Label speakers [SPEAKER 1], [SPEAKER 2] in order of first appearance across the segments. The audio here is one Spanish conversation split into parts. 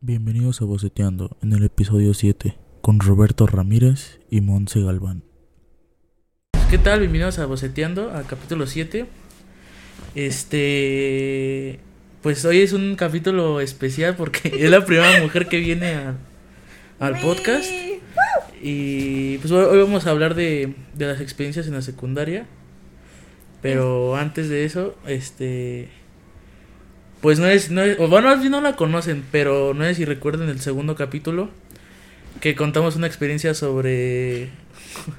[SPEAKER 1] Bienvenidos a Boceteando en el episodio 7 con Roberto Ramírez y Monse Galván.
[SPEAKER 2] ¿Qué tal? Bienvenidos a Boceteando, al capítulo 7. Este. Pues hoy es un capítulo especial porque es la primera mujer que viene a- al podcast. Y pues hoy, hoy vamos a hablar de, de las experiencias en la secundaria. Pero antes de eso, este. Pues no es. No es o bueno, al fin no la conocen, pero no sé si recuerden el segundo capítulo. Que contamos una experiencia sobre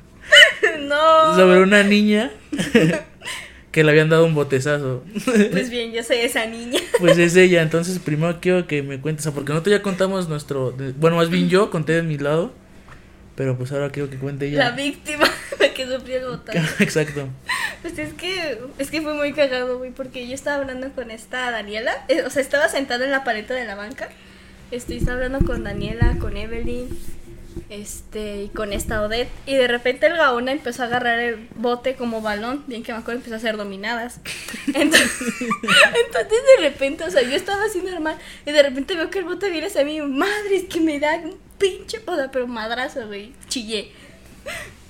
[SPEAKER 3] No.
[SPEAKER 2] sobre una niña que le habían dado un botezazo.
[SPEAKER 3] Pues bien, yo soy esa niña.
[SPEAKER 2] Pues es ella, entonces primero quiero que me cuentes, o sea, porque nosotros ya contamos nuestro, de- bueno, más bien yo conté de mi lado, pero pues ahora quiero que cuente
[SPEAKER 3] La
[SPEAKER 2] ella.
[SPEAKER 3] víctima la que sufrió el botón.
[SPEAKER 2] Exacto.
[SPEAKER 3] Pues es que, es que fue muy cagado, güey, porque yo estaba hablando con esta Daniela. eh, o sea, estaba sentada en la paleta de la banca. Estoy estaba hablando con Daniela, con Evelyn, este, y con esta Odette. Y de repente el Gaona empezó a agarrar el bote como balón. Bien que me acuerdo, empezó a hacer dominadas. Entonces, entonces de repente, o sea, yo estaba así normal. Y de repente veo que el bote viene hacia mí. Madre, es que me da un pinche poda, pero madrazo, güey. Chillé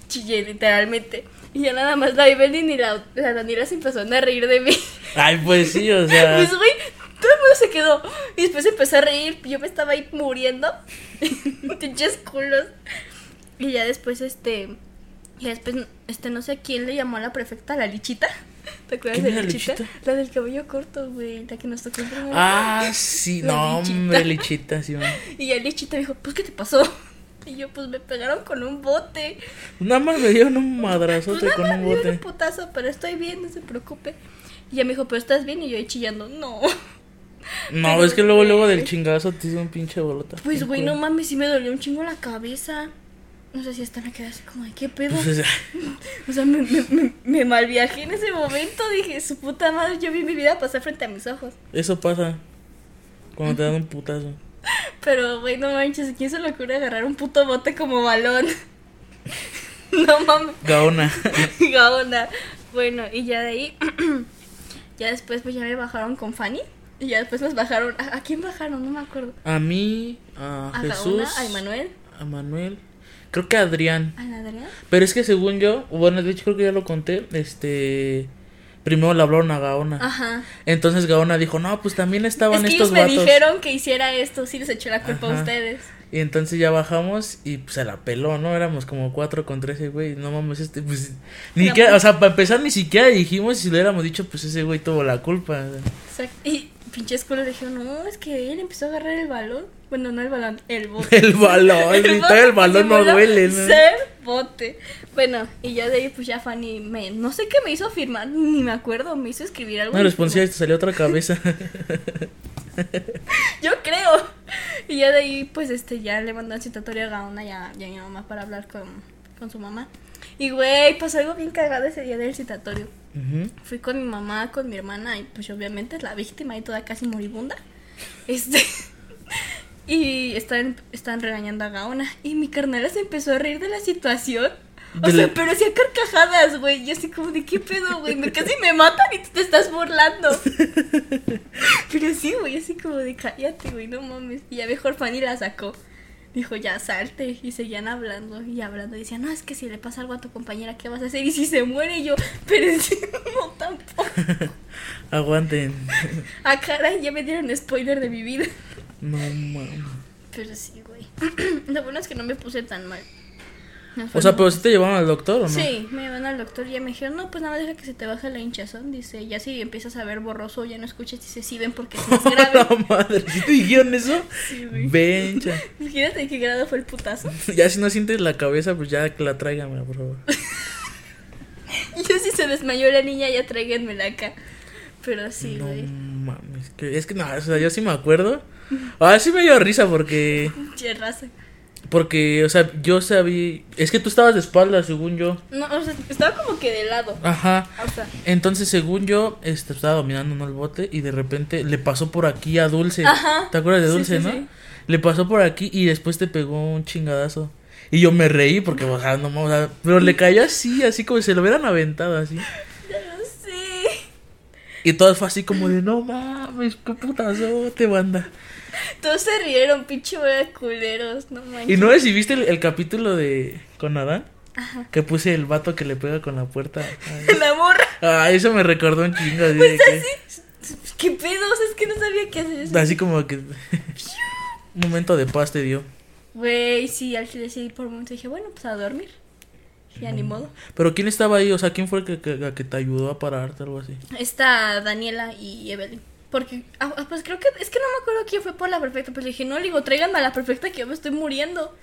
[SPEAKER 3] chillé literalmente. Y ya nada más la Evelyn y la, la Daniela se empezaron a reír de mí.
[SPEAKER 2] Ay, pues sí, o sea,
[SPEAKER 3] Pues güey, todo el mundo se quedó. Y después empezó a reír. Yo me estaba ahí muriendo. Pinches culos. Y ya después, este. Y después, este, no sé quién le llamó a la prefecta, la lichita. ¿Te acuerdas
[SPEAKER 2] ¿Quién
[SPEAKER 3] de
[SPEAKER 2] era
[SPEAKER 3] lichita?
[SPEAKER 2] Lichita?
[SPEAKER 3] La del cabello corto, güey. La que nos tocó en primaria.
[SPEAKER 2] ah, sí,
[SPEAKER 3] La
[SPEAKER 2] no,
[SPEAKER 3] lichita.
[SPEAKER 2] hombre, lichita, sí, man.
[SPEAKER 3] Y ya lichita dijo, pues, ¿qué te pasó? Y yo, pues, me pegaron con un bote.
[SPEAKER 2] Nada más me dieron un
[SPEAKER 3] Pues
[SPEAKER 2] madrazote
[SPEAKER 3] nada
[SPEAKER 2] con
[SPEAKER 3] más
[SPEAKER 2] un
[SPEAKER 3] me dio un
[SPEAKER 2] bote.
[SPEAKER 3] putazo, pero estoy bien, no se preocupe. Y ella me dijo, pero estás bien, y yo ahí chillando, no.
[SPEAKER 2] No, es que luego, luego del chingazo te hizo un pinche bolota.
[SPEAKER 3] Pues güey, no
[SPEAKER 2] más.
[SPEAKER 3] mames, sí me dolió un chingo la cabeza. No sé si hasta me quedé así como de qué pedo.
[SPEAKER 2] Pues, eh.
[SPEAKER 3] O sea, me, me, me, me malviajé en ese momento, dije, su puta madre, yo vi mi vida pasar frente a mis ojos.
[SPEAKER 2] eso pasa cuando te dan un putazo.
[SPEAKER 3] Pero güey, no manches, ¿a quién se le ocurre agarrar un puto bote como balón? no mames.
[SPEAKER 2] Gaona.
[SPEAKER 3] Gaona. Bueno, y ya de ahí, ya después pues ya me bajaron con Fanny. Y ya después nos bajaron. ¿A, a quién bajaron? No me acuerdo.
[SPEAKER 2] A mí, a,
[SPEAKER 3] A
[SPEAKER 2] Jesús,
[SPEAKER 3] Gaona, a Emanuel,
[SPEAKER 2] a Manuel, creo que a Adrián.
[SPEAKER 3] a la Adrián.
[SPEAKER 2] Pero es que según yo, bueno, de hecho creo que ya lo conté, este primero le hablaron a Gaona.
[SPEAKER 3] Ajá.
[SPEAKER 2] Entonces Gaona dijo, "No, pues también
[SPEAKER 3] Es
[SPEAKER 2] estaban
[SPEAKER 3] que
[SPEAKER 2] estos
[SPEAKER 3] ellos me
[SPEAKER 2] vatos."
[SPEAKER 3] dijeron que hiciera esto, sí les echó la culpa
[SPEAKER 2] Ajá.
[SPEAKER 3] a ustedes.
[SPEAKER 2] Y entonces ya bajamos y pues, se la peló, ¿no? Éramos como cuatro contra ese güey. No mames, este pues ni
[SPEAKER 3] Era
[SPEAKER 2] siquiera,
[SPEAKER 3] muy-
[SPEAKER 2] o sea, para empezar ni siquiera dijimos si le hubiéramos dicho, pues ese güey tuvo la culpa. o sea.
[SPEAKER 3] Exacto. Y pinches culos dijeron, no, es que él empezó a agarrar el balón. Bueno, no el balón, el bote.
[SPEAKER 2] El balón, el,
[SPEAKER 3] bote
[SPEAKER 2] el balón no
[SPEAKER 3] simuló
[SPEAKER 2] duele, ¿no?
[SPEAKER 3] Ser bote. Bueno, y ya de ahí pues ya Fanny me, no sé qué me hizo firmar, ni me acuerdo, me hizo escribir algo.
[SPEAKER 2] No
[SPEAKER 3] y
[SPEAKER 2] respondía y te salió otra cabeza.
[SPEAKER 3] Yo creo. Y ya de ahí, pues, este, ya le mandó el citatorio a Gaona y a, y a mi mamá para hablar con, con su mamá. Y, güey, pasó algo bien cagado ese día del citatorio.
[SPEAKER 2] Ujú.
[SPEAKER 3] Fui con mi mamá, con mi hermana, y pues obviamente es la víctima y toda casi moribunda. Este. Y están, están regañando a Gaona. Y mi carnala se empezó a reír de la situación. O
[SPEAKER 2] De
[SPEAKER 3] sea,
[SPEAKER 2] la-
[SPEAKER 3] pero hacía carcajadas, güey. Yo así como de qué pedo, güey. Me casi me matan y tú te estás burlando. pero sí, güey, así como de cállate, güey, no mames. Y ya mejor Fanny la sacó. Dijo, ya salte. Y seguían hablando y hablando. Y decían, no, es que si le pasa algo a tu compañera, ¿qué vas a hacer? Y si se muere, Y yo, pero sí, no tampoco.
[SPEAKER 2] Aguanten.
[SPEAKER 3] A cara, ya me dieron spoiler de mi vida.
[SPEAKER 2] No mames.
[SPEAKER 3] Pero sí, güey. Lo bueno es que no me puse tan mal. No fue
[SPEAKER 2] O sea,
[SPEAKER 3] nada.
[SPEAKER 2] pero si te llevaron al doctor o no?
[SPEAKER 3] Sí, me van al doctor y ya me dijeron, no, pues nada más deja que se te baje la hinchazón. Dice, ya si empiezas a ver borroso, ya no escuchas, dice, sí, ven porque es más
[SPEAKER 2] la
[SPEAKER 3] grave.
[SPEAKER 2] madre, ¿sí te dijeron eso?
[SPEAKER 3] Sí, güey.
[SPEAKER 2] Vencha.
[SPEAKER 3] Imagínate qué grado fue el putazo.
[SPEAKER 2] Ya si no sientes la cabeza, pues ya que la tráigame, por favor.
[SPEAKER 3] Y yo sí se desmayó la niña, ya tráiganmela acá. Pero sí,
[SPEAKER 2] no
[SPEAKER 3] güey.
[SPEAKER 2] mames. que- es que no, o sea, yo sí me acuerdo. Ah, sí me dio risa porque.
[SPEAKER 3] Pinche raza.
[SPEAKER 2] Porque, o sea, yo sabía. Es que tú estabas de espaldas, según yo.
[SPEAKER 3] No, o sea, estaba como que de lado.
[SPEAKER 2] Ajá.
[SPEAKER 3] O sea,
[SPEAKER 2] Entonces, según yo, este, estaba dominando ¿no? el bote y de repente le pasó por aquí a Dulce.
[SPEAKER 3] Ajá.
[SPEAKER 2] ¿Te acuerdas de
[SPEAKER 3] Sí,
[SPEAKER 2] Dulce,
[SPEAKER 3] sí,
[SPEAKER 2] no?
[SPEAKER 3] sí.
[SPEAKER 2] Le pasó por aquí y después te pegó un chingadazo. Y yo me reí porque, o sea, no mames, o sea, pero le cayó así, así como si se lo hubieran aventado, así.
[SPEAKER 3] ya lo sé.
[SPEAKER 2] Y todo fue así como de, no mames, qué putazote, banda.
[SPEAKER 3] Todos se rieron, pinche bola de culeros, no manches.
[SPEAKER 2] ¿Y no recibiste el, el capítulo de con Adán? Que puse el vato que le pega con la puerta. Ay,
[SPEAKER 3] La morra.
[SPEAKER 2] Ah, eso me recordó un chingo. Así, de
[SPEAKER 3] Pues
[SPEAKER 2] que-
[SPEAKER 3] así. ¿Qué pedo? O sea, es que no sabía qué hacer. eso.
[SPEAKER 2] así como que. momento de paz te dio.
[SPEAKER 3] Güey, sí, al chile sí, por un momento dije, bueno, pues a dormir. Ya ni modo.
[SPEAKER 2] Pero ¿quién estaba ahí? O sea, ¿quién fue el que, que- la que te ayudó a pararte algo así?
[SPEAKER 3] Está Daniela y Evelyn. Porque, ah, ah, pues creo que, es que no me acuerdo quién fue por la perfecta. Pues le dije, no, le digo, tráiganme a la perfecta que yo me estoy muriendo.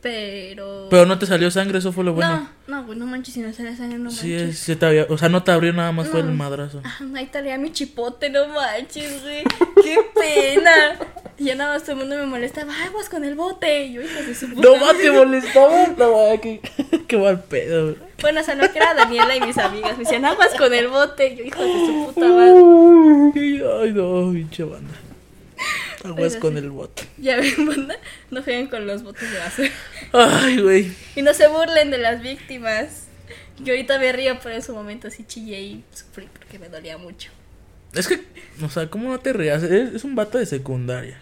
[SPEAKER 3] Pero.
[SPEAKER 2] Pero no te salió sangre, eso fue lo bueno.
[SPEAKER 3] No, no, güey, no manches, si no sale sangre, no manches.
[SPEAKER 2] sí, es- se te había- o sea, no te abrió nada más, fue el
[SPEAKER 3] No.
[SPEAKER 2] madrazo.
[SPEAKER 3] Ah, Ahí tarea mi chipote, no manches, güey. ¡Qué pena! Y ya nada más todo el mundo me molestaba, aguas con el bote. Y yo, hijos de su puta
[SPEAKER 2] No más
[SPEAKER 3] madre.
[SPEAKER 2] te molestaba. No va, qué, qué mal pedo. güey.
[SPEAKER 3] Bueno, o sea, no que era Daniela y mis amigas. Me decían, aguas con el bote. Y yo, hijos de su puta madre.
[SPEAKER 2] Ay, no, pinche banda. Aguas
[SPEAKER 3] Pero
[SPEAKER 2] con
[SPEAKER 3] sí.
[SPEAKER 2] el bote.
[SPEAKER 3] Ya ven, banda, no jueguen con los botes de basura.
[SPEAKER 2] Ay, güey.
[SPEAKER 3] Y no se burlen de las víctimas. Yo ahorita me río, pero en su momento sí chillé y sufrí porque me dolía mucho.
[SPEAKER 2] Es que, o sea, ¿cómo no te rías? Es, es un vato de secundaria.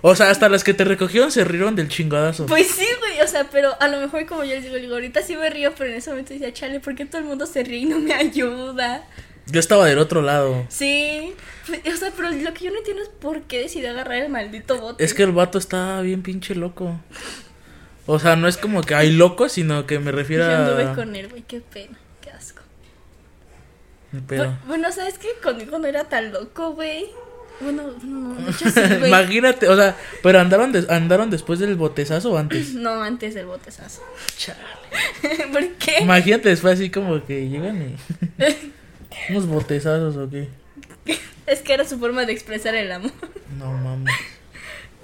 [SPEAKER 2] O sea, hasta las que te recogieron se rieron del chingadazo.
[SPEAKER 3] Pues sí, güey, o sea, pero a lo mejor como yo les digo, digo, ahorita sí me río, pero en ese momento decía, chale, ¿por qué todo el mundo se ríe y no me ayuda?
[SPEAKER 2] Yo estaba del otro lado.
[SPEAKER 3] Sí, pues, o sea, pero lo que yo no entiendo es por qué decidió agarrar el maldito bote.
[SPEAKER 2] Es que el vato está bien pinche loco. O sea, no es como que hay loco, sino que me
[SPEAKER 3] yo
[SPEAKER 2] refiero
[SPEAKER 3] anduve
[SPEAKER 2] a.
[SPEAKER 3] con él, güey, qué pena, qué asco. Pues,
[SPEAKER 2] Pero...
[SPEAKER 3] Bu- Bueno, ¿sabes qué? Conmigo no era tan loco, güey. Bueno, no, de hecho sí, güey.
[SPEAKER 2] Imagínate, o sea, pero andaron des- andaron después del botezazo o antes.
[SPEAKER 3] No, antes del botezazo. ¿Por qué?
[SPEAKER 2] Imagínate después así como que llegan y unos botezazos o qué.
[SPEAKER 3] Es que era su forma de expresar el amor.
[SPEAKER 2] No mames.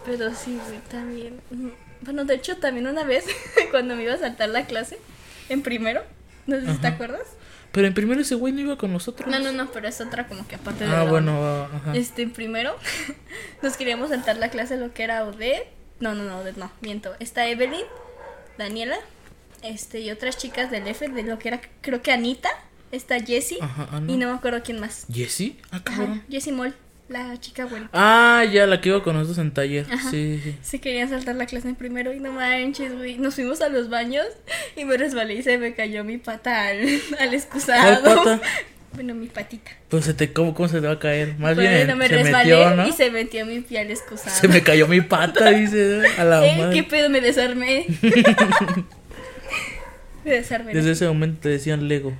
[SPEAKER 3] Pero sí, güey, también. Mm, Bueno, de hecho, también una vez, cuando me iba a saltar la clase, en primero, no sé si te acuerdas.
[SPEAKER 2] Pero en primero ese güey no iba con nosotros.
[SPEAKER 3] No, no, no, pero es otra como que aparte de.
[SPEAKER 2] Ah,
[SPEAKER 3] la
[SPEAKER 2] bueno, va, ajá.
[SPEAKER 3] Este, en primero, nos queríamos saltar la clase lo que era Odette. No, no, no, Odette no, miento. Está Evelyn, Daniela, este, y otras chicas del F, de lo que era, creo que Anita, está Jessie,
[SPEAKER 2] Ajá, ah, no.
[SPEAKER 3] y no me acuerdo quién más.
[SPEAKER 2] ¿Jessie? Ah,
[SPEAKER 3] Ajá,
[SPEAKER 2] cabrón.
[SPEAKER 3] Jessie Moll, la chica buena.
[SPEAKER 2] Ah, ya, la que iba con nosotros en taller.
[SPEAKER 3] Ajá.
[SPEAKER 2] Sí, sí.
[SPEAKER 3] Se querían saltar la clase en primero y no manches, güey. Nos fuimos a los baños y me resbalé y se me cayó mi pata al, al excusado.
[SPEAKER 2] ¿Cuál pata?
[SPEAKER 3] Bueno, mi patita.
[SPEAKER 2] Pues se te, ¿cómo, cómo se te va a caer? Más
[SPEAKER 3] Bueno,
[SPEAKER 2] bien
[SPEAKER 3] me
[SPEAKER 2] se
[SPEAKER 3] resbalé
[SPEAKER 2] metió, ¿no?
[SPEAKER 3] y
[SPEAKER 2] Se...
[SPEAKER 3] se metió mi pie al excusado.
[SPEAKER 2] me cayó mi pata, dice. ¿no? A la
[SPEAKER 3] Eh,
[SPEAKER 2] madre.
[SPEAKER 3] ¿Qué pedo? Me desarmé. me desarmé.
[SPEAKER 2] Desde ese momento te decían Lego.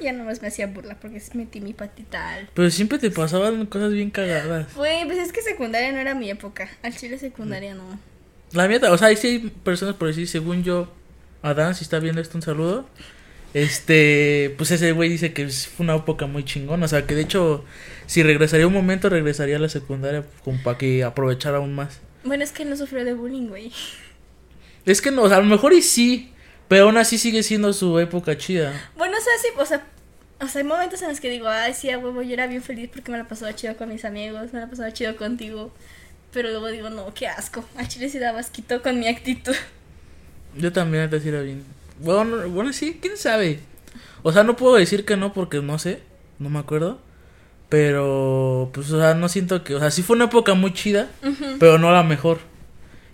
[SPEAKER 3] Ya nomás me hacía burla porque metí mi patita al.
[SPEAKER 2] Pero siempre te pasaban cosas bien cagadas.
[SPEAKER 3] Güey, pues es que secundaria no era mi época. Al chile secundaria no.
[SPEAKER 2] La mierda, o sea, ahí sí hay personas por decir, según yo, Adán, si está viendo esto, un saludo. Este, pues ese güey dice que es- fue una época muy chingona. O sea, que de hecho, si regresaría un momento, regresaría a la secundaria como para que aprovechara aún más.
[SPEAKER 3] Bueno, es que no sufrió de bullying, güey.
[SPEAKER 2] Es que no, o sea, a lo mejor y sí, pero aún así sigue siendo su época chida.
[SPEAKER 3] Bueno, o sea, sí, o sea, o sea, hay momentos en los que digo, ay, sí, a huevo, yo era bien feliz porque me la pasaba chido con mis amigos, me la pasaba chido contigo. Pero luego digo, no, qué asco. A Chile sí daba asquito con mi actitud.
[SPEAKER 2] Yo también antes era bien. Bueno, bueno, sí, quién sabe. O sea, no puedo decir que no porque no sé, no me acuerdo. Pero, pues, o sea, no siento que. O sea, sí fue una época muy chida, pero no la mejor.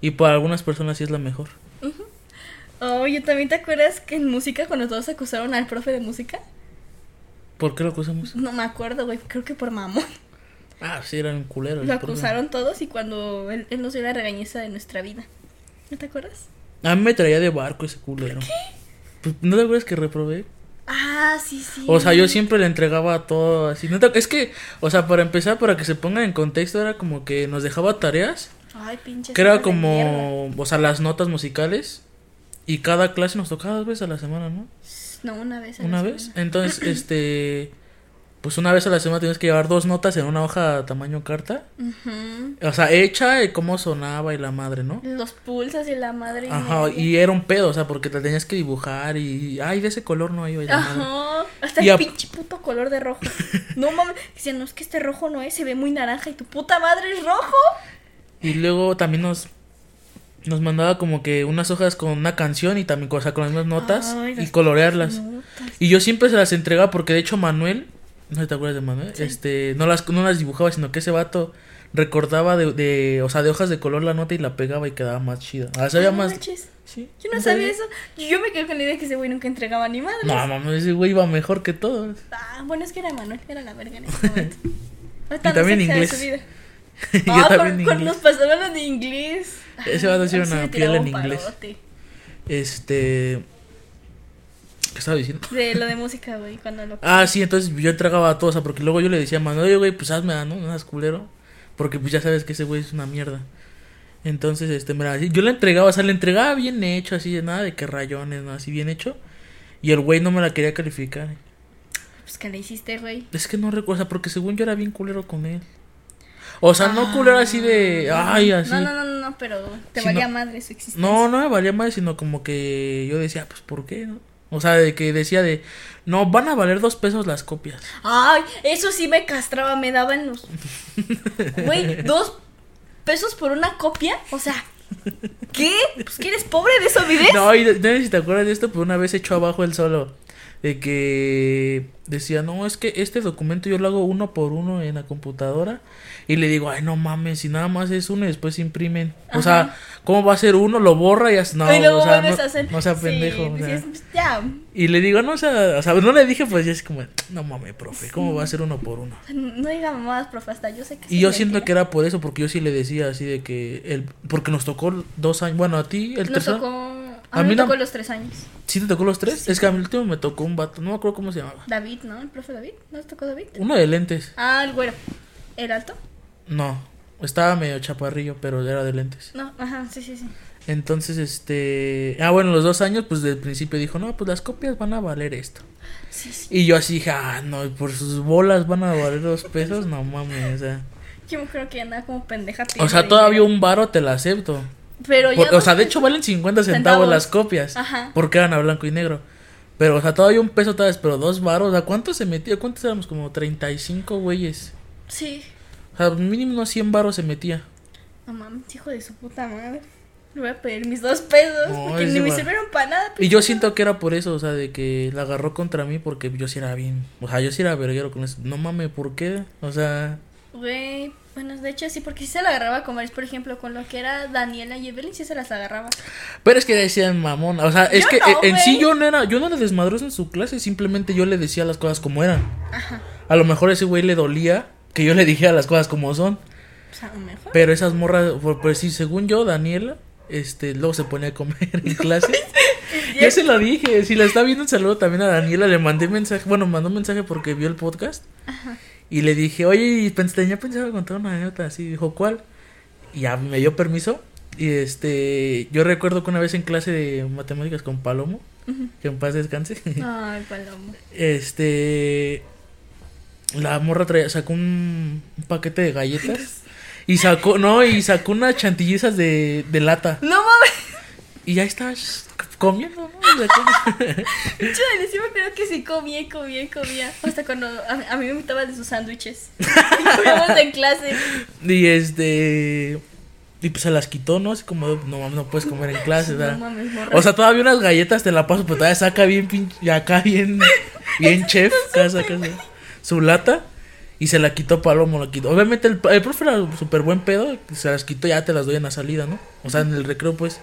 [SPEAKER 2] Y para algunas personas sí es la mejor.
[SPEAKER 3] Oye, ¿también te acuerdas que en música cuando todos acusaron al profe de música? Pues,
[SPEAKER 2] ¿Por qué lo acusamos?
[SPEAKER 3] No me acuerdo, güey, creo que por mamón.
[SPEAKER 2] Ah, sí, eran culeros.
[SPEAKER 3] Lo acusaron todos y cuando él, él nos dio la regañiza de nuestra vida. ¿No te acuerdas?
[SPEAKER 2] A mí me traía de barco ese culero. Pues, ¿No te acuerdas que reprobé?
[SPEAKER 3] Ah, sí, sí.
[SPEAKER 2] O sea, yo siempre le entregaba todo así. ¿No te- Es que, o sea, para empezar, para que se pongan en contexto, era como que nos dejaba tareas,
[SPEAKER 3] Ay, pinche.
[SPEAKER 2] que era
[SPEAKER 3] hijos de mierda.
[SPEAKER 2] como, o sea, las notas musicales. Y cada clase nos tocaba dos veces a la semana, ¿no?
[SPEAKER 3] No, una vez. a la
[SPEAKER 2] Una
[SPEAKER 3] semana.
[SPEAKER 2] vez. Entonces, este. Pues una vez a la semana tenías que llevar dos notas en una hoja tamaño carta.
[SPEAKER 3] Ujú.
[SPEAKER 2] O sea, hecha y cómo sonaba y la madre, ¿no?
[SPEAKER 3] Los pulsas y la madre.
[SPEAKER 2] Ajá,
[SPEAKER 3] media.
[SPEAKER 2] y era un pedo, o sea, porque te tenías que dibujar y. Ay, de ese color no iba. y la madre.
[SPEAKER 3] Ajá. Hasta
[SPEAKER 2] Y
[SPEAKER 3] el
[SPEAKER 2] ap-
[SPEAKER 3] pinche puto color de rojo. No mames. Decían, no es que este rojo no es, se ve muy naranja y tu puta madre es rojo.
[SPEAKER 2] Y luego también nos nos mandaba como que unas hojas con una canción y también o sea, con las mismas notas
[SPEAKER 3] Ay,
[SPEAKER 2] y
[SPEAKER 3] las
[SPEAKER 2] colorearlas.
[SPEAKER 3] No, tan-
[SPEAKER 2] Y yo siempre se las entregaba porque de hecho Manuel, no sé si te acuerdas de Manuel, este no las no las dibujaba, sino que ese vato recortaba de, de, o sea, de hojas de color la nota y la pegaba y quedaba más chida. Ah, sabía
[SPEAKER 3] Ah,
[SPEAKER 2] más.
[SPEAKER 3] manches.
[SPEAKER 2] Sí.
[SPEAKER 3] Yo no sabía eso. Yo, yo me quedé con la idea que ese güey nunca entregaba ni madres.
[SPEAKER 2] No, mames, ese güey iba mejor que todos.
[SPEAKER 3] Ah, bueno, es que era Manuel, era la verga en ese momento. Ahorita
[SPEAKER 2] Y
[SPEAKER 3] no
[SPEAKER 2] también
[SPEAKER 3] sé qué sea de
[SPEAKER 2] inglés.
[SPEAKER 3] su vida.
[SPEAKER 2] Yo
[SPEAKER 3] Ah, con-
[SPEAKER 2] también
[SPEAKER 3] con,
[SPEAKER 2] inglés.
[SPEAKER 3] los pantalones de inglés.
[SPEAKER 2] Ese vato sí
[SPEAKER 3] Ay,
[SPEAKER 2] era
[SPEAKER 3] sí
[SPEAKER 2] una
[SPEAKER 3] me
[SPEAKER 2] piel
[SPEAKER 3] tiraba
[SPEAKER 2] en
[SPEAKER 3] un
[SPEAKER 2] inglés.
[SPEAKER 3] parote.
[SPEAKER 2] Este. ¿Qué estaba diciendo?
[SPEAKER 3] De lo de música, güey, cuando lo...
[SPEAKER 2] Ah, sí, entonces yo entregaba a todos, o sea, porque luego yo le decía a Manuel, "Oye, güey, pues hazme, ¿no? No seas culero. Porque pues ya sabes que ese güey es una mierda. Entonces, este, mira, así, yo le entregaba, o sea, le entregaba bien hecho, así de nada, de que rayones, ¿no? Así bien hecho. Y el güey no me la quería calificar.
[SPEAKER 3] Pues que le hiciste, güey.
[SPEAKER 2] Es que no recuerdo, o sea, porque según yo era bien culero con él. O sea, no culero así de, Eh, ay, así.
[SPEAKER 3] Ah, No, no, no, no, no, pero te
[SPEAKER 2] Si
[SPEAKER 3] valía
[SPEAKER 2] no-
[SPEAKER 3] madre su existencia.
[SPEAKER 2] No, no me valía más, sino como que yo decía, pues, ¿por qué? No? O sea, de que decía de, no, van a valer dos pesos las copias.
[SPEAKER 3] Ay, eso sí me castraba, me daban los... Güey, dos pesos por una copia, o sea... ¿Qué? Pues que eres pobre de eso, vives.
[SPEAKER 2] No, y de- no sé si te acuerdas de esto, pero una vez echó abajo el solo. De que decía, no, es que este documento yo lo hago uno por uno en la computadora. Y le digo, ay, no mames, si nada más es uno y después se imprimen. O sea, ¿cómo va a ser uno? Lo borra y así, no,
[SPEAKER 3] y luego
[SPEAKER 2] o sea,
[SPEAKER 3] vuelves
[SPEAKER 2] no,
[SPEAKER 3] a hacer...
[SPEAKER 2] no sea
[SPEAKER 3] Sí,
[SPEAKER 2] pendejo. o sea.
[SPEAKER 3] dices, pues, ya,
[SPEAKER 2] Y le digo, no, o sea, o sea, no le dije, pues ya es como, no mames, profe, ¿cómo va a ser uno por uno?
[SPEAKER 3] no diga mamadas, profe, hasta yo sé que...
[SPEAKER 2] Y yo siento que era por eso, porque yo sí le decía así de que él, porque nos tocó dos años, bueno, a ti el
[SPEAKER 3] Nos
[SPEAKER 2] tercero,
[SPEAKER 3] tocó...
[SPEAKER 2] A
[SPEAKER 3] A mí
[SPEAKER 2] mí
[SPEAKER 3] me
[SPEAKER 2] no-
[SPEAKER 3] tocó los tres años.
[SPEAKER 2] ¿sí te tocó los tres? Es que a mí el último me tocó un vato, no me acuerdo cómo se llamaba,
[SPEAKER 3] David, ¿no? El profe David. ¿No te tocó David?
[SPEAKER 2] uno de lentes,
[SPEAKER 3] Ah, el güero. ¿El alto?
[SPEAKER 2] no, estaba medio chaparrillo, pero era de lentes.
[SPEAKER 3] No, ajá, sí, sí, sí.
[SPEAKER 2] Entonces, este, ah, bueno, los dos años, pues del principio dijo, no, pues las copias van a valer esto.
[SPEAKER 3] Sí, sí.
[SPEAKER 2] Y yo así dije, ah, no, por sus bolas van a valer dos pesos, no mames, o sea.
[SPEAKER 3] Yo creo que andaba como pendeja.
[SPEAKER 2] O
[SPEAKER 3] pidiendo
[SPEAKER 2] sea, todavía
[SPEAKER 3] dinero.
[SPEAKER 2] un varo te la acepto.
[SPEAKER 3] Pero ya.
[SPEAKER 2] Por- o
[SPEAKER 3] dos
[SPEAKER 2] sea, de
[SPEAKER 3] pesos-
[SPEAKER 2] hecho valen 50 centavos,
[SPEAKER 3] Centavos.
[SPEAKER 2] las copias.
[SPEAKER 3] Ajá.
[SPEAKER 2] Porque eran a blanco y negro. Pero, o sea, todavía un peso tal vez, pero dos varos. O sea, ¿cuántos se metía? ¿Cuántos éramos? Como 35 güeyes.
[SPEAKER 3] Sí.
[SPEAKER 2] O sea, mínimo unos 100 varos se metía.
[SPEAKER 3] No mames, hijo de su puta madre. Le voy a pedir mis dos pesos.
[SPEAKER 2] No,
[SPEAKER 3] porque
[SPEAKER 2] ese
[SPEAKER 3] ni me
[SPEAKER 2] va-
[SPEAKER 3] sirvieron para nada. pues.
[SPEAKER 2] Y yo siento que era por eso, o sea, de que la agarró contra mí porque yo sí era bien. O sea, yo sí era verguero con eso. No mames, ¿por qué? O sea,
[SPEAKER 3] Güey. Bueno, de hecho sí, porque sí se la agarraba con varios, por ejemplo, con lo que era Daniela y Evelyn, sí se las agarraba.
[SPEAKER 2] pero es que decían mamón. O sea, es
[SPEAKER 3] Yo
[SPEAKER 2] que e,
[SPEAKER 3] no,
[SPEAKER 2] en en sí
[SPEAKER 3] güey.
[SPEAKER 2] yo no era. Yo no era desmadroso en su clase, simplemente yo le decía las cosas como eran. A lo mejor a ese güey le dolía que yo le dijera las cosas como son.
[SPEAKER 3] O sea, a lo mejor.
[SPEAKER 2] Pero esas morras, por, por decir, según yo, Daniela, este, luego se ponía a comer en clase. yo se lo dije, si la está viendo, un saludo también a Daniela, le mandé mensaje, bueno, mandó un mensaje porque vio el podcast. Y le dije, oye, y pens- tenía pensado contar una anécdota así, dijo, ¿cuál? Y ya me dio permiso. Y este, yo recuerdo que una vez en clase de matemáticas con Palomo, que en paz descanse.
[SPEAKER 3] Ay, palomo.
[SPEAKER 2] Este. La morra traía, sacó un, un paquete de galletas. Y sacó, no, y sacó unas chantillizas de, de lata.
[SPEAKER 3] No mames.
[SPEAKER 2] Y ya estás comiendo, ¿no? Y sacó-
[SPEAKER 3] Chale, sí me acuerdo que sí comía y comía y comía. Hasta cuando a, a mí me invitaban de sus sándwiches. Y comíamos en clase.
[SPEAKER 2] Y este. Y pues se las quitó, ¿no? Así como, no mames, no puedes comer en clase,
[SPEAKER 3] No
[SPEAKER 2] ¿verdad?
[SPEAKER 3] mames, morra.
[SPEAKER 2] Ah, O sea, todavía unas galletas te la paso, pero todavía saca bien pinche, y acá bien, bien chef, casa, casa, su lata. Y se la quitó Palomo, la quitó. Obviamente el, el profe era súper buen pedo, pues, se las quitó, ya te las doy en la salida, ¿no? O sea, en el recreo, pues.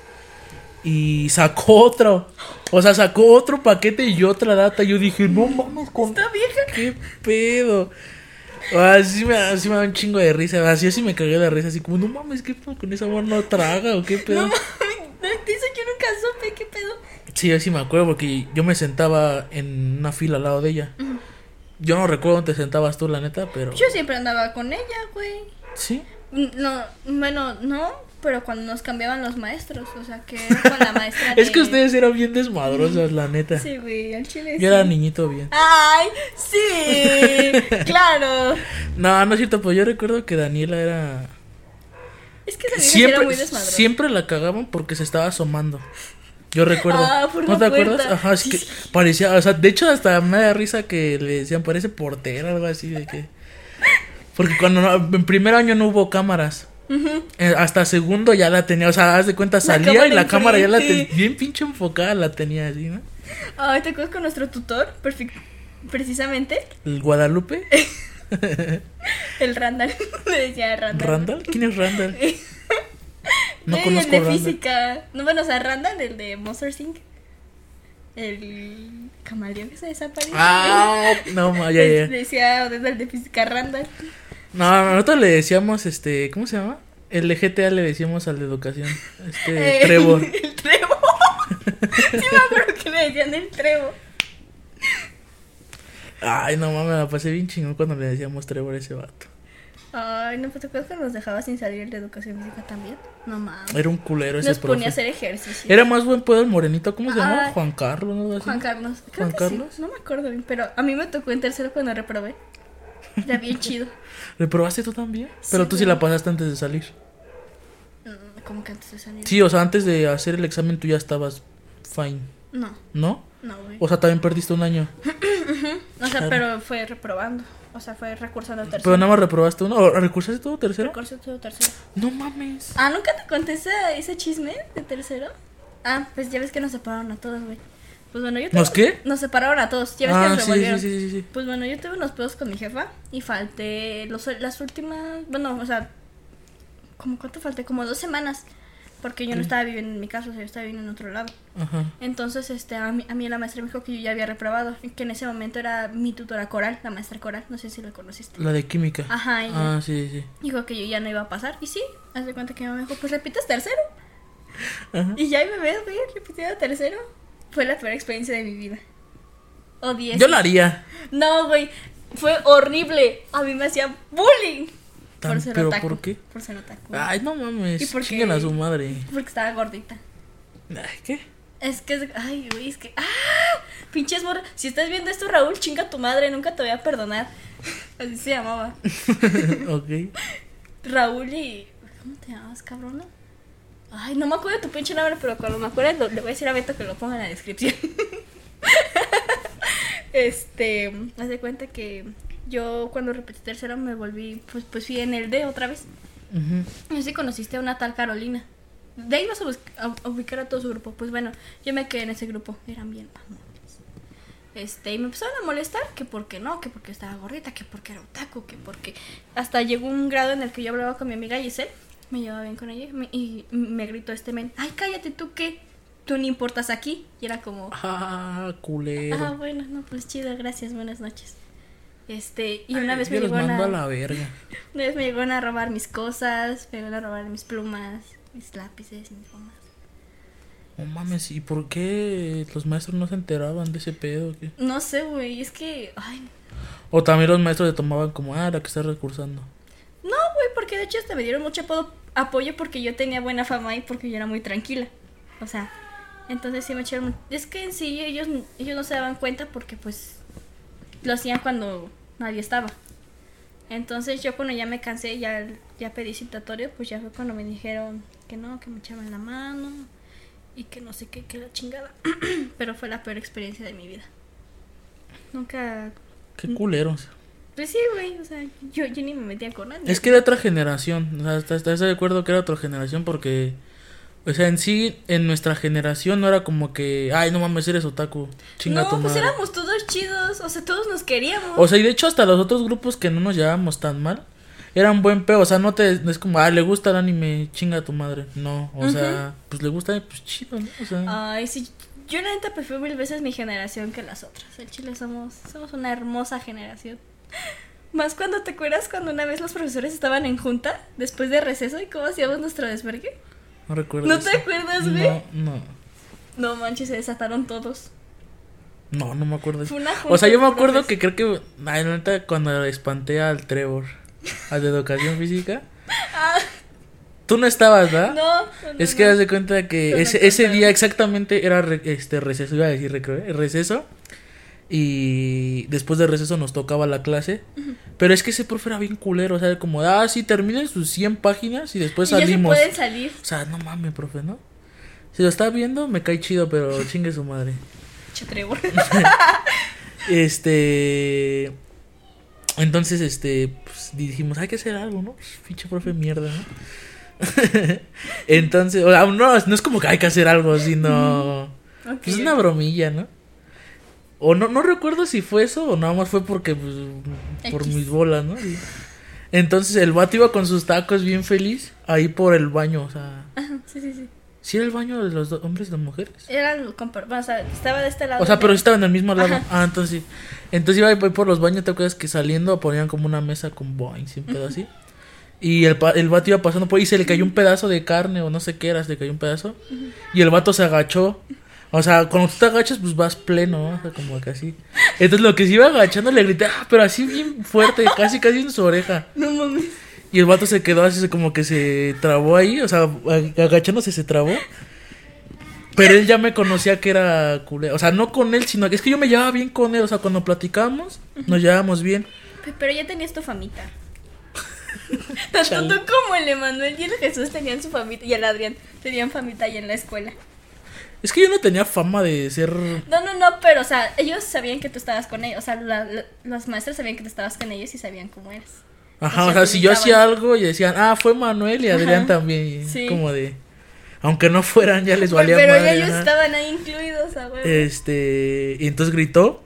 [SPEAKER 2] Y sacó otro. O sea, sacó otro paquete y otra lata. Yo dije, no mames, con
[SPEAKER 3] Esta vieja.
[SPEAKER 2] qué pedo. Así me, así me da un chingo de risa. Así así me cagué de risa, así como, no mames, ¿qué pedo con esa amor no traga o qué pedo?
[SPEAKER 3] No mames. De eso yo nunca supe qué pedo.
[SPEAKER 2] Sí, yo sí me acuerdo porque yo me sentaba en una fila al lado de ella. Yo no recuerdo dónde te sentabas tú, la neta, pero...
[SPEAKER 3] Yo siempre andaba con ella, güey.
[SPEAKER 2] Sí.
[SPEAKER 3] No, bueno, no, pero cuando nos cambiaban los maestros, o sea, que era con la maestra.
[SPEAKER 2] Es que
[SPEAKER 3] de-
[SPEAKER 2] ustedes eran bien desmadrosas, la neta.
[SPEAKER 3] Sí, güey, al chile. sí.
[SPEAKER 2] Yo era niñito bien.
[SPEAKER 3] Ay, sí, claro.
[SPEAKER 2] No, no es cierto, pues yo recuerdo que Daniela era...
[SPEAKER 3] Es que esa vieja sí era muy
[SPEAKER 2] Siempre,
[SPEAKER 3] desmadrosa.
[SPEAKER 2] siempre la cagaban porque se estaba asomando. Yo recuerdo.
[SPEAKER 3] Ah, por
[SPEAKER 2] ¿No
[SPEAKER 3] la
[SPEAKER 2] te
[SPEAKER 3] puerta.
[SPEAKER 2] acuerdas? Ajá, es que parecía, o sea, de hecho hasta me da risa que le decían, parece portera o algo así de que. Porque cuando no- en primer año no hubo cámaras. Eh, Hasta segundo ya la tenía, o sea, haz de cuenta salía
[SPEAKER 3] cámara
[SPEAKER 2] y la cámara ya la tenía,
[SPEAKER 3] enfrente.
[SPEAKER 2] bien pinche enfocada la tenía así, ¿no?
[SPEAKER 3] Ay, ¿te acuerdas con nuestro tutor? Perfi- Precisamente.
[SPEAKER 2] El Guadalupe.
[SPEAKER 3] El Randall. Le decía Randall.
[SPEAKER 2] ¿Randall? ¿Quién es Randall? No
[SPEAKER 3] Eh,
[SPEAKER 2] conozco
[SPEAKER 3] el de
[SPEAKER 2] a Randall.
[SPEAKER 3] física. No, bueno, o sea, Randall, el de Monster Inc. El camaleón que se desapareció.
[SPEAKER 2] Ah, no, ma, ya, ya.
[SPEAKER 3] Le decía Odette, el de física Randall.
[SPEAKER 2] No, nosotros le decíamos, este, ¿cómo se llama? El de GTA le decíamos al de educación, este,
[SPEAKER 3] Eh,
[SPEAKER 2] Trevor.
[SPEAKER 3] El Trevo. sí, me acuerdo que le decían el Trevo.
[SPEAKER 2] Ay, no mames, la pasé bien chingón cuando le decíamos Trevor a ese vato.
[SPEAKER 3] Ay, no, pero te acuerdas que nos dejaba sin salir el de educación física también. No mames.
[SPEAKER 2] Era un culero ese
[SPEAKER 3] Nos ponía
[SPEAKER 2] profe.
[SPEAKER 3] a hacer ejercicio.
[SPEAKER 2] Era más buen pedo el morenito, ¿cómo se llama?
[SPEAKER 3] Ay.
[SPEAKER 2] Juan Carlos, ¿no? Algo así.
[SPEAKER 3] Juan Carlos. Creo
[SPEAKER 2] Juan
[SPEAKER 3] que
[SPEAKER 2] Carlos.
[SPEAKER 3] Sí. No me acuerdo bien, pero a mí me tocó en tercero cuando reprobé. Era bien chido.
[SPEAKER 2] ¿Le probaste tú también? Pero
[SPEAKER 3] Sí,
[SPEAKER 2] tú sí
[SPEAKER 3] güey.
[SPEAKER 2] la pasaste antes de salir.
[SPEAKER 3] Mm, ¿Cómo que antes de salir?
[SPEAKER 2] Sí, o sea, antes de hacer el examen tú ya estabas fine,
[SPEAKER 3] No,
[SPEAKER 2] ¿no?
[SPEAKER 3] no, güey.
[SPEAKER 2] O sea, también perdiste un año.
[SPEAKER 3] O sea, pero fue reprobando. O sea, fue recursando tercero.
[SPEAKER 2] Pero nada más reprobaste uno. ¿O ¿Recursaste todo tercero?
[SPEAKER 3] Recurso todo tercero.
[SPEAKER 2] No mames.
[SPEAKER 3] Ah, ¿nunca te conté ese, ese chisme de tercero? Ah, pues ya ves que nos separaron a todos, güey. Pues bueno, yo tuve-
[SPEAKER 2] ¿Nos qué?
[SPEAKER 3] Nos separaron a todos. Ya ves que
[SPEAKER 2] Ah,
[SPEAKER 3] nos
[SPEAKER 2] sí, sí,
[SPEAKER 3] revolvieron.
[SPEAKER 2] sí, sí, sí.
[SPEAKER 3] Pues bueno, yo tuve unos pedos con mi jefa y falté los, las últimas, bueno, o sea, como cuánto falté, como dos semanas, porque
[SPEAKER 2] Mm.
[SPEAKER 3] yo no estaba viviendo en mi casa, o sea, yo estaba viviendo en otro lado.
[SPEAKER 2] Ajá.
[SPEAKER 3] Entonces, este, a mí, a mí la maestra me dijo que yo ya había reprobado, y que en ese momento era mi tutora coral, la maestra coral, no sé si la conociste.
[SPEAKER 2] La de química.
[SPEAKER 3] Ajá, y-
[SPEAKER 2] Mm. Ah, sí, sí.
[SPEAKER 3] Dijo que yo ya no iba a pasar, y sí, haz de cuenta que mi mamá me dijo, pues repites tercero.
[SPEAKER 2] Ajá.
[SPEAKER 3] Y ya ahí me ves, güey, repitiendo tercero. Fue la peor experiencia de mi vida. Odié.
[SPEAKER 2] Yo la haría.
[SPEAKER 3] No, güey. Fue horrible. A mí me hacían bullying.
[SPEAKER 2] Tan-
[SPEAKER 3] Por ser
[SPEAKER 2] ¿pero
[SPEAKER 3] otaku.
[SPEAKER 2] por qué? Ah.
[SPEAKER 3] Por ser otaku.
[SPEAKER 2] Ay, no mames.
[SPEAKER 3] ¿Y por qué?
[SPEAKER 2] Chinguen a su madre.
[SPEAKER 3] Porque estaba gordita.
[SPEAKER 2] Ay, ¿qué?
[SPEAKER 3] Es que, ay, güey, es que. ¡Ah! Pinches morra. Si estás viendo esto, Raúl, chinga tu madre. Nunca te voy a perdonar. Así se llamaba.
[SPEAKER 2] ok.
[SPEAKER 3] Raúl y. ¿Cómo te llamabas, cabrona? Ay, no me acuerdo de tu pinche nombre, pero cuando me acuerdo le voy a decir a Beto que lo ponga en la descripción. este, haz de cuenta que yo cuando repetí tercero me volví, pues, pues fui en el D otra vez.
[SPEAKER 2] Ujú.
[SPEAKER 3] No sé si conociste a una tal Carolina. De ahí vas a, bus- a- a ubicar a todo su grupo. Pues bueno, yo me quedé en ese grupo. Eran bien mamones. Este, y me empezaron a molestar que porque no, que porque estaba gordita, que porque era otaku, que porque... Hasta llegó un grado en el que yo hablaba con mi amiga Giselle. Me llevaba bien con ella y me- y me gritó este men. Ay, cállate tú que tú ni importas aquí. Y era como...
[SPEAKER 2] Ah, culero.
[SPEAKER 3] Ah, bueno, no, pues chido, gracias, buenas noches. Este, y una
[SPEAKER 2] Ay,
[SPEAKER 3] vez
[SPEAKER 2] yo
[SPEAKER 3] me
[SPEAKER 2] los
[SPEAKER 3] llegó
[SPEAKER 2] mando
[SPEAKER 3] una...
[SPEAKER 2] a la verga.
[SPEAKER 3] Una vez me llegaron a robar mis cosas, me llegaron a robar mis plumas, mis lápices, mis gomas.
[SPEAKER 2] No mames, ¿y por qué los maestros no se enteraban de ese pedo? o qué?
[SPEAKER 3] No sé, güey, es que. Ay,
[SPEAKER 2] O también los maestros le tomaban como, ah, la que está recursando.
[SPEAKER 3] no, güey, porque de hecho hasta me dieron mucho apodo- apoyo porque yo tenía buena fama y porque yo era muy tranquila. O sea, entonces sí me echaron. mu- Es que en sí ellos, ellos no se daban cuenta porque, pues, lo hacían cuando nadie estaba. Entonces yo cuando ya me cansé, ya, ya pedí citatorio, pues ya fue cuando me dijeron que no, que me echaban la mano y que no sé qué, que la chingada. Pero fue la peor experiencia de mi vida. Nunca... Mm.
[SPEAKER 2] Qué culeros.
[SPEAKER 3] Pues sí, güey, o sea, yo, yo ni me metía con nadie.
[SPEAKER 2] Es que era otra generación. O sea, estás, estás de acuerdo que era otra generación porque. O sea, en sí, en nuestra generación no era como que, ay, no mames, eres otaku. Chinga
[SPEAKER 3] no,
[SPEAKER 2] tu
[SPEAKER 3] pues
[SPEAKER 2] madre".
[SPEAKER 3] éramos todos chidos, o sea, todos nos queríamos.
[SPEAKER 2] O sea, y de hecho, hasta los otros grupos que no nos llevábamos tan mal eran buen peo. O sea, no te. no es como, ah, le gusta el anime, chinga tu madre. No, o sea, pues le gusta, pues chido, ¿no? O sea.
[SPEAKER 3] Ay, sí, yo la neta prefiero mil veces mi generación que las otras. El chile somos, somos una hermosa generación. Más cuando te acuerdas cuando una vez los profesores estaban en junta después de receso y cómo hacíamos nuestro desvergue.
[SPEAKER 2] No recuerdo.
[SPEAKER 3] ¿No
[SPEAKER 2] eso.
[SPEAKER 3] te acuerdas, güey?
[SPEAKER 2] No, no.
[SPEAKER 3] No manches, se desataron todos.
[SPEAKER 2] No, no me acuerdo.
[SPEAKER 3] Fue una junta
[SPEAKER 2] Pues, O sea, yo me
[SPEAKER 3] de
[SPEAKER 2] acuerdo
[SPEAKER 3] profes.
[SPEAKER 2] que creo que. Ay, la neta, cuando espanté al Trevor, al de educación física. Tú no estabas, ¿verdad?
[SPEAKER 3] Ah. No, no, no,
[SPEAKER 2] Es que
[SPEAKER 3] no.
[SPEAKER 2] haz de cuenta
[SPEAKER 3] Tú
[SPEAKER 2] que
[SPEAKER 3] no
[SPEAKER 2] ese, ese
[SPEAKER 3] contabas.
[SPEAKER 2] día exactamente era re- este receso, iba a decir recreo, ¿eh? receso. Y después de receso nos tocaba la clase. Pero es que ese profe era bien culero, o sea, como, ah, sí, terminen sus 100 páginas y después
[SPEAKER 3] Y ya se
[SPEAKER 2] salimos.
[SPEAKER 3] pueden salir.
[SPEAKER 2] O sea, no mames, profe, ¿no? Si lo está viendo, me cae chido, pero chingue su madre.
[SPEAKER 3] Che, Trevor.
[SPEAKER 2] Pues Este. Entonces, este. Pues, dijimos, hay que hacer algo, ¿no? Ficha profe mierda, ¿no? Entonces, o sea, no, no es como que hay que hacer algo, sino.
[SPEAKER 3] Ok.
[SPEAKER 2] Pues una bromilla, ¿no? O no, no recuerdo si fue eso o nada más fue porque, pues, por
[SPEAKER 3] X.
[SPEAKER 2] mis bolas, ¿no? Y- Entonces el vato iba con sus tacos bien feliz ahí por el baño, o sea.
[SPEAKER 3] Ajá, sí, sí, sí.
[SPEAKER 2] ¿Sí era el baño de los do- hombres y las mujeres?
[SPEAKER 3] Eran compar- bueno, o sea, estaba de este lado.
[SPEAKER 2] O sea,
[SPEAKER 3] de-
[SPEAKER 2] pero estaban en el mismo lado.
[SPEAKER 3] Ajá.
[SPEAKER 2] Ah, entonces sí. Entonces iba ahí por los baños, ¿te acuerdas que saliendo ponían como una mesa con boing, sin pedo así? Y el, pa- el vato iba pasando por ahí y se le cayó un pedazo de carne o no sé qué era, se le cayó un pedazo. Y el vato se agachó. O sea, cuando tú te agachas, pues vas pleno, ¿no? o sea, como que así. Entonces lo que se iba agachando le grité, ah, pero así bien fuerte, casi, casi en su oreja.
[SPEAKER 3] No mames.
[SPEAKER 2] Y el vato se quedó así como que se trabó ahí, o sea, ag- agachándose se trabó. Pero él ya me conocía que era culero. O sea, no con él, sino que es que yo me llevaba bien con él. O sea, cuando platicamos, nos llevábamos bien.
[SPEAKER 3] Pe- Pero ya tenías tu famita. Tanto tú como el Emanuel y el Jesús tenían su famita. Y el Adrián tenían famita ahí en la escuela.
[SPEAKER 2] Es que yo no tenía fama de ser.
[SPEAKER 3] No, no, no, pero, o sea, ellos sabían que tú estabas con ellos. O sea, la- la- los maestros sabían que tú estabas con ellos y sabían cómo eras.
[SPEAKER 2] Ajá,
[SPEAKER 3] O
[SPEAKER 2] o sea,
[SPEAKER 3] sea,
[SPEAKER 2] si yo hacía
[SPEAKER 3] publicaban.
[SPEAKER 2] algo y decían, ah, fue Manuel y Adrián
[SPEAKER 3] Ajá.
[SPEAKER 2] también. y
[SPEAKER 3] Sí.
[SPEAKER 2] Como de. Aunque no fueran, ya les
[SPEAKER 3] Pero
[SPEAKER 2] valía
[SPEAKER 3] ya
[SPEAKER 2] madre,
[SPEAKER 3] ellos
[SPEAKER 2] ajá.
[SPEAKER 3] estaban ahí incluidos, a huevo.
[SPEAKER 2] Este, y entonces gritó.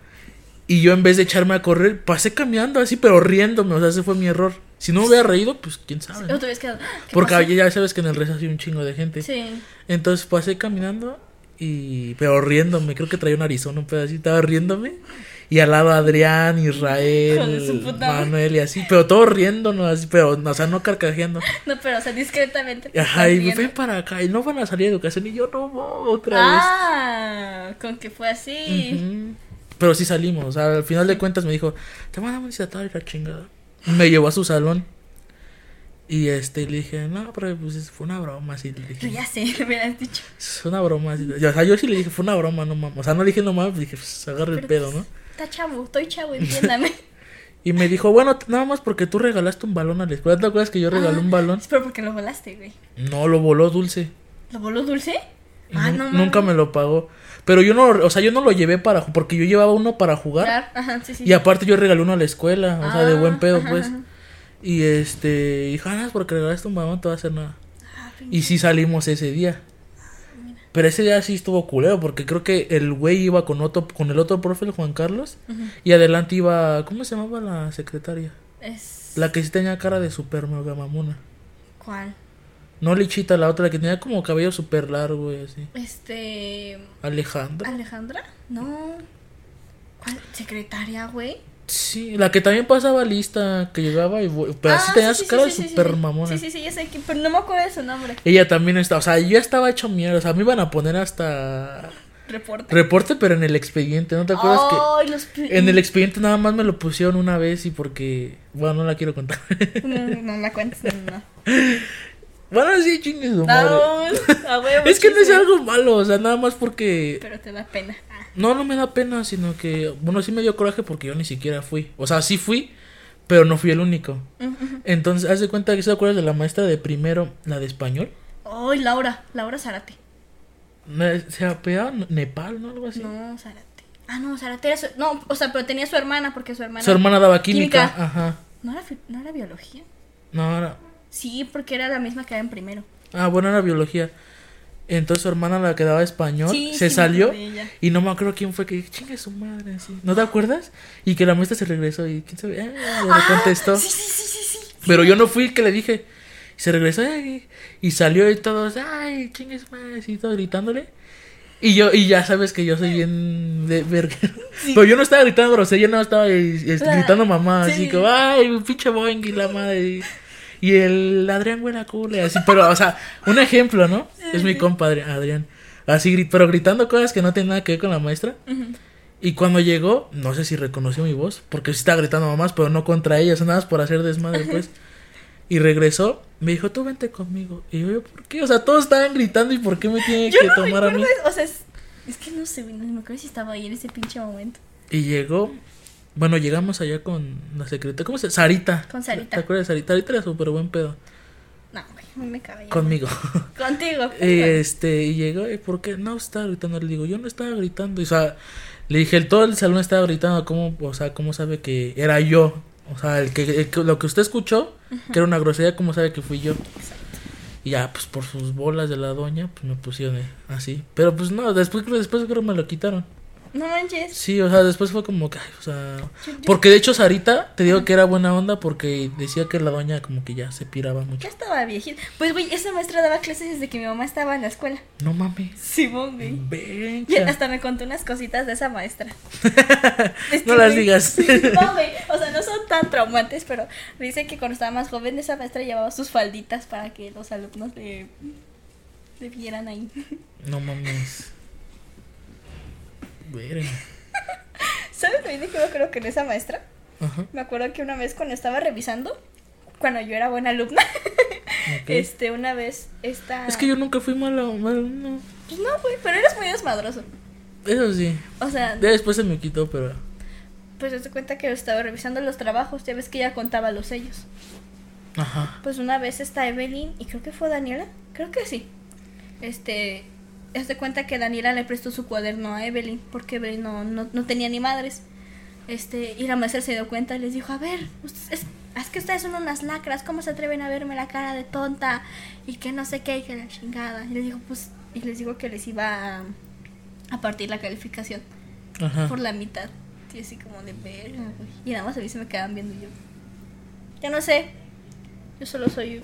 [SPEAKER 2] Y yo en vez de echarme a correr, pasé caminando así, pero riéndome. O sea, ese fue mi error. Si no hubiera reído, pues quién sabe.
[SPEAKER 3] O te hubieras quedado, "Ah, ¿qué
[SPEAKER 2] Porque
[SPEAKER 3] pasó?".
[SPEAKER 2] ya sabes que en el rezo hay un chingo de gente.
[SPEAKER 3] Sí.
[SPEAKER 2] Entonces pasé caminando y. Pero riéndome, creo que traía un arizona, un pedacito. Estaba riéndome. Y al lado Adrián,
[SPEAKER 3] Hijo de su
[SPEAKER 2] Israel,
[SPEAKER 3] puta madre.
[SPEAKER 2] Manuel y así. Pero todos riéndonos así, pero, o sea, no carcajeando.
[SPEAKER 3] No, pero, o sea, discretamente. te
[SPEAKER 2] Ajá, y
[SPEAKER 3] estás
[SPEAKER 2] ven
[SPEAKER 3] viendo.
[SPEAKER 2] para acá. Y no van a salir a educación. Y yo no, otra vez.
[SPEAKER 3] Ah, con que fue así.
[SPEAKER 2] Ujú. Pero sí salimos. o sea, al final de cuentas me dijo, te van a visitar y la chingada. Y Me llevó a su salón. Y este, le dije, no, pero pues es- fue una broma. Así le
[SPEAKER 3] Yo
[SPEAKER 2] dije,
[SPEAKER 3] ya sé, me hubieras dicho.
[SPEAKER 2] es una broma. Así. Y, O sea, yo sí le dije, fue una broma, no mames. O sea, no le dije no mames, dije, pues agarra el
[SPEAKER 3] Pero,
[SPEAKER 2] pedo, ¿no?
[SPEAKER 3] Está chavo, estoy chavo, entiéndame.
[SPEAKER 2] Y me dijo, bueno, t- nada más porque tú regalaste un balón a la escuela. ¿Te acuerdas que yo regalé
[SPEAKER 3] Ah.
[SPEAKER 2] un balón?
[SPEAKER 3] Es pero porque lo volaste, güey.
[SPEAKER 2] No, lo voló dulce.
[SPEAKER 3] ¿Lo voló dulce?
[SPEAKER 2] Y
[SPEAKER 3] Ah,
[SPEAKER 2] nun-
[SPEAKER 3] no mames.
[SPEAKER 2] nunca me lo pagó. Pero yo no, o sea, yo no lo llevé para, ju- porque yo llevaba uno para jugar.
[SPEAKER 3] Claro, Ajá, sí, sí.
[SPEAKER 2] Y aparte yo regalé uno a la escuela, o sea, de
[SPEAKER 3] Ah,
[SPEAKER 2] buen pedo,
[SPEAKER 3] ajá,
[SPEAKER 2] pues.
[SPEAKER 3] ajá.
[SPEAKER 2] Y este, dijo, ah, porque regalaste un balón, no te va a hacer nada.
[SPEAKER 3] Ah,
[SPEAKER 2] Y sí salimos ese día. Pero ese día sí estuvo culero, porque creo que el güey iba con otro, con el otro profe, el Juan Carlos, y adelante iba, ¿cómo se llamaba la secretaria?
[SPEAKER 3] Es...
[SPEAKER 2] La que sí tenía cara de super mega mamona.
[SPEAKER 3] ¿Cuál?
[SPEAKER 2] No Lichita, la otra, la que tenía como cabello super largo y así.
[SPEAKER 3] Este...
[SPEAKER 2] Alejandra.
[SPEAKER 3] ¿Alejandra? No. ¿Cuál? ¿Secretaria, güey?
[SPEAKER 2] Sí, la que también pasaba lista, que llegaba y... vo- Pero sí
[SPEAKER 3] Ah,
[SPEAKER 2] tenía
[SPEAKER 3] sí, sí,
[SPEAKER 2] cara
[SPEAKER 3] sí,
[SPEAKER 2] de
[SPEAKER 3] sí, sí,
[SPEAKER 2] super
[SPEAKER 3] sí.
[SPEAKER 2] mamona.
[SPEAKER 3] Sí, sí, sí, ya sé que... Pero no me acuerdo de su nombre.
[SPEAKER 2] Ella también está, o sea, yo ya estaba hecho mierda, o sea, me iban a poner hasta
[SPEAKER 3] Reporte.
[SPEAKER 2] reporte, pero en el expediente, ¿no te acuerdas
[SPEAKER 3] Ay, los...
[SPEAKER 2] que en el expediente nada más me lo pusieron una vez y porque, bueno, no la quiero contar.
[SPEAKER 3] No, no, no la cuentes, no, no.
[SPEAKER 2] bueno, sí, chingue su madre.
[SPEAKER 3] No, a huevo,
[SPEAKER 2] Es que no es
[SPEAKER 3] chisme.
[SPEAKER 2] algo malo, o sea, nada más porque
[SPEAKER 3] Pero te da pena. Ah,
[SPEAKER 2] no no me da pena, sino que bueno, sí me dio coraje porque yo ni siquiera fui. O sea, sí fui, pero no fui el único.
[SPEAKER 3] Ah.
[SPEAKER 2] Entonces, haz de cuenta que se acuerdas de la maestra de primero, la de español.
[SPEAKER 3] Ay, Laura, Laura Zárate.
[SPEAKER 2] Ne- Se apellidaba Nepal, ¿no? Algo así.
[SPEAKER 3] No, Zárate. Ah, no, Zárate era su... No, o sea, pero tenía su hermana porque su hermana...
[SPEAKER 2] Su hermana daba química.
[SPEAKER 3] Química.
[SPEAKER 2] Ajá.
[SPEAKER 3] ¿No era, fi- ¿No era biología?
[SPEAKER 2] No, ahora.
[SPEAKER 3] Sí, porque era la misma que era en primero.
[SPEAKER 2] Ah, bueno, era biología. Entonces su hermana, la que daba español,
[SPEAKER 3] Sí,
[SPEAKER 2] se
[SPEAKER 3] sí me
[SPEAKER 2] salió.
[SPEAKER 3] acuerdo de ella.
[SPEAKER 2] Y no me acuerdo quién fue que chingue su madre. así. ¿No te acuerdas? Y que la muestra se regresó y quién sabe. eh, le contestó.
[SPEAKER 3] Sí, sí, sí, sí, sí.
[SPEAKER 2] Pero yo no fui el que le dije. Y se regresó eh, y salió y todos, ay, chingue su madre, así, todos gritándole. Y yo, y ya sabes que yo soy bien de verga. Pero yo no estaba gritando grosería, yo no estaba eh, eh,
[SPEAKER 3] Claro.
[SPEAKER 2] gritando mamá, así
[SPEAKER 3] Sí.
[SPEAKER 2] como, ay, pinche boing y la madre. y- Y el Adrián buena cule, así, pero, o sea, un ejemplo, ¿no? Es mi compadre, Adrián. Así, gri- pero gritando cosas que no tienen nada que ver con la maestra. Y cuando llegó, no sé si reconoció mi voz, porque sí estaba gritando mamás, pero no contra ellas, nada más por hacer desmadre, pues. Y regresó, me dijo, tú vente conmigo. Y yo, ¿por qué? O sea, todos estaban gritando y ¿por qué me tiene
[SPEAKER 3] Yo
[SPEAKER 2] que
[SPEAKER 3] no
[SPEAKER 2] tomar a mí?
[SPEAKER 3] recuerdo... O sea, es... es que no sé, güey, no me acuerdo si estaba ahí en ese pinche momento.
[SPEAKER 2] Y llegó, bueno, llegamos allá con la secretaria, ¿cómo se Sarita.
[SPEAKER 3] Con Sarita.
[SPEAKER 2] ¿Te acuerdas de Sarita? Sarita era súper buen pedo.
[SPEAKER 3] No, güey, a mí me cabía.
[SPEAKER 2] Conmigo.
[SPEAKER 3] Contigo.
[SPEAKER 2] Y,
[SPEAKER 3] perdón.
[SPEAKER 2] este, y llegó, ¿y por qué no estaba gritando? Le digo, yo no estaba gritando. Y, o sea, le dije, el- todo el salón estaba gritando, ¿cómo, o sea, ¿cómo sabe que era yo? O sea, el que, el que- lo que usted escuchó, que era una grosería, ¿cómo sabe que fui yo? Y ya, pues por sus bolas de la doña, pues me pusieron eh, así. Pero pues no, después, creo- después creo que me lo quitaron.
[SPEAKER 3] No manches.
[SPEAKER 2] Sí, o sea, después fue como que, ay, o sea, porque de hecho Sarita, te digo que era buena onda porque decía que la doña como que ya se piraba mucho.
[SPEAKER 3] Ya estaba viejita. Pues, güey, esa maestra daba clases desde que mi mamá estaba en la escuela.
[SPEAKER 2] No mames.
[SPEAKER 3] Simón, güey. Y
[SPEAKER 2] Venga.
[SPEAKER 3] hasta me contó unas cositas de esa maestra.
[SPEAKER 2] No las digas.
[SPEAKER 3] No, güey. O sea, no son tan traumantes, pero dice que cuando estaba más joven, esa maestra llevaba sus falditas para que los alumnos le, le vieran ahí.
[SPEAKER 2] No mames. Verga.
[SPEAKER 3] ¿Sabes también de qué me acuerdo con esa maestra?
[SPEAKER 2] Ajá.
[SPEAKER 3] Me acuerdo que una vez cuando estaba revisando, cuando yo era buena alumna,
[SPEAKER 2] ok.
[SPEAKER 3] este, una vez esta.
[SPEAKER 2] Es que yo nunca fui malo, malo, no.
[SPEAKER 3] Pues no, güey, pero eres muy desmadroso.
[SPEAKER 2] Eso sí.
[SPEAKER 3] O sea,
[SPEAKER 2] Ya después se me quitó, pero.
[SPEAKER 3] pues te das cuenta que estaba revisando los trabajos, ya ves que ella contaba los sellos.
[SPEAKER 2] Ajá.
[SPEAKER 3] Pues una vez está Evelyn, y creo que fue Daniela, creo que sí. Este, hazte cuenta que Daniela le prestó su cuaderno a Evelyn, porque Evelyn no, no, no tenía ni madres. Este, y la maestra se dio cuenta y les dijo, a ver, ustedes- es, es que ustedes son unas lacras, ¿cómo se atreven a verme la cara de tonta? Y que no sé qué, y que la chingada. Y les dijo, pues, y les dijo que les iba a, a partir la calificación
[SPEAKER 2] Ajá.
[SPEAKER 3] por la mitad. Y así como de verga, güey. Y nada más a mí se me quedaban viendo y yo. Ya no sé. Yo solo soy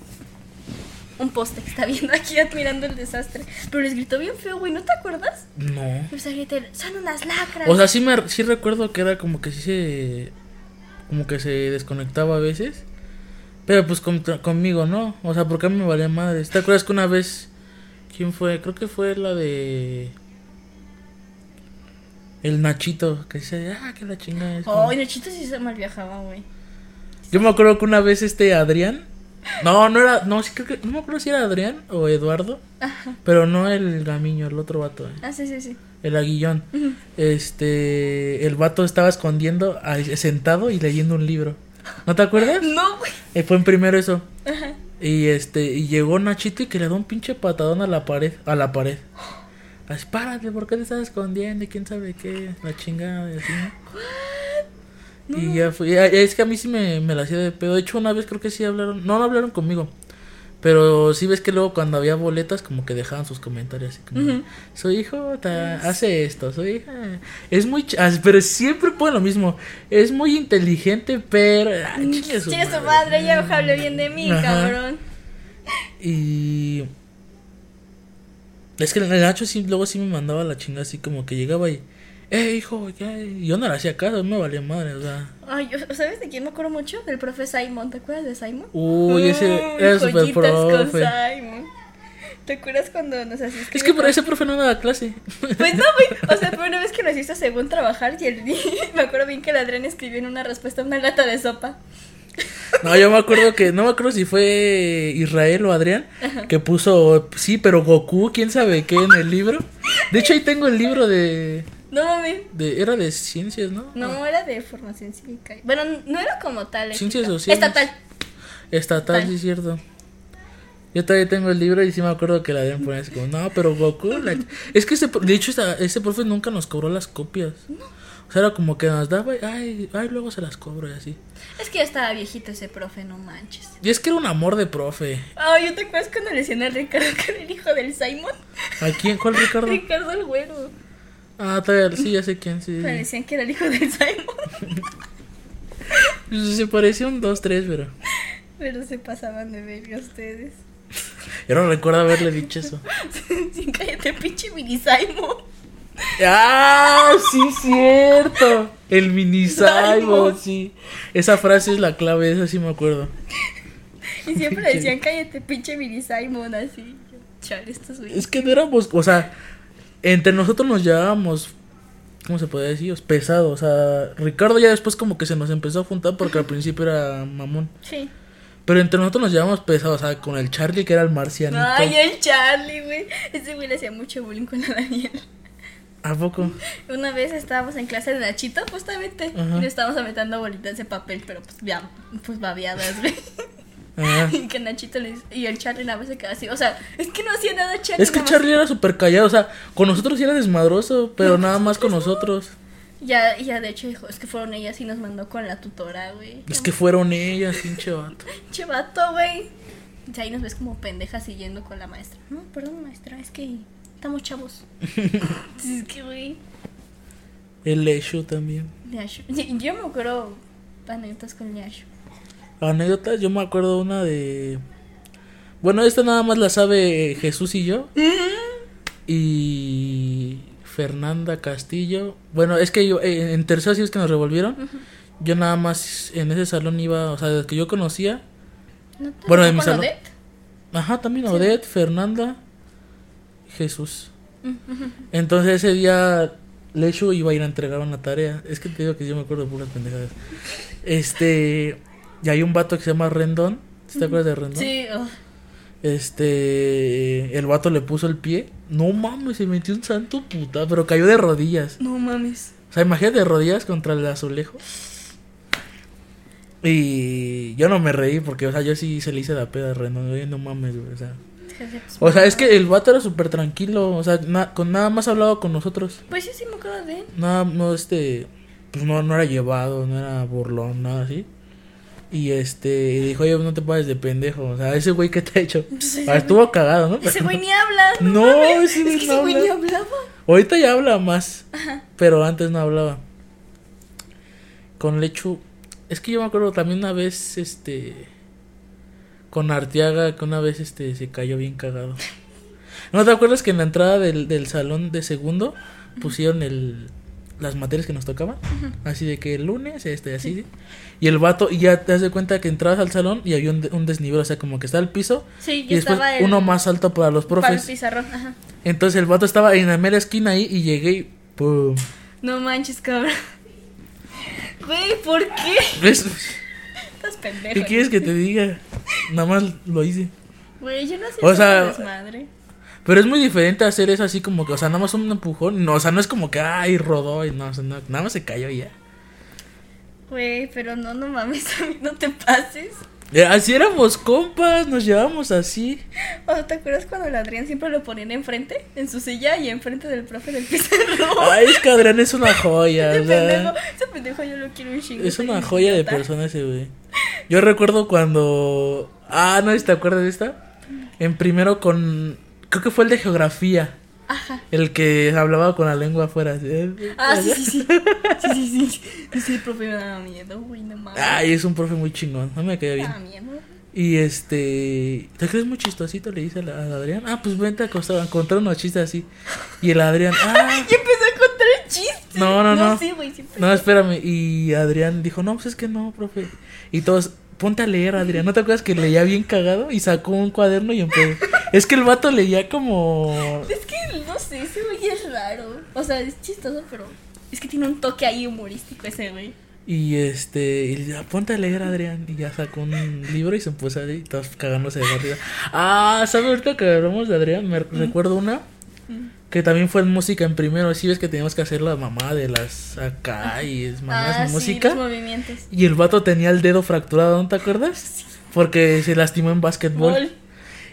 [SPEAKER 3] un poste que está viendo aquí admirando el desastre. Pero les gritó bien feo, güey, ¿no te acuerdas?
[SPEAKER 2] No.
[SPEAKER 3] Y, O sea, grité, son unas lacras.
[SPEAKER 2] O sea, sí, me, sí recuerdo que era como que sí se. Como que se desconectaba a veces. Pero pues contra- conmigo, ¿no? O sea, porque a mí me valía madre. ¿Te acuerdas que una vez. ¿Quién fue? Creo que fue la de. El Nachito. Que dice, ah, que la chingada es. como-
[SPEAKER 3] Ay, Nachito sí se mal viajaba, güey.
[SPEAKER 2] Yo me acuerdo que una vez este Adrián. No, no era. No, sí, creo que, no me acuerdo si era Adrián o Eduardo. Pero no el Gamiño, el otro vato. eh.
[SPEAKER 3] Ah, sí, sí, sí.
[SPEAKER 2] El aguillón. Este. El vato estaba escondiendo, ahí sentado y leyendo un libro. ¿No te acuerdas?
[SPEAKER 3] No, güey.
[SPEAKER 2] Eh, fue en primero eso. Y este. Y llegó Nachito y que le da un pinche patadón a la pared. A la pared. Así, párate, ¿por qué te estás escondiendo? Y quién sabe qué. La chingada y así, ¿no? Y ya fue. ya- ya es que a mí sí me, me la hacía de pedo. De hecho, una vez creo que sí hablaron. No, no hablaron conmigo. Pero sí ves que luego cuando había boletas como que dejaban sus comentarios así como su hijo ta- hace esto, su hija es muy ch- as- pero siempre ponen lo mismo, es muy inteligente, pero ay, Mm, chingue su
[SPEAKER 3] Tiene su
[SPEAKER 2] madre.
[SPEAKER 3] madre, ya habló bien de mí,
[SPEAKER 2] Ajá.
[SPEAKER 3] cabrón.
[SPEAKER 2] Y es que el Nacho sí, luego sí me mandaba la chinga así como que llegaba y eh hijo, ya", y yo no le hacía caso, me valía madre, o sea,
[SPEAKER 3] Ay, yo- ¿sabes de quién me acuerdo mucho? Del profe Simon, ¿te acuerdas de Simon?
[SPEAKER 2] uy, ese
[SPEAKER 3] Uy,
[SPEAKER 2] era super
[SPEAKER 3] Mm, joyitas con
[SPEAKER 2] profe.
[SPEAKER 3] Simon. ¿Te acuerdas cuando nos asististe?
[SPEAKER 2] Es que por ese profe no daba clase.
[SPEAKER 3] Pues no, güey. O sea, fue una vez que nos hizo según trabajar y el me acuerdo bien que el Adrián escribió en una respuesta una lata de sopa.
[SPEAKER 2] No, yo me acuerdo que, no me acuerdo si fue Israel o Adrián, que puso, sí, pero Goku, quién sabe qué en el libro. De hecho, ahí tengo el libro de,
[SPEAKER 3] No mami.
[SPEAKER 2] de era de ciencias, ¿no?
[SPEAKER 3] No, era de formación cívica. Bueno, no era como tal.
[SPEAKER 2] Ah. Ciencias
[SPEAKER 3] estatal.
[SPEAKER 2] sociales.
[SPEAKER 3] Estatal.
[SPEAKER 2] Estatal,
[SPEAKER 3] Tal.
[SPEAKER 2] sí, es cierto. Yo todavía tengo el libro y sí me acuerdo que la Adrián ponía así como, no, pero Goku, la ch-". es que ese, pro- de hecho, esa- ese profe nunca nos cobró las copias. O sea, era como que nos daba, y, ay, ay, luego se las cobro y así.
[SPEAKER 3] Es que ya estaba viejito ese profe, no manches.
[SPEAKER 2] Y es que era un amor de profe.
[SPEAKER 3] Ay, ¿yo te acuerdas cuando le decían a Ricardo que era el hijo del Simon?
[SPEAKER 2] ¿A quién? ¿Cuál, Ricardo?
[SPEAKER 3] Ricardo el güero.
[SPEAKER 2] Ah, todavía, sí, ya sé quién, sí.
[SPEAKER 3] Le decían que era el hijo del Simon.
[SPEAKER 2] Se Pues, parecía un 2-3, pero.
[SPEAKER 3] Pero se pasaban de verga ustedes.
[SPEAKER 2] Yo no recuerdo haberle dicho eso.
[SPEAKER 3] Sí, cállate, pinche mini Simon.
[SPEAKER 2] ¡Ah! ¡Sí, cierto! El mini
[SPEAKER 3] Cyborg.
[SPEAKER 2] cyborg, sí. Esa frase es la clave, esa sí me acuerdo.
[SPEAKER 3] Y siempre le decían, cállate, pinche mini Simon, así. Yo, Chale, estos güeyes.
[SPEAKER 2] Es que no éramos. O sea, entre nosotros nos llevábamos. ¿Cómo se podría decir? Pesado. O sea, Ricardo ya después como que se nos empezó a juntar porque al principio era mamón.
[SPEAKER 3] Sí.
[SPEAKER 2] Pero entre nosotros nos llevábamos pesado. O sea, con el Charlie que era el marciano.
[SPEAKER 3] Ay, el Charlie, güey. Ese güey le hacía mucho bullying con la Daniela.
[SPEAKER 2] ¿A poco?
[SPEAKER 3] Una vez estábamos en clase de Nachito, justamente.
[SPEAKER 2] Ajá.
[SPEAKER 3] Y le estábamos aventando bolitas de papel, pero pues, ya, pues babeadas, güey.
[SPEAKER 2] Ah.
[SPEAKER 3] Y que Nachito le dice- Y el Charlie nada más se queda así. O sea, es que no hacía nada Charlie.
[SPEAKER 2] Es que
[SPEAKER 3] nada más-
[SPEAKER 2] Charlie era súper callado, o sea, con nosotros sí era desmadroso, pero nada
[SPEAKER 3] pues,
[SPEAKER 2] más con nosotros.
[SPEAKER 3] Ya, ya, de hecho, dijo, es que fueron ellas y nos mandó con la tutora, güey.
[SPEAKER 2] Es que fueron ellas, pinche vato.
[SPEAKER 3] Che vato, güey. Y ahí nos ves como pendejas siguiendo con la maestra. No, perdón, maestra, es que estamos chavos. Pues es que, güey.
[SPEAKER 2] El Eshu también.
[SPEAKER 3] Liashu. Yo me acuerdo anécdotas con Liashu.
[SPEAKER 2] Anécdotas, yo me acuerdo una de. Bueno, esta nada más la sabe Jesús y yo. Y. Fernanda Castillo. Bueno, es que yo. eh, en tercero sí es que nos revolvieron. Yo nada más en ese salón iba. O sea, desde que yo conocía.
[SPEAKER 3] ¿No te
[SPEAKER 2] Bueno, de mi
[SPEAKER 3] con
[SPEAKER 2] salón.
[SPEAKER 3] Odette?
[SPEAKER 2] Ajá, también Odette, Fernanda, Jesús. Entonces ese día Lechu iba a ir a entregar una tarea. Es que te digo que yo me acuerdo de puras pendejadas. Este, y hay un vato que se llama Rendón. ¿Sí ¿Te acuerdas de Rendón?
[SPEAKER 3] Sí, oh,
[SPEAKER 2] Este, el vato le puso el pie. No mames, se metió un santo puta, pero cayó de rodillas.
[SPEAKER 3] no mames.
[SPEAKER 2] O sea, imagínate de rodillas contra el azulejo. Y yo no me reí porque, o sea, yo sí se le hice la peda a Rendón. Oye, no mames, güey, o sea.
[SPEAKER 3] pues,
[SPEAKER 2] O sea, es que el vato era súper tranquilo, o sea, na- con nada más hablaba con nosotros.
[SPEAKER 3] Pues sí, sí me acuerdo de él.
[SPEAKER 2] Nada, no, este, pues no, no era llevado, no era burlón, nada así. Y este, y dijo, oye, no te pares de pendejo, o sea, ese güey que te ha hecho.
[SPEAKER 3] Sí.
[SPEAKER 2] Ah, estuvo cagado, ¿no?
[SPEAKER 3] Ese güey ni habla.
[SPEAKER 2] No,
[SPEAKER 3] mames.
[SPEAKER 2] ese güey
[SPEAKER 3] es que
[SPEAKER 2] no
[SPEAKER 3] ese güey
[SPEAKER 2] habla.
[SPEAKER 3] ni hablaba.
[SPEAKER 2] Ahorita ya habla más, pero antes no hablaba. Con Lechu, es que yo me acuerdo también una vez, este, con Arteaga, que una vez, este, se cayó bien cagado. ¿No te acuerdas que en la entrada del, del salón de segundo pusieron el, las materias que nos tocaban? Así de que el lunes, este, así. Y el vato, y ya te das de cuenta que entrabas al salón y había un, de- un desnivel, o sea, como que está el piso. Y
[SPEAKER 3] Sí, yo
[SPEAKER 2] después
[SPEAKER 3] estaba el,
[SPEAKER 2] uno más alto para los
[SPEAKER 3] para el
[SPEAKER 2] profes.
[SPEAKER 3] pizarrón. Ajá.
[SPEAKER 2] Entonces el vato estaba en la mera esquina ahí y llegué y ¡pum!
[SPEAKER 3] No manches, cabrón. Güey, ¿por qué?
[SPEAKER 2] ¿Ves?
[SPEAKER 3] Estás pendejo.
[SPEAKER 2] ¿Qué quieres que te diga? Nada más lo hice.
[SPEAKER 3] Güey, yo no sé.
[SPEAKER 2] O sea-
[SPEAKER 3] Desmadre.
[SPEAKER 2] Pero es muy diferente hacer eso así como que, o sea, nada más un empujón. No, o sea, no es como que, ay, rodó y no, o sea, no, nada más se cayó y ya.
[SPEAKER 3] Güey, pero no, no mames, a mí no te pases.
[SPEAKER 2] Eh, Así éramos compas, nos llevamos así.
[SPEAKER 3] ¿O te acuerdas cuando el Adrián siempre lo ponían enfrente? En su silla y enfrente del profe del pizarrón.
[SPEAKER 2] Ay, es que Adrián es una joya,
[SPEAKER 3] Ese
[SPEAKER 2] o sea,
[SPEAKER 3] Este pendejo, ese pendejo yo lo quiero un chingo.
[SPEAKER 2] Es
[SPEAKER 3] soy
[SPEAKER 2] una
[SPEAKER 3] un
[SPEAKER 2] joya de
[SPEAKER 3] idiota.
[SPEAKER 2] persona ese güey. Yo recuerdo cuando. Ah, no, ¿te acuerdas de esta? En primero con. Creo que fue el de geografía. El que hablaba con la lengua afuera. así, eh.
[SPEAKER 3] Ah, sí, sí, sí. Sí, sí, sí. Sí, sí, profe, me daba miedo, güey, no mames.
[SPEAKER 2] Ay, es un profe muy chingón. No me caía
[SPEAKER 3] me
[SPEAKER 2] Ah, bien.
[SPEAKER 3] daba miedo.
[SPEAKER 2] Y este. ¿Te crees muy chistosito? Le dice a la- al Adrián. Ah, pues vente a acostar, a encontrar unos chistes así. Y el Adrián. Ah.
[SPEAKER 3] Y empecé a contar el chiste.
[SPEAKER 2] No, no, no.
[SPEAKER 3] No, sí, güey, siempre.
[SPEAKER 2] No, espérame. Y Adrián dijo, no, pues es que no, profe. Y todos, ponte a leer, Adrián. ¿No te acuerdas que leía bien cagado? Y sacó un cuaderno y empezó. Es que el vato leía como...
[SPEAKER 3] Es que, no sé, ese güey es raro. O sea, es chistoso, pero es que tiene un toque ahí humorístico ese güey.
[SPEAKER 2] Y este, y le dijo, ponte a leer, Adrián. Y ya sacó un libro y se puso a leer y todos cagándose de la risa. Ah, ¿sabes ahorita que hablamos de Adrián? Me recuerdo una que también fue en música en primero. Sí, ves que teníamos que hacer la mamá de las acá y es mamás
[SPEAKER 3] ah,
[SPEAKER 2] en
[SPEAKER 3] sí,
[SPEAKER 2] música.
[SPEAKER 3] los movimientos.
[SPEAKER 2] Y el vato tenía el dedo fracturado, ¿no te acuerdas? Porque se lastimó en básquetbol.
[SPEAKER 3] Bol.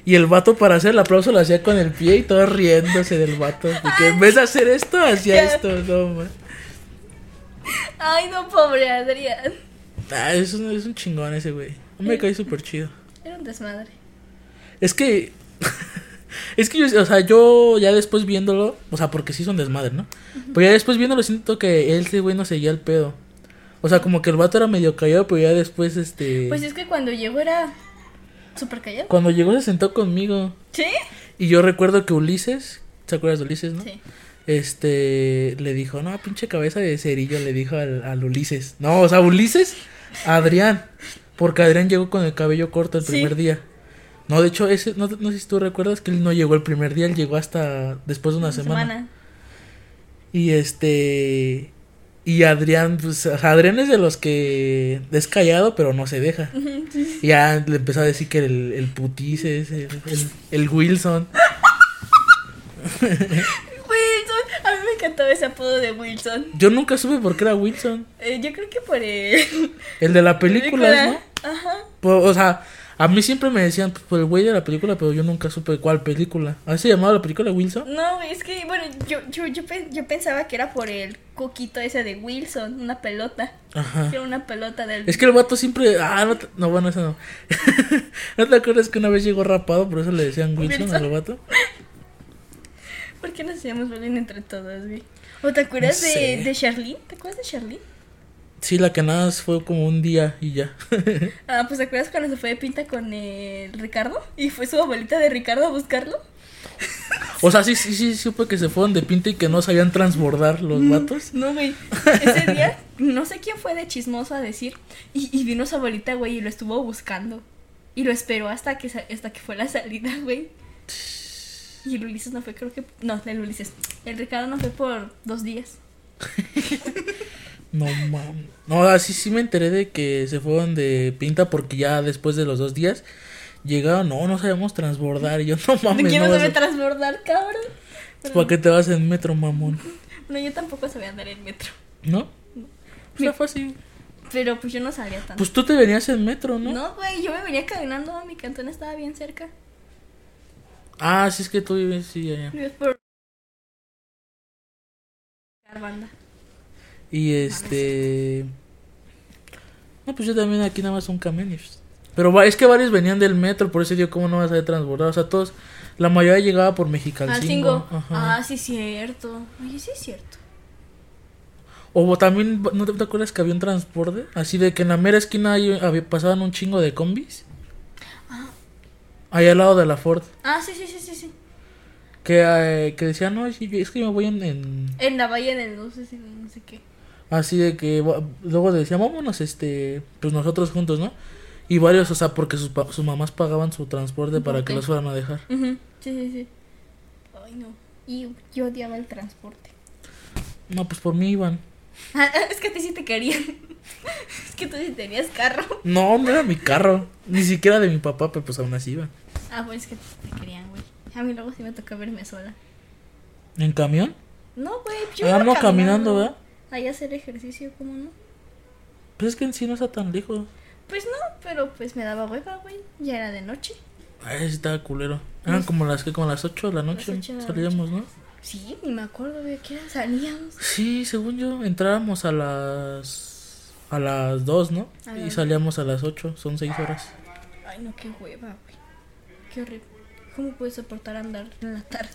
[SPEAKER 2] Y el vato para hacer el aplauso lo hacía con el pie y todo riéndose del vato. De que en vez de hacer esto, hacía
[SPEAKER 3] Ya.
[SPEAKER 2] esto. No, man.
[SPEAKER 3] Ay, no, pobre Adrián.
[SPEAKER 2] Ah, es, un, es un chingón ese güey.
[SPEAKER 3] Eh.
[SPEAKER 2] Me cae súper chido.
[SPEAKER 3] Era un desmadre.
[SPEAKER 2] Es que. es que yo, o sea, yo ya después viéndolo. O sea, porque sí son desmadre, ¿no? Pero ya después viéndolo siento que él, ese güey, no seguía el pedo. O sea, como que el vato era medio callado, pero ya después, este.
[SPEAKER 3] Pues es que cuando llegó era súper callado.
[SPEAKER 2] Cuando llegó se sentó conmigo.
[SPEAKER 3] ¿Sí?
[SPEAKER 2] Y yo recuerdo que Ulises, ¿te acuerdas de Ulises, no?
[SPEAKER 3] Sí.
[SPEAKER 2] Este, le dijo, no, pinche cabeza de cerillo, le dijo al, al Ulises. No, o sea, Ulises, Adrián. Porque Adrián llegó con el cabello corto el
[SPEAKER 3] Sí.
[SPEAKER 2] primer día. No, de hecho, ese, no, no sé si tú recuerdas que él no llegó el primer día, él llegó hasta después de una semana. Y este, y Adrián, pues, o sea, Adrián es de los que es callado, pero no se deja. Y Ya le empezó a decir que el, el putices, el- el- el Wilson.
[SPEAKER 3] Wilson, a mí me encantaba ese apodo de Wilson.
[SPEAKER 2] Yo nunca supe por qué era Wilson.
[SPEAKER 3] Eh, yo creo que por el...
[SPEAKER 2] El de la película, ¿no?
[SPEAKER 3] Ajá.
[SPEAKER 2] Po- Pues, o sea, a mí siempre me decían, pues por el güey de la película, pero yo nunca supe cuál película. ¿A se llamaba la película Wilson?
[SPEAKER 3] No, es que, bueno, yo, yo, yo, pe- yo pensaba que era por el coquito ese de Wilson, una pelota.
[SPEAKER 2] Ajá.
[SPEAKER 3] Que Era una pelota del...
[SPEAKER 2] Ah. Es que el vato siempre. Ah, no, te- no bueno, eso no. ¿No te acuerdas que una vez llegó rapado, por eso le decían Wilson, al vato?
[SPEAKER 3] ¿Por qué nos hacíamos bullying entre todos, güey? ¿O te acuerdas
[SPEAKER 2] No
[SPEAKER 3] de,
[SPEAKER 2] sé.
[SPEAKER 3] de Charlene? ¿Te acuerdas de Charlene?
[SPEAKER 2] Sí, la que nada más fue como un día y ya.
[SPEAKER 3] Ah, pues ¿te acuerdas cuando se fue de pinta con el Ricardo? Y fue su abuelita de Ricardo a buscarlo.
[SPEAKER 2] o sea, sí, sí, sí, supe que se fueron de pinta y que no sabían transbordar los
[SPEAKER 3] Mm.
[SPEAKER 2] vatos.
[SPEAKER 3] No, güey. Ese día, no sé quién fue de chismoso a decir. Y, y vino su abuelita, güey, y lo estuvo buscando. Y lo esperó hasta que, sa- hasta que fue la salida, güey. Y el Ulises no fue, creo que. No, el Ulises. El Ricardo no fue por dos días.
[SPEAKER 2] No mames. No, así sí me enteré de que se fueron de pinta porque ya después de los dos días llegaron, no, no sabemos transbordar. Y yo, no mames,
[SPEAKER 3] ¿Quién
[SPEAKER 2] no
[SPEAKER 3] no
[SPEAKER 2] vas
[SPEAKER 3] sabe
[SPEAKER 2] a-
[SPEAKER 3] transbordar, cabrón?
[SPEAKER 2] ¿Para qué te vas en metro, mamón?
[SPEAKER 3] No, yo tampoco sabía andar en metro.
[SPEAKER 2] ¿No? O sea, fue así.
[SPEAKER 3] Pero pues yo no sabía tanto.
[SPEAKER 2] Pues tú te venías en metro, Pues, ¿no?
[SPEAKER 3] No, güey, yo me venía caminando. Mi cantón estaba bien cerca.
[SPEAKER 2] Ah, sí, es que tú vives, sí, ya, ya.
[SPEAKER 3] Yo es por. Banda.
[SPEAKER 2] Y este. No, pues yo también aquí nada más un camión. y, pues, Pero va- es que varios venían del metro, por eso yo, ¿cómo no vas a transbordar? O sea, todos. La mayoría llegaba por
[SPEAKER 3] Al
[SPEAKER 2] Mexicalcingo.
[SPEAKER 3] cinco.
[SPEAKER 2] Ajá.
[SPEAKER 3] Ah, sí, cierto. Oye, sí, es cierto.
[SPEAKER 2] O también, ¿no te, te acuerdas que había un transporte? Así de que en la mera esquina ahí había, pasaban un chingo de combis. Ahí al lado de la Ford.
[SPEAKER 3] Ah, sí, sí, sí, sí. sí.
[SPEAKER 2] Que, eh, que decían, no, sí, es que me voy en- en
[SPEAKER 3] En la Valle del 12, sí, güey, no sé qué.
[SPEAKER 2] Así de que va- luego decían, vámonos, este, pues nosotros juntos, ¿no? Y varios, o sea, porque sus, pa- sus mamás pagaban su transporte para que
[SPEAKER 3] Ok.
[SPEAKER 2] los fueran a dejar.
[SPEAKER 3] Ujú, Sí, sí, sí. Ay, no. Y yo odiaba el transporte.
[SPEAKER 2] No, pues por mí iban.
[SPEAKER 3] Ah, es que a ti sí te querían. es que tú sí tenías carro.
[SPEAKER 2] No, no era mi carro, ni siquiera de mi papá, pero pues aún así iban.
[SPEAKER 3] Ah, pues es que te querían, güey. A mí luego sí me tocó verme sola.
[SPEAKER 2] ¿En camión?
[SPEAKER 3] No, güey. Yo
[SPEAKER 2] Ah,
[SPEAKER 3] iba
[SPEAKER 2] no, caminando, ¿verdad?
[SPEAKER 3] Ahí a hacer ejercicio, ¿cómo no?
[SPEAKER 2] Pues es que en sí no está tan lejos.
[SPEAKER 3] Pues no, pero pues me daba hueva, güey. Ya era de noche.
[SPEAKER 2] Ay, sí estaba culero. Eran como las que, como las 8 de la noche
[SPEAKER 3] Pues ocho de la
[SPEAKER 2] salíamos, ¿no?
[SPEAKER 3] Sí, ni me acuerdo, güey. ¿Qué era? Salíamos.
[SPEAKER 2] Sí, según yo, entrábamos a las. a las 2, ¿no?
[SPEAKER 3] A
[SPEAKER 2] Y
[SPEAKER 3] las-
[SPEAKER 2] salíamos a las 8, son 6 horas.
[SPEAKER 3] Ay, no, qué hueva, güey. Qué horrible. ¿Cómo puedes soportar andar en la tarde?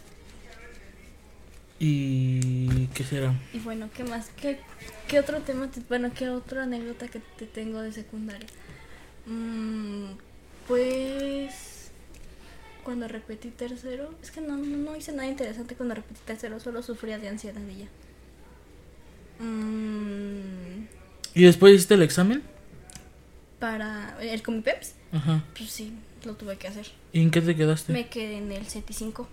[SPEAKER 2] ¿Y qué será?
[SPEAKER 3] Y bueno, ¿qué más? ¿Qué, qué otro tema? te- bueno, ¿qué otra anécdota que te tengo de secundaria? Mm, pues... Cuando repetí tercero... Es que no, no, no hice nada interesante cuando repetí tercero. Solo sufría de ansiedad y ya. Mm,
[SPEAKER 2] ¿Y después hiciste el examen?
[SPEAKER 3] para... ¿El Comipeps?
[SPEAKER 2] Ajá.
[SPEAKER 3] Pues sí, lo tuve que hacer.
[SPEAKER 2] ¿Y en qué te quedaste?
[SPEAKER 3] Me quedé en el 75.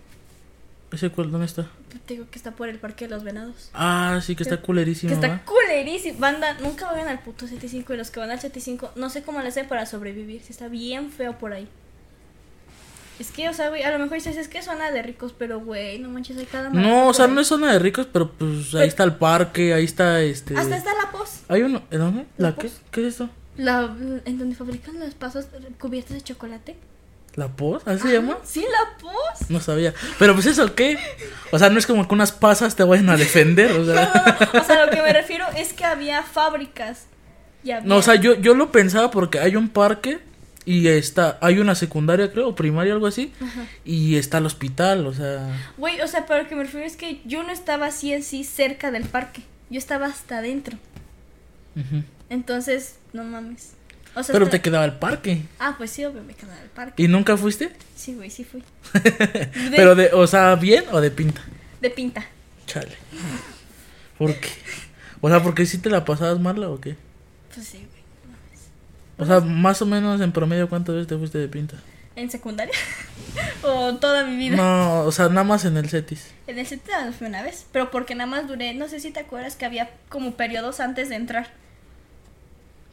[SPEAKER 2] ¿Ese cuál? ¿Dónde está?
[SPEAKER 3] Te digo que está por el Parque de los Venados.
[SPEAKER 2] Ah, sí, que está culerísimo,
[SPEAKER 3] Que está
[SPEAKER 2] ¿verdad?
[SPEAKER 3] culerísimo. Banda, nunca vayan al puto 75 y los que van al 75 no sé cómo le hacen para sobrevivir. Si está bien feo por ahí. Es que, o sea, güey, a lo mejor dices, es que suena de ricos, pero güey, no manches, hay cada
[SPEAKER 2] No, o sea, no es zona de ricos, pero pues ahí está el parque, ahí está este...
[SPEAKER 3] Hasta está la pos.
[SPEAKER 2] Hay uno... ¿eh, ¿Dónde? ¿La
[SPEAKER 3] La
[SPEAKER 2] qué?
[SPEAKER 3] pos.
[SPEAKER 2] ¿Qué es esto?
[SPEAKER 3] La, en donde fabrican los pasos cubiertos de chocolate.
[SPEAKER 2] ¿La pos? ¿Así se llama?
[SPEAKER 3] Sí, la pos.
[SPEAKER 2] No sabía. Pero pues eso, ¿qué? O sea, no es como que unas pasas te vayan a defender, o sea...
[SPEAKER 3] o sea, lo que me refiero es que había fábricas. Y había-
[SPEAKER 2] No, o sea, yo, yo lo pensaba porque hay un parque y está... Hay una secundaria, creo, o primaria, algo así. Y está el hospital, o sea...
[SPEAKER 3] Güey, o sea, pero lo que me refiero es que yo no estaba así en sí cerca del parque. Yo estaba hasta adentro.
[SPEAKER 2] ujú.
[SPEAKER 3] Entonces, no mames. O sea,
[SPEAKER 2] Pero
[SPEAKER 3] está-
[SPEAKER 2] te quedaba el parque.
[SPEAKER 3] Ah, pues sí, obvio, me quedaba en el parque.
[SPEAKER 2] ¿Y nunca fuiste?
[SPEAKER 3] Sí, güey, sí fui. De,
[SPEAKER 2] Pero de, o sea, bien o de pinta.
[SPEAKER 3] de pinta.
[SPEAKER 2] Chale. ¿Por qué? O sea, porque si te la pasabas mal o qué?
[SPEAKER 3] Pues sí, güey. no mames.
[SPEAKER 2] O sea, más o menos en promedio cuántas veces te fuiste de pinta?
[SPEAKER 3] ¿En secundaria? o toda mi vida.
[SPEAKER 2] No, o sea, nada más en el Cetis.
[SPEAKER 3] En el set fue una vez, pero porque nada más duré, no sé si te acuerdas que había como periodos antes de entrar.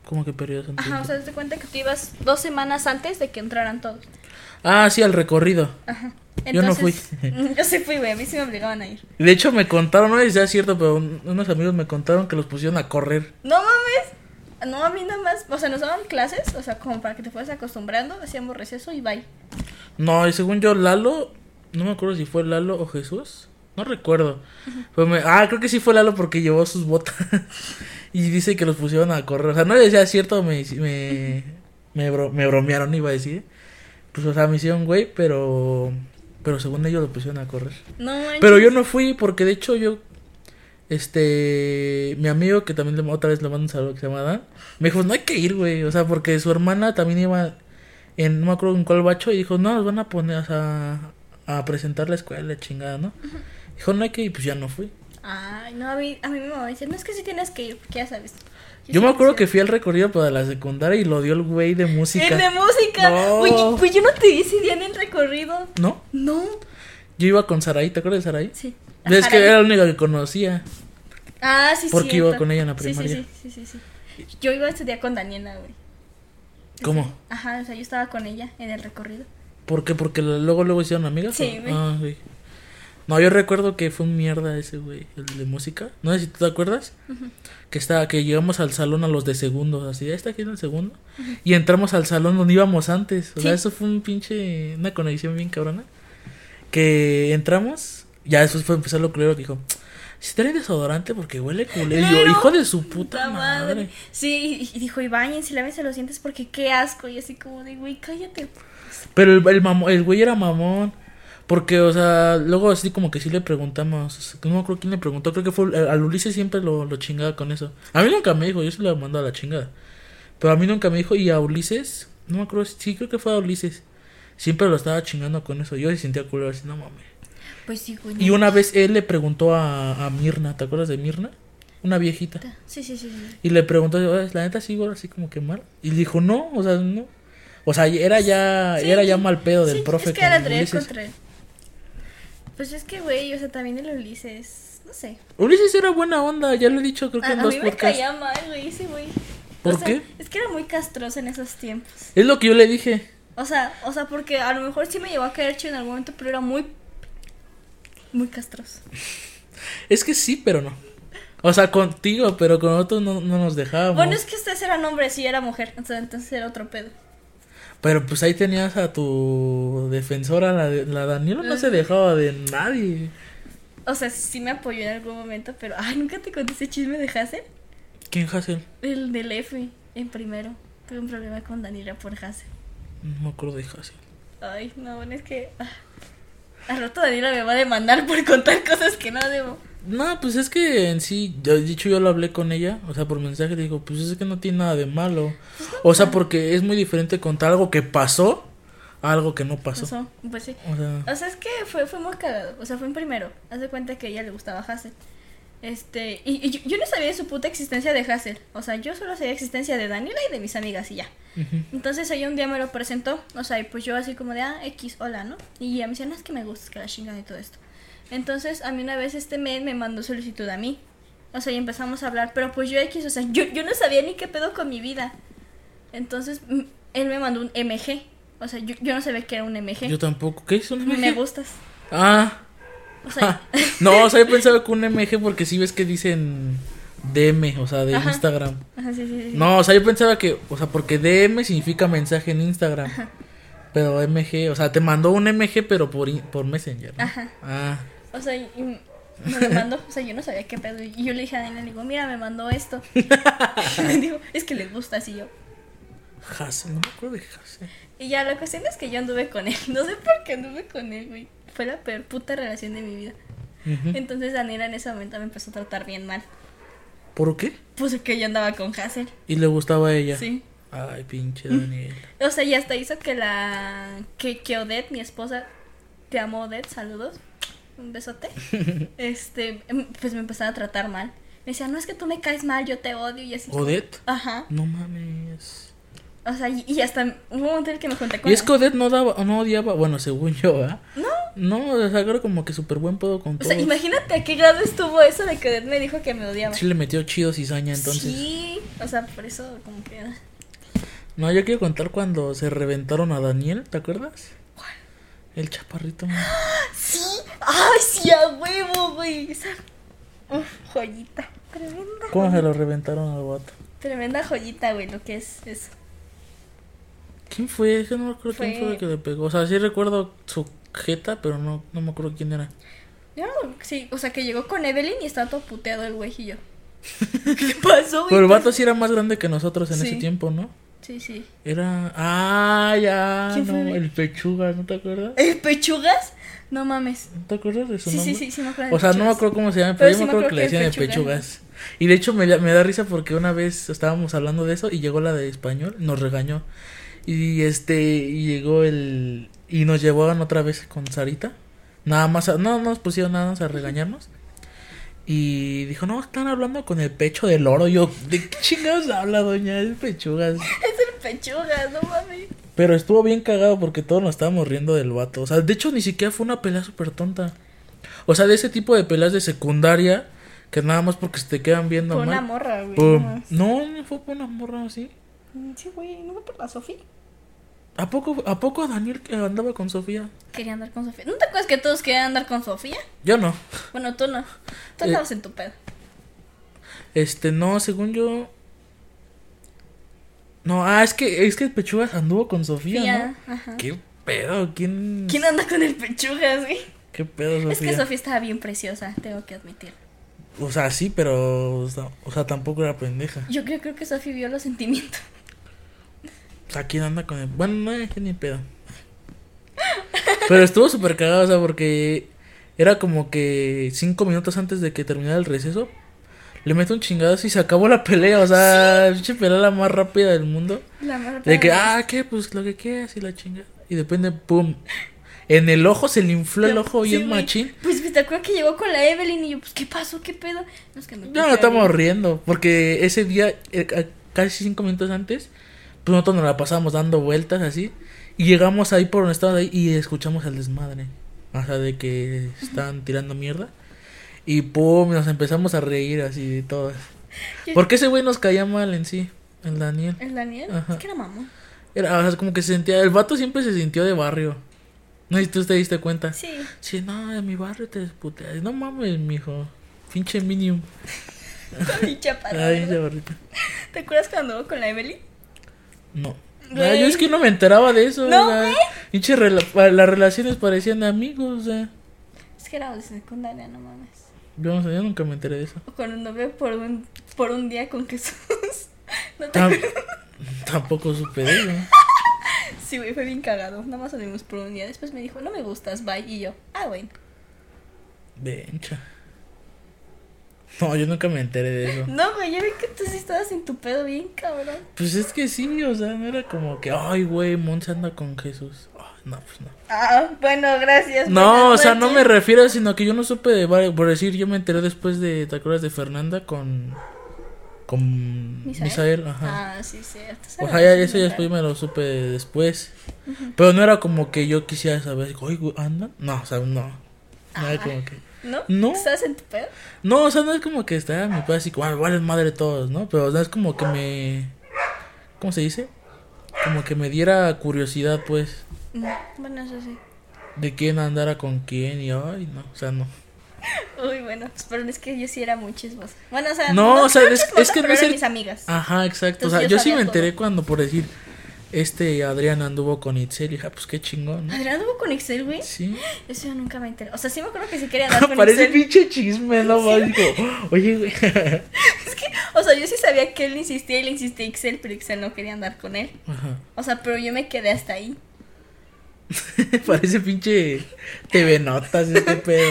[SPEAKER 2] Como que periodos antes.
[SPEAKER 3] Ajá, o
[SPEAKER 2] de-
[SPEAKER 3] sea, te cuenta que tú ibas dos semanas antes de que entraran todos.
[SPEAKER 2] Ah, sí, al recorrido.
[SPEAKER 3] Ajá.
[SPEAKER 2] Yo no
[SPEAKER 3] fui. yo sí fui, güey, a mí sí me obligaban a ir.
[SPEAKER 2] De hecho me contaron, no sé si sea cierto, pero un- unos amigos me contaron que los pusieron a correr.
[SPEAKER 3] No mames. No, a mí nada más, o sea, nos daban clases, o sea, como para que te fueras acostumbrando, hacíamos receso y bye.
[SPEAKER 2] No, y según yo, Lalo, no me acuerdo si fue Lalo o Jesús, no recuerdo. Pero me- ah, creo que sí fue Lalo porque llevó sus botas y dice que los pusieron a correr. O sea, no le decía cierto, me, hici- me, me, bro- me bromearon, iba a decir. Pues, o sea, me hicieron güey, pero Pero según ellos lo pusieron a correr.
[SPEAKER 3] No manches.
[SPEAKER 2] Pero yo no fui porque de hecho yo, este, mi amigo que también le- otra vez le mando un saludo que se llama Dan, me dijo, no hay que ir, güey, o sea, porque su hermana también iba en, no me acuerdo en cuál bacho, y dijo, no, nos van a poner o sea, a presentar la escuela, la chingada, ¿no? Dijo, no hay que ir, pues ya no fui.
[SPEAKER 3] Ay, no, a mí, a mí mi mamá me dice, no es que sí tienes que ir, porque ya sabes.
[SPEAKER 2] Yo me
[SPEAKER 3] siempre
[SPEAKER 2] acuerdo
[SPEAKER 3] sé.
[SPEAKER 2] que fui al recorrido para la secundaria y lo dio el güey de música.
[SPEAKER 3] El de música.
[SPEAKER 2] No.
[SPEAKER 3] Oye, pues yo no te hice día en el recorrido.
[SPEAKER 2] ¿No?
[SPEAKER 3] No.
[SPEAKER 2] Yo iba con Saraí, ¿te acuerdas de Saraí?
[SPEAKER 3] Sí.
[SPEAKER 2] Es que
[SPEAKER 3] Ajá.
[SPEAKER 2] era la única que conocía.
[SPEAKER 3] Ah, sí,
[SPEAKER 2] Porque
[SPEAKER 3] cierto.
[SPEAKER 2] iba con ella en la
[SPEAKER 3] Sí, sí,
[SPEAKER 2] primaria.
[SPEAKER 3] Sí, sí, sí, sí. Yo iba este día con Daniela, güey.
[SPEAKER 2] ¿Cómo?
[SPEAKER 3] Ajá, o sea, yo estaba con ella en el recorrido.
[SPEAKER 2] ¿Por qué? ¿Porque luego luego hicieron amigas?
[SPEAKER 3] Sí,
[SPEAKER 2] ¿o?
[SPEAKER 3] güey.
[SPEAKER 2] Ah, sí. No, yo recuerdo que fue un mierda ese güey, el de música. No sé si tú te acuerdas. Que estaba, que llegamos al salón a los de segundos, así, está aquí en el segundo. Y entramos al salón donde íbamos antes. O sea,
[SPEAKER 3] Sí.
[SPEAKER 2] eso fue un pinche, una conexión bien cabrona. Que entramos, ya después fue empezar lo culero que dijo, si traen desodorante porque huele culero. Y yo,
[SPEAKER 3] Claro.
[SPEAKER 2] hijo de su puta, madre.
[SPEAKER 3] Sí, y- y dijo, y bañense y lávense los dientes porque qué asco. Y así como de, güey, cállate.
[SPEAKER 2] Pero el, el, mamo- el güey era mamón. Porque, o sea, luego así como que sí le preguntamos. o sea, No creo quién le preguntó. Creo que fue. Al al Ulises siempre lo, lo chingaba con eso. A mí nunca me dijo. Yo se lo mando a la chingada. Pero a mí nunca me dijo. Y a Ulises. No me acuerdo. si- Sí, creo que fue a Ulises. Siempre lo estaba chingando con eso. Yo se sentía culero así, no mames.
[SPEAKER 3] Pues sí, güey.
[SPEAKER 2] Y una vez él le preguntó a, a Mirna. ¿Te acuerdas de Mirna? Una viejita.
[SPEAKER 3] Sí, sí, sí. sí.
[SPEAKER 2] Y le preguntó, "Oye, la neta sí, güey, así como que mal. Y dijo, no, o sea, no. O sea, era ya,
[SPEAKER 3] Sí,
[SPEAKER 2] Ah, era ya mal pedo del
[SPEAKER 3] Sí,
[SPEAKER 2] profe.
[SPEAKER 3] Es que era
[SPEAKER 2] con
[SPEAKER 3] tres
[SPEAKER 2] Ulises.
[SPEAKER 3] contra él. Pues es que, güey, o sea, también el Ulises. No sé.
[SPEAKER 2] Ulises era buena onda, ya lo he dicho creo que
[SPEAKER 3] A,
[SPEAKER 2] en
[SPEAKER 3] a
[SPEAKER 2] dos
[SPEAKER 3] mí me
[SPEAKER 2] podcasts.
[SPEAKER 3] caía mal, güey, ese güey.
[SPEAKER 2] ¿Por
[SPEAKER 3] O sea,
[SPEAKER 2] qué?
[SPEAKER 3] Es que era muy castroso en esos tiempos.
[SPEAKER 2] Es lo que yo le dije.
[SPEAKER 3] O sea, o sea, porque a lo mejor sí me llevó a caer chido en algún momento, pero era muy. Muy castroso.
[SPEAKER 2] Es que sí, pero no. O sea, contigo, pero con otros no, no nos dejábamos.
[SPEAKER 3] Bueno, es que ustedes eran hombres y yo era mujer, o sea, entonces era otro pedo.
[SPEAKER 2] Pero pues ahí tenías a tu defensora, la, de- la Daniela
[SPEAKER 3] Ah.
[SPEAKER 2] no se dejaba de nadie.
[SPEAKER 3] O sea, sí me apoyó en algún momento, pero. Ay, nunca te conté ese chisme de Hassel.
[SPEAKER 2] ¿Quién Hassel?
[SPEAKER 3] El del F, en primero. Tuve un problema con Daniela por Hassel.
[SPEAKER 2] No me acuerdo de Hassel.
[SPEAKER 3] Ay, no, bueno, es que. ah. Al rato Daniela me va a demandar por contar cosas que no debo.
[SPEAKER 2] No, pues es que en sí, yo, de hecho yo lo hablé con ella, o sea, por mensaje le digo, pues es que no tiene nada de malo.
[SPEAKER 3] Pues
[SPEAKER 2] O sea, porque es muy diferente contar algo que pasó a algo que no pasó.
[SPEAKER 3] Pasó, Pues sí.
[SPEAKER 2] O sea,
[SPEAKER 3] O sea, es que fue, fue muy cagado. O sea, fue en primero. Haz de cuenta que a ella le gustaba Hassel. Este, y, y yo, yo no sabía de su puta existencia de Hassel. O sea, yo solo sabía existencia de Daniela y de mis amigas y ya.
[SPEAKER 2] ujú.
[SPEAKER 3] Entonces ella un día me lo presentó. O sea, y pues yo así como de, ah, X, hola, ¿no? Y ella me decía, no, es que me gusta, es que la chingada y todo esto. Entonces a mí una vez este men me mandó solicitud a mí. O sea, y empezamos a hablar. Pero pues yo X, o sea, yo, yo no sabía ni qué pedo con mi vida. Entonces mm, él me mandó un MG. O sea, yo, yo no sabía que era un MG.
[SPEAKER 2] yo tampoco. ¿Qué es un MG?
[SPEAKER 3] me gustas.
[SPEAKER 2] Ah.
[SPEAKER 3] O sea,
[SPEAKER 2] no, o sea, yo pensaba que un MG porque si ves que dicen DM, o sea, de
[SPEAKER 3] Ajá.
[SPEAKER 2] Instagram.
[SPEAKER 3] ajá, sí, sí, sí.
[SPEAKER 2] No, o sea, yo pensaba que, o sea, porque DM significa mensaje en Instagram. Pero MG, o sea, te mandó un MG pero por, in- por Messenger. ¿no?
[SPEAKER 3] Ajá.
[SPEAKER 2] Ah,
[SPEAKER 3] O sea, y- y me lo mandó, o sea, yo no sabía qué pedo. Y yo le dije a Daniela, le digo, mira, me mandó esto. Y me dijo, es que le gusta así yo.
[SPEAKER 2] Hassel, no me acuerdo de Hassel.
[SPEAKER 3] Y ya, la cuestión es que yo anduve con él. No sé por qué anduve con él, güey. Fue la peor puta relación de mi vida.
[SPEAKER 2] Ujú.
[SPEAKER 3] Entonces Daniela en ese momento me empezó a tratar bien mal.
[SPEAKER 2] ¿Por qué?
[SPEAKER 3] Pues que yo andaba con Hassel.
[SPEAKER 2] Y le gustaba a ella.
[SPEAKER 3] Sí. Mm.
[SPEAKER 2] Ay, pinche Daniel.
[SPEAKER 3] O sea, y hasta hizo que la. que, que Odette, mi esposa, te amo Odette, saludos. Un besote. Este, em, pues me empezaron a tratar mal. Me decía, no es que tú me caes mal, yo te odio y así.
[SPEAKER 2] ¿Odette?
[SPEAKER 3] Ajá.
[SPEAKER 2] No mames.
[SPEAKER 3] O sea, y, y hasta hubo un momento en el que me junté con
[SPEAKER 2] Y es
[SPEAKER 3] él.
[SPEAKER 2] que Odette no, daba, no odiaba, bueno, según yo, ¿ah?
[SPEAKER 3] No.
[SPEAKER 2] No, o sea, era como que súper buen pedo con
[SPEAKER 3] O
[SPEAKER 2] todo.
[SPEAKER 3] sea, imagínate a qué grado estuvo eso de que Odette me dijo que me odiaba.
[SPEAKER 2] Sí le metió chido cizaña entonces.
[SPEAKER 3] Sí, o sea, por eso como que... ah,
[SPEAKER 2] No, yo quiero contar cuando se reventaron a Daniel, ¿te acuerdas? El chaparrito.
[SPEAKER 3] Sí, ay, sí, a huevo, güey. Esa uf, joyita. Tremenda.
[SPEAKER 2] ¿Cómo se lo reventaron al vato?
[SPEAKER 3] Tremenda joyita, güey, lo que es eso.
[SPEAKER 2] ¿Quién fue? Es que no me acuerdo quién
[SPEAKER 3] Fue-
[SPEAKER 2] fue el que le pegó. O sea, sí recuerdo su jeta, pero no, no me acuerdo quién era.
[SPEAKER 3] Yo no, sí, o sea, que llegó con Evelyn y estaba todo puteado el güey y yo. ¿Qué pasó, güey?
[SPEAKER 2] Pero el vato sí era más grande que nosotros en ese
[SPEAKER 3] Sí.
[SPEAKER 2] tiempo, ¿no?
[SPEAKER 3] Sí, sí.
[SPEAKER 2] Era. Ah, ya.
[SPEAKER 3] ¿Quién
[SPEAKER 2] No,
[SPEAKER 3] fue?
[SPEAKER 2] el pechuga, ¿no te acuerdas?
[SPEAKER 3] ¿El pechugas? No mames.
[SPEAKER 2] ¿No te acuerdas de su
[SPEAKER 3] Sí,
[SPEAKER 2] nombre?
[SPEAKER 3] sí, sí, sí me acuerdo.
[SPEAKER 2] O
[SPEAKER 3] del
[SPEAKER 2] sea, no me
[SPEAKER 3] Pechugas.
[SPEAKER 2] acuerdo cómo se llama, pero,
[SPEAKER 3] Pero
[SPEAKER 2] yo
[SPEAKER 3] sí
[SPEAKER 2] me acuerdo que le decían el
[SPEAKER 3] Pechugas.
[SPEAKER 2] pechugas. Y de hecho me, da- me da risa porque una vez estábamos hablando de eso y llegó la de español, nos regañó. Y este, y llegó el. Y nos llevaban otra vez con Sarita. Nada más, a- no no nos pusieron nada más a regañarnos. Y dijo, no, están hablando con el pecho del oro. Yo, ¿de qué chingados habla, doña? Es pechugas.
[SPEAKER 3] Es el pechugas, no mames.
[SPEAKER 2] Pero estuvo bien cagado porque todos nos estábamos riendo del vato. O sea, de hecho ni siquiera fue una pelea súper tonta. O sea, de ese tipo de peleas de secundaria que nada más porque se te quedan viendo
[SPEAKER 3] Por una
[SPEAKER 2] mal.
[SPEAKER 3] morra, güey.
[SPEAKER 2] Pum.
[SPEAKER 3] no mames.
[SPEAKER 2] No, no fue por una morra así.
[SPEAKER 3] Sí, güey, no fue por la Sofía.
[SPEAKER 2] ¿A poco, ¿A poco Daniel que andaba con Sofía?
[SPEAKER 3] Quería andar con Sofía. ¿No te acuerdas que todos querían andar con Sofía?
[SPEAKER 2] Yo no.
[SPEAKER 3] Bueno, tú no. Tú
[SPEAKER 2] Eh.
[SPEAKER 3] estabas en tu pedo.
[SPEAKER 2] Este, no, según yo. No, ah, es que, es que el Pechugas anduvo con Sofía,
[SPEAKER 3] Fía,
[SPEAKER 2] ¿no?
[SPEAKER 3] ajá.
[SPEAKER 2] ¿Qué pedo? ¿Quién?
[SPEAKER 3] ¿Quién anda con el pechugas, güey?
[SPEAKER 2] ¿Qué pedo, Sofía?
[SPEAKER 3] Es que Sofía estaba bien preciosa, tengo que admitir.
[SPEAKER 2] O sea, sí, pero. O sea, o sea, tampoco era pendeja.
[SPEAKER 3] Yo creo, creo que Sofía vio los sentimientos.
[SPEAKER 2] O sea, ¿quién anda con el...? Bueno, Pues, no, es que ni pedo. Pero estuvo súper cagado, o sea, porque era como que cinco minutos antes de que terminara el receso, le meto un chingadazo y se acabó la pelea, o sea, pinche pelea la más rápida del mundo.
[SPEAKER 3] La morra
[SPEAKER 2] De que,
[SPEAKER 3] estaba-
[SPEAKER 2] ah, ¿qué? Pues lo que quieras y la chinga. Y depende, pum. En el ojo se le infló el ojo
[SPEAKER 3] Sí,
[SPEAKER 2] bien
[SPEAKER 3] güey.
[SPEAKER 2] machín.
[SPEAKER 3] Pues te acuerdas que llegó con la Evelyn y yo, pues, ¿qué pasó? ¿Qué pedo? No, es que me
[SPEAKER 2] No,
[SPEAKER 3] puse a
[SPEAKER 2] estamos
[SPEAKER 3] llorar.
[SPEAKER 2] riendo, porque ese día, eh, ca- casi cinco minutos antes, pues nosotros nos la pasábamos dando vueltas así, y llegamos ahí por donde estaba ahí y escuchamos el desmadre, o sea, de que están tirando mierda, y pum, nos empezamos a reír así de todas.
[SPEAKER 3] ¿Qué?
[SPEAKER 2] Porque ese güey nos caía mal en sí, el Daniel.
[SPEAKER 3] ¿El Daniel?
[SPEAKER 2] Ajá.
[SPEAKER 3] Es que era mamón.
[SPEAKER 2] Era, o sea, como que se sentía, el vato siempre se sintió de barrio. No sé si tú te diste cuenta.
[SPEAKER 3] Sí.
[SPEAKER 2] Sí, no, en mi barrio te desputeas. No mames, mijo. Pinche minium.
[SPEAKER 3] Ay, chaparro.
[SPEAKER 2] Ay, ese barrito.
[SPEAKER 3] ¿Te acuerdas cuando andaba con la Evelyn?
[SPEAKER 2] No.
[SPEAKER 3] Güey.
[SPEAKER 2] Ah, yo es que no me enteraba de eso.
[SPEAKER 3] No,
[SPEAKER 2] o sea, pinche rela- pa- las relaciones parecían de amigos. O sea,
[SPEAKER 3] Es que era de secundaria, no mames.
[SPEAKER 2] yo, no sé, yo nunca me enteré de eso.
[SPEAKER 3] O con un novio por un, por un día con Jesús. No te
[SPEAKER 2] Tam-
[SPEAKER 3] acuerdas.
[SPEAKER 2] tampoco supe de eso.
[SPEAKER 3] Sí, güey, fue bien cagado. Nada más salimos por un día. Después me dijo, no me gustas, bye. Y yo, ah, bueno.
[SPEAKER 2] Vencha. No, yo nunca me enteré de eso.
[SPEAKER 3] No, güey, ya vi que tú sí estabas en tu pedo bien, cabrón.
[SPEAKER 2] Pues es que sí, o sea, no era como que, ay, güey, Monse anda con Jesús. Ah, no, pues no.
[SPEAKER 3] Ah, bueno, gracias.
[SPEAKER 2] No, o
[SPEAKER 3] buenas
[SPEAKER 2] sea, no me
[SPEAKER 3] noches.
[SPEAKER 2] refiero, sino que yo no supe de varios. Por decir, yo me enteré después de, ¿te acuerdas de Fernanda con. con.
[SPEAKER 3] ¿Misael?
[SPEAKER 2] Misael? Ajá.
[SPEAKER 3] Ah, sí, cierto.
[SPEAKER 2] O sea, ya- eso ya después me lo supe después. Pero no era como que yo quisiera saber, oye, güey, andan. No, o sea, no. No, era como que...
[SPEAKER 3] ¿No?
[SPEAKER 2] No.
[SPEAKER 3] ¿Estabas en tu pedo?
[SPEAKER 2] no, o sea, no es como que estaba mi padre así, igual vale madre todos, ¿no? Pero no es como que me. ¿Cómo se dice? Como que me diera curiosidad, pues,
[SPEAKER 3] Mm, Bueno, eso sí.
[SPEAKER 2] de quién andara con quién y, ay, no, o sea, no.
[SPEAKER 3] Uy, bueno, pues, pero es que yo sí era muy chismosa. Bueno, o sea,
[SPEAKER 2] No, o sea,
[SPEAKER 3] creo
[SPEAKER 2] es-
[SPEAKER 3] chismosa,
[SPEAKER 2] es que no
[SPEAKER 3] pero
[SPEAKER 2] es
[SPEAKER 3] eran
[SPEAKER 2] el- Ah.
[SPEAKER 3] mis amigas.
[SPEAKER 2] Ajá, exacto.
[SPEAKER 3] Entonces
[SPEAKER 2] o sea,
[SPEAKER 3] yo
[SPEAKER 2] yo sí
[SPEAKER 3] sabía
[SPEAKER 2] me
[SPEAKER 3] todo.
[SPEAKER 2] enteré cuando, por decir, este Adrián anduvo con Itzel y dije, ah, pues qué chingón, ¿no?
[SPEAKER 3] Adrián tuvo con Excel, güey.
[SPEAKER 2] Sí.
[SPEAKER 3] Eso yo nunca me enteré. O sea, sí me acuerdo que sí quería andar con
[SPEAKER 2] Parece
[SPEAKER 3] Excel.
[SPEAKER 2] pinche chisme, ¿no? Más como, Oye, güey.
[SPEAKER 3] O sea, yo sí sabía que él insistía y le insistía a Excel, pero Excel no quería andar con él.
[SPEAKER 2] Ajá.
[SPEAKER 3] O sea, pero yo me quedé hasta ahí.
[SPEAKER 2] Parece pinche TV Notas este pedo.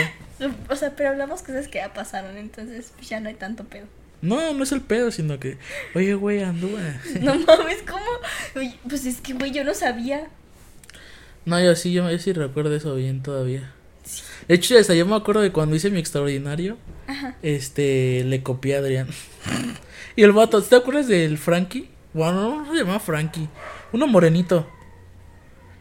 [SPEAKER 3] O sea, pero hablamos cosas que ya pasaron, entonces pues, ya no hay tanto pedo.
[SPEAKER 2] No, no es el pedo, sino que, oye, güey, anduve.
[SPEAKER 3] No mames, ¿cómo? Oye, Pues es que, güey, yo no sabía.
[SPEAKER 2] No, yo sí, yo, yo sí recuerdo eso bien todavía. De hecho, hasta yo me acuerdo de cuando hice mi extraordinario, este, le copié a Adrián. y el vato, ¿te acuerdas del Frankie? Bueno, no se llamaba Frankie, uno morenito.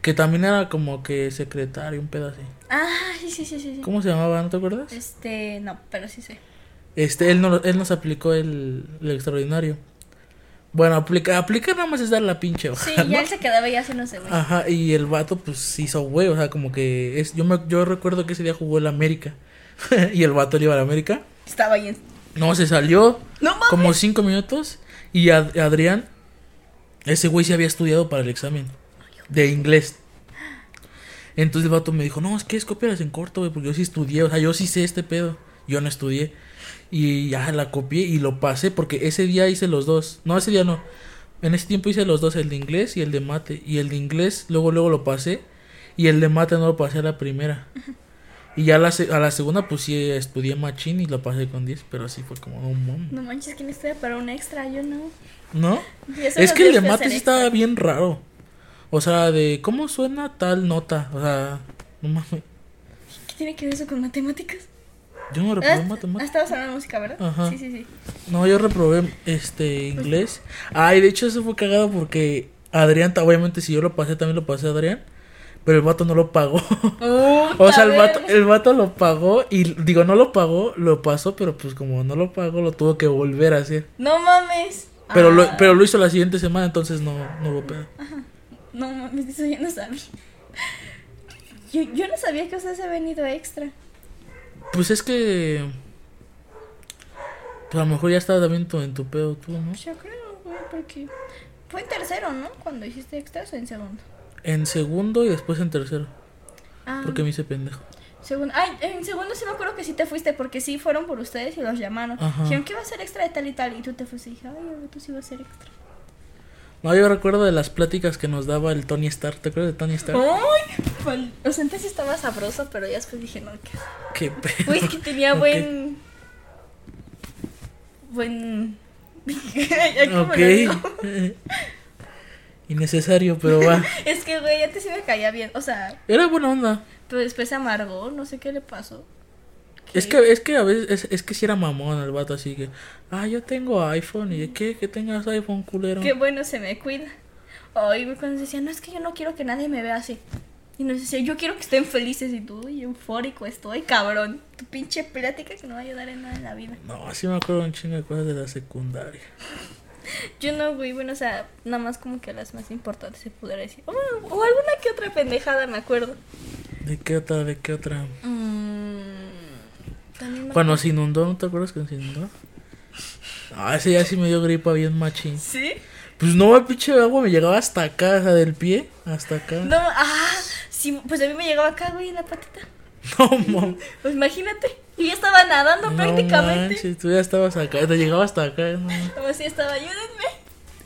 [SPEAKER 2] Que también era como que secretario, un pedo así.
[SPEAKER 3] Ah, sí, sí, sí, sí. sí.
[SPEAKER 2] ¿Cómo se llamaba? ¿No te acuerdas?
[SPEAKER 3] Este, no, pero sí sé.
[SPEAKER 2] Este, él, no, él nos aplicó el, el extraordinario. Bueno, aplica, aplicar nada más es dar la pinche hoja,
[SPEAKER 3] Sí,
[SPEAKER 2] ¿no? Ah.
[SPEAKER 3] ya él se quedaba ya hace no sé, güey.
[SPEAKER 2] Ajá, y el vato pues hizo güey, o sea, como que es, yo, me, yo recuerdo que ese día jugó el América y el vato le iba al América.
[SPEAKER 3] Estaba ahí en...
[SPEAKER 2] No, se salió
[SPEAKER 3] No mames.
[SPEAKER 2] como cinco minutos y Ad- Adrián, ese güey se había estudiado para el examen de inglés. Entonces el vato me dijo, no, es que es copiarlas en corto, güey, porque yo sí estudié, o sea, yo sí sé este pedo, yo no estudié. Y ya la copié y lo pasé porque ese día hice los dos. No, ese día no. en ese tiempo hice los dos, el de inglés y el de mate. Y el de inglés luego luego lo pasé y el de mate no lo pasé a la primera. Y ya a la, se- a la segunda pues sí estudié machín y lo pasé con 10, pero así fue como, no mames.
[SPEAKER 3] No manches, ¿quién estudia para un extra? Yo no.
[SPEAKER 2] ¿No?
[SPEAKER 3] Yo solo
[SPEAKER 2] Es que el de
[SPEAKER 3] quiero hacer
[SPEAKER 2] mate sí
[SPEAKER 3] extra.
[SPEAKER 2] estaba bien raro. O sea, de cómo suena tal nota. O sea, no mames.
[SPEAKER 3] ¿Qué tiene que ver eso con matemáticas?
[SPEAKER 2] Yo no
[SPEAKER 3] Ah,
[SPEAKER 2] reprobé matemáticas.
[SPEAKER 3] estabas hablando de música, ¿verdad?
[SPEAKER 2] Ajá.
[SPEAKER 3] Sí, sí, sí.
[SPEAKER 2] No, yo reprobé este inglés. Ay, de hecho eso fue cagado porque Adrián, ta- obviamente si yo lo pasé, también lo pasé a Adrián. Pero el vato no lo pagó. Oh, O sea, el vato, el vato lo pagó y digo, no lo pagó, lo pasó, pero pues como no lo pagó, lo tuvo que volver a hacer.
[SPEAKER 3] No mames.
[SPEAKER 2] Pero,
[SPEAKER 3] Ah,
[SPEAKER 2] lo, pero lo hizo la siguiente semana, entonces no, no hubo pedo.
[SPEAKER 3] No mames, eso yo no sabía. Yo, yo no sabía que ustedes habían venido extra.
[SPEAKER 2] Pues es que... Pues a lo mejor ya estaba también tu- en tu pedo tú, ¿no?
[SPEAKER 3] Pues Yo creo, güey, porque. Fue en tercero, ¿no? Cuando hiciste extras o en segundo.
[SPEAKER 2] En segundo y después en tercero.
[SPEAKER 3] Ah,
[SPEAKER 2] Porque me hice pendejo.
[SPEAKER 3] segundo. Ay, en segundo sí me acuerdo que sí te fuiste, porque sí fueron por ustedes y los llamaron.
[SPEAKER 2] Ajá.
[SPEAKER 3] Dijeron que iba a ser extra de tal y tal. Y tú te fuiste y dije, ay, ahora tú sí vas a ser extra.
[SPEAKER 2] No, yo recuerdo de las pláticas que nos daba el Tony Stark. ¿Te acuerdas de Tony Stark?
[SPEAKER 3] Ay, fal- o sea, antes sí estaba sabroso, pero ya después dije, no, que.
[SPEAKER 2] Qué pedo.
[SPEAKER 3] Uy, es que tenía
[SPEAKER 2] Ok.
[SPEAKER 3] buen. Buen. Ay, ¿cómo lo digo?
[SPEAKER 2] Ok. Innecesario, pero va.
[SPEAKER 3] Es que, güey, antes sí me caía bien. O sea,
[SPEAKER 2] Era buena onda.
[SPEAKER 3] pero después se amargó, no sé qué le pasó.
[SPEAKER 2] Es que, es que a veces, es, es que si era mamón el vato, así que, ah, yo tengo iPhone, y ¿qué? Que tengas iPhone, culero.
[SPEAKER 3] Qué bueno, se me cuida. Ay, güey, cuando decía, no, es que yo no quiero que nadie me vea así. Y nos decía, yo quiero que estén felices. Y tú, "Uy, eufórico estoy, cabrón. Tu pinche plática que no va a ayudar en nada en la vida.
[SPEAKER 2] No, así me acuerdo un chingo de cosas de la secundaria.
[SPEAKER 3] Yo no, güey, bueno, o sea, nada más como que las más importantes se pudiera decir. O, bueno, o alguna que otra pendejada, me acuerdo.
[SPEAKER 2] ¿De qué otra? ¿De qué otra?
[SPEAKER 3] Mm, también me
[SPEAKER 2] Cuando se inundó, ¿no te acuerdas que se inundó? Ah, ese ya sí me dio gripa bien machín.
[SPEAKER 3] ¿Sí?
[SPEAKER 2] Pues no, el pinche agua me llegaba hasta acá, o sea, del pie, hasta acá.
[SPEAKER 3] No, ah, sí, pues a mí me llegaba acá, güey, en la patita.
[SPEAKER 2] No, mom.
[SPEAKER 3] Pues imagínate, yo ya estaba nadando prácticamente.
[SPEAKER 2] No manches, tú ya estabas acá, te llegaba hasta acá. no.
[SPEAKER 3] Como si estaba, ayúdenme.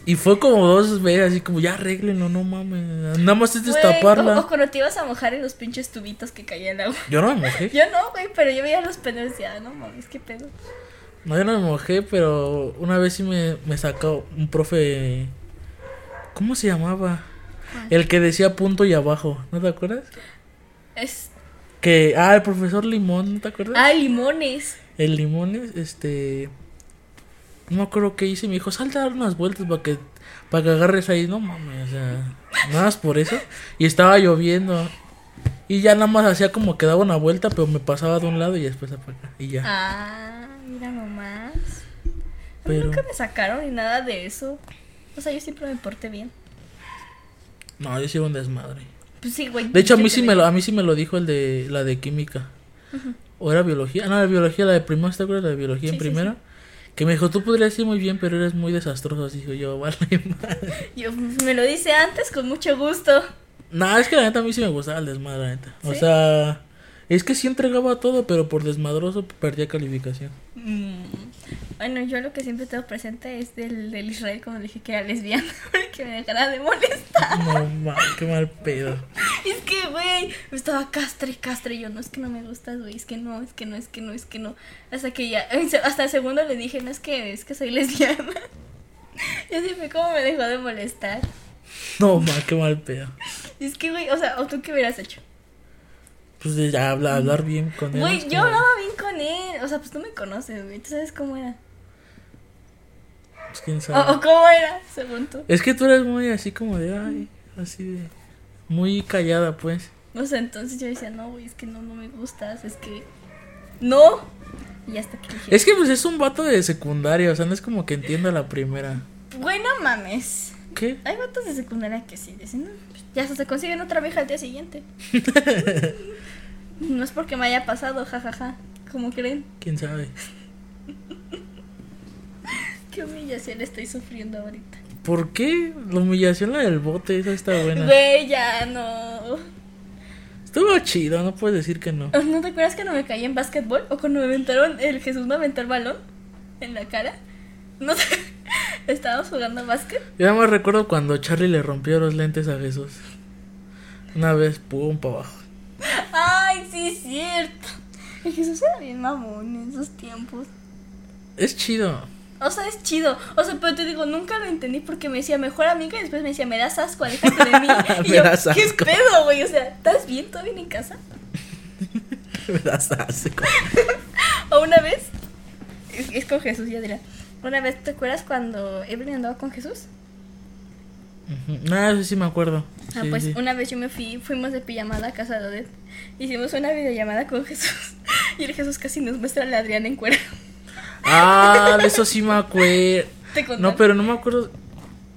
[SPEAKER 2] Y fue como dos veces, así como, ya arreglenlo, no mames. Nada más es
[SPEAKER 3] Güey,
[SPEAKER 2] destaparla.
[SPEAKER 3] O, o cuando te ibas a mojar en los pinches tubitos que caía el agua.
[SPEAKER 2] Yo no me mojé.
[SPEAKER 3] Yo no, güey, pero yo veía a los pendejos y decía, ah, no mames, qué pedo.
[SPEAKER 2] No, yo no me mojé, pero una vez sí me, me sacó un profe. ¿Cómo se llamaba?
[SPEAKER 3] Ah.
[SPEAKER 2] El que decía punto y abajo, ¿no te acuerdas?
[SPEAKER 3] Es...
[SPEAKER 2] Que, ah, el profesor Limón, ¿no te acuerdas?
[SPEAKER 3] Ah, limones.
[SPEAKER 2] El Limón, es, este. No me acuerdo qué hice, me dijo, salte a dar unas vueltas para que, para que agarres ahí. No mames, o sea, nada más por eso. Y estaba lloviendo. Y ya nada más hacía como que daba una vuelta, pero me pasaba de un lado y después para acá. Y ya.
[SPEAKER 3] Ah, mira nomás. A mí
[SPEAKER 2] Pero-
[SPEAKER 3] nunca me sacaron ni nada de eso. O sea, yo siempre me porté bien.
[SPEAKER 2] No, yo hice un desmadre.
[SPEAKER 3] Pues sí, güey.
[SPEAKER 2] De hecho, a
[SPEAKER 3] yo
[SPEAKER 2] mí
[SPEAKER 3] te
[SPEAKER 2] sí
[SPEAKER 3] veo.
[SPEAKER 2] me lo, a mí sí me lo dijo el de la de química. ¿O era biología? No, la biología, la de primero, ¿te acuerdas? La de biología
[SPEAKER 3] Sí,
[SPEAKER 2] en
[SPEAKER 3] sí,
[SPEAKER 2] primera. Que me dijo, tú podrías ir muy bien, pero eres muy desastroso. Así dijo yo, vale, madre.
[SPEAKER 3] Yo, me lo dice antes con mucho gusto.
[SPEAKER 2] No, es que la neta a mí sí me gustaba el desmadre, la neta. O
[SPEAKER 3] ¿Sí?
[SPEAKER 2] sea, es que sí entregaba todo, pero por desmadroso perdía calificación.
[SPEAKER 3] Mm. Bueno, yo lo que siempre tengo presente es del, del Israel, cuando dije que era lesbiana, que me dejara de molestar.
[SPEAKER 2] No, ma, qué mal pedo.
[SPEAKER 3] Es que, güey, estaba castre, castre. Yo, no, es que no me gustas, güey, es que no, es que no, es que no, es que no. Hasta que ya, en se- hasta el segundo le dije, no, es que, es que soy lesbiana. Y así fue como me dejó de molestar.
[SPEAKER 2] No, ma, qué mal pedo.
[SPEAKER 3] Y es que, güey, o sea, ¿o tú qué hubieras hecho?
[SPEAKER 2] Pues de ya habla- hablar bien con él. es
[SPEAKER 3] Güey, yo
[SPEAKER 2] como-
[SPEAKER 3] hablaba bien con él. O sea, pues tú me conoces, güey, tú sabes cómo era.
[SPEAKER 2] pues, quién
[SPEAKER 3] O,
[SPEAKER 2] sabe.
[SPEAKER 3] o cómo era, según tú.
[SPEAKER 2] Es que tú eres muy así como de, ay, así de, muy callada, pues.
[SPEAKER 3] O sea, entonces yo decía, no, güey, es que no, no me gustas, es que. ¡No! Y hasta que dije,
[SPEAKER 2] Es que pues es un vato de secundaria, o sea, no es como que entienda la primera.
[SPEAKER 3] güey, no mames.
[SPEAKER 2] ¿Qué?
[SPEAKER 3] Hay vatos de secundaria que sí, dicen, no, pues, ya hasta se consiguen otra vieja al día siguiente. no es porque me haya pasado, jajaja. Como creen,
[SPEAKER 2] ¿Quién sabe?
[SPEAKER 3] qué humillación estoy sufriendo ahorita.
[SPEAKER 2] ¿Por qué? La humillación la del bote, esa está buena.
[SPEAKER 3] Güey, ya no.
[SPEAKER 2] Estuvo chido, no puedes decir que no.
[SPEAKER 3] ¿No te acuerdas cuando me caí en básquetbol? ¿O cuando me aventaron, el Jesús me aventó el balón en la cara? No te... Estábamos jugando básquet.
[SPEAKER 2] Yo nada más recuerdo cuando Charlie le rompió los lentes a Jesús. Una vez, pum, para abajo.
[SPEAKER 3] Ay, sí, es cierto. El Jesús era bien mamón en esos tiempos.
[SPEAKER 2] Es chido.
[SPEAKER 3] O sea, es chido. O sea, pero te digo, nunca lo entendí porque me decía mejor amiga y después me decía, me das asco, aléjate de mí. Y
[SPEAKER 2] Me
[SPEAKER 3] yo,
[SPEAKER 2] das
[SPEAKER 3] ¿qué
[SPEAKER 2] asco".
[SPEAKER 3] pedo, güey? O sea, ¿estás bien? ¿Todo bien en casa?
[SPEAKER 2] Me das asco.
[SPEAKER 3] O una vez, es, es con Jesús, ya dirá. Una vez, ¿te acuerdas cuando Evelyn andaba con Jesús?
[SPEAKER 2] Ujú. Ah, eso sí me acuerdo.
[SPEAKER 3] Ah,
[SPEAKER 2] Sí,
[SPEAKER 3] pues
[SPEAKER 2] sí.
[SPEAKER 3] una vez yo me fui, fuimos de pijamada a casa de Odette. Hicimos una videollamada con Jesús. Y el Jesús casi nos muestra a la Adriana en cuero.
[SPEAKER 2] Ah, de eso sí me acuerdo.
[SPEAKER 3] Te conté.
[SPEAKER 2] No, pero no me acuerdo.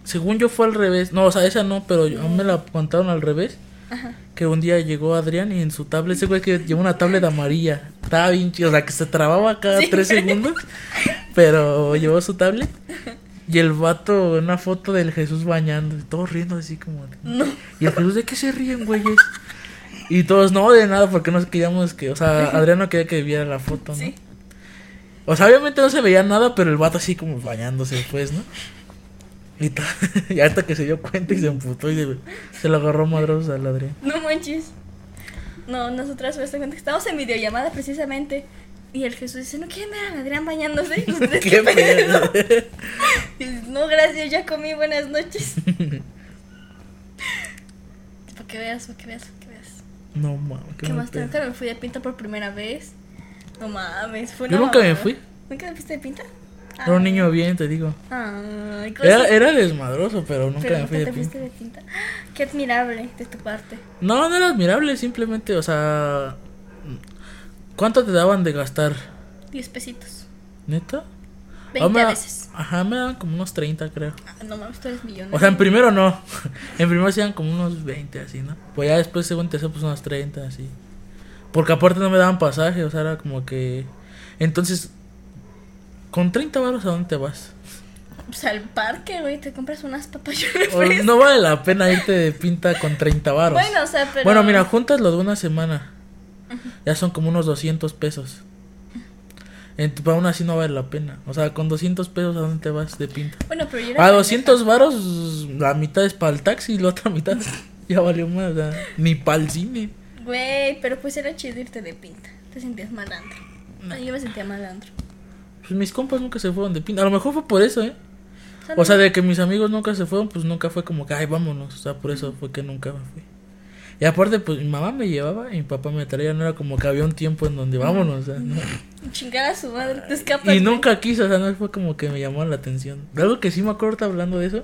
[SPEAKER 2] Según yo fue al revés. No, o sea, esa no, pero yo, me la contaron al revés. Que un día llegó Adrián y en su tablet, ese güey que llevó una tablet amarilla. Estaba bien chido, o sea, que se trababa cada tres segundos. Pero llevó su tablet. Y el vato, una foto del Jesús bañando. Y todos riendo así como. de- Y el Jesús, ¿de qué se ríen, güeyes? Y todos, no, de nada, porque no queríamos que. O sea, Adrián no quería que viera la foto, ¿no?
[SPEAKER 3] Sí.
[SPEAKER 2] O sea, obviamente no se veía nada, pero el vato así como bañándose, pues, ¿no? Y, ta- y hasta que se dio cuenta y se emputó y se, se lo agarró madros al Adrián.
[SPEAKER 3] No manches. No, nosotras fuimos cuenta que estábamos en videollamada precisamente. Y el Jesús dice, ¿no quieren ver a la Adrián bañándose? Y nosotros,
[SPEAKER 2] ¡Qué
[SPEAKER 3] pedo?
[SPEAKER 2] pedo!
[SPEAKER 3] Y dices, no, gracias, ya comí, buenas noches. para que veas, para que veas, para que veas.
[SPEAKER 2] No mames,
[SPEAKER 3] ¿Qué,
[SPEAKER 2] mal
[SPEAKER 3] más?
[SPEAKER 2] pedo.
[SPEAKER 3] Nunca me fui de pinta por primera vez. No mames, fue
[SPEAKER 2] Yo
[SPEAKER 3] una
[SPEAKER 2] nunca me
[SPEAKER 3] mamada.
[SPEAKER 2] fui.
[SPEAKER 3] ¿Nunca te fuiste de pinta?
[SPEAKER 2] Era un niño bien, te digo.
[SPEAKER 3] Ay, cosa-
[SPEAKER 2] Era, era desmadroso, pero nunca
[SPEAKER 3] pero
[SPEAKER 2] me fui de
[SPEAKER 3] nunca te fuiste
[SPEAKER 2] pinta.
[SPEAKER 3] de pinta. Qué admirable de tu parte.
[SPEAKER 2] No, no era admirable, simplemente, o sea. ¿Cuánto te daban de gastar?
[SPEAKER 3] Diez pesitos.
[SPEAKER 2] ¿Neta? Ah,
[SPEAKER 3] Veinte
[SPEAKER 2] me da-
[SPEAKER 3] veces.
[SPEAKER 2] Ajá, me daban como unos 30, creo.
[SPEAKER 3] Ah, No mames, tú eres millonario.
[SPEAKER 2] O sea, en primero no. En primero se eran como unos 20, así, ¿no? Pues ya después, según tercero, pues unos 30, así. Porque aparte no me daban pasaje, o sea, era como que. Entonces, con 30 baros, ¿a dónde te vas?
[SPEAKER 3] Pues al parque, güey, te compras unas papas y un
[SPEAKER 2] O
[SPEAKER 3] refresco.
[SPEAKER 2] no vale la pena irte de pinta con 30 baros.
[SPEAKER 3] Bueno, o sea, pero.
[SPEAKER 2] Bueno, mira, juntas lo de una semana. Ya son como unos 200 pesos. En, para aún así no vale la pena. O sea, con 200 pesos, ¿a dónde te vas de pinta?
[SPEAKER 3] Bueno, pero yo era
[SPEAKER 2] A
[SPEAKER 3] pendeja.
[SPEAKER 2] 200 Ah, varos, la mitad es para el taxi y la otra mitad ya valió más, o sea, ni para el cine.
[SPEAKER 3] Güey, pero pues era chido irte de pinta. Te sentías malandro. No, yo me sentía malandro.
[SPEAKER 2] Pues mis compas nunca se fueron de pinta. A lo mejor fue por eso, ¿eh?
[SPEAKER 3] O sea,
[SPEAKER 2] O sea,
[SPEAKER 3] no-
[SPEAKER 2] de que mis amigos nunca se fueron, pues nunca fue como que, ay, vámonos. O sea, por eso fue que nunca me fui. Y aparte, pues mi mamá me llevaba y mi papá me traía. No era como que había un tiempo en donde vámonos. O sea, ¿no?
[SPEAKER 3] chingar a su madre, te escapas.
[SPEAKER 2] Y
[SPEAKER 3] güey.
[SPEAKER 2] nunca quiso, o sea, no fue como que me llamó la atención. De Algo que sí me acuerdo ahorita hablando de eso.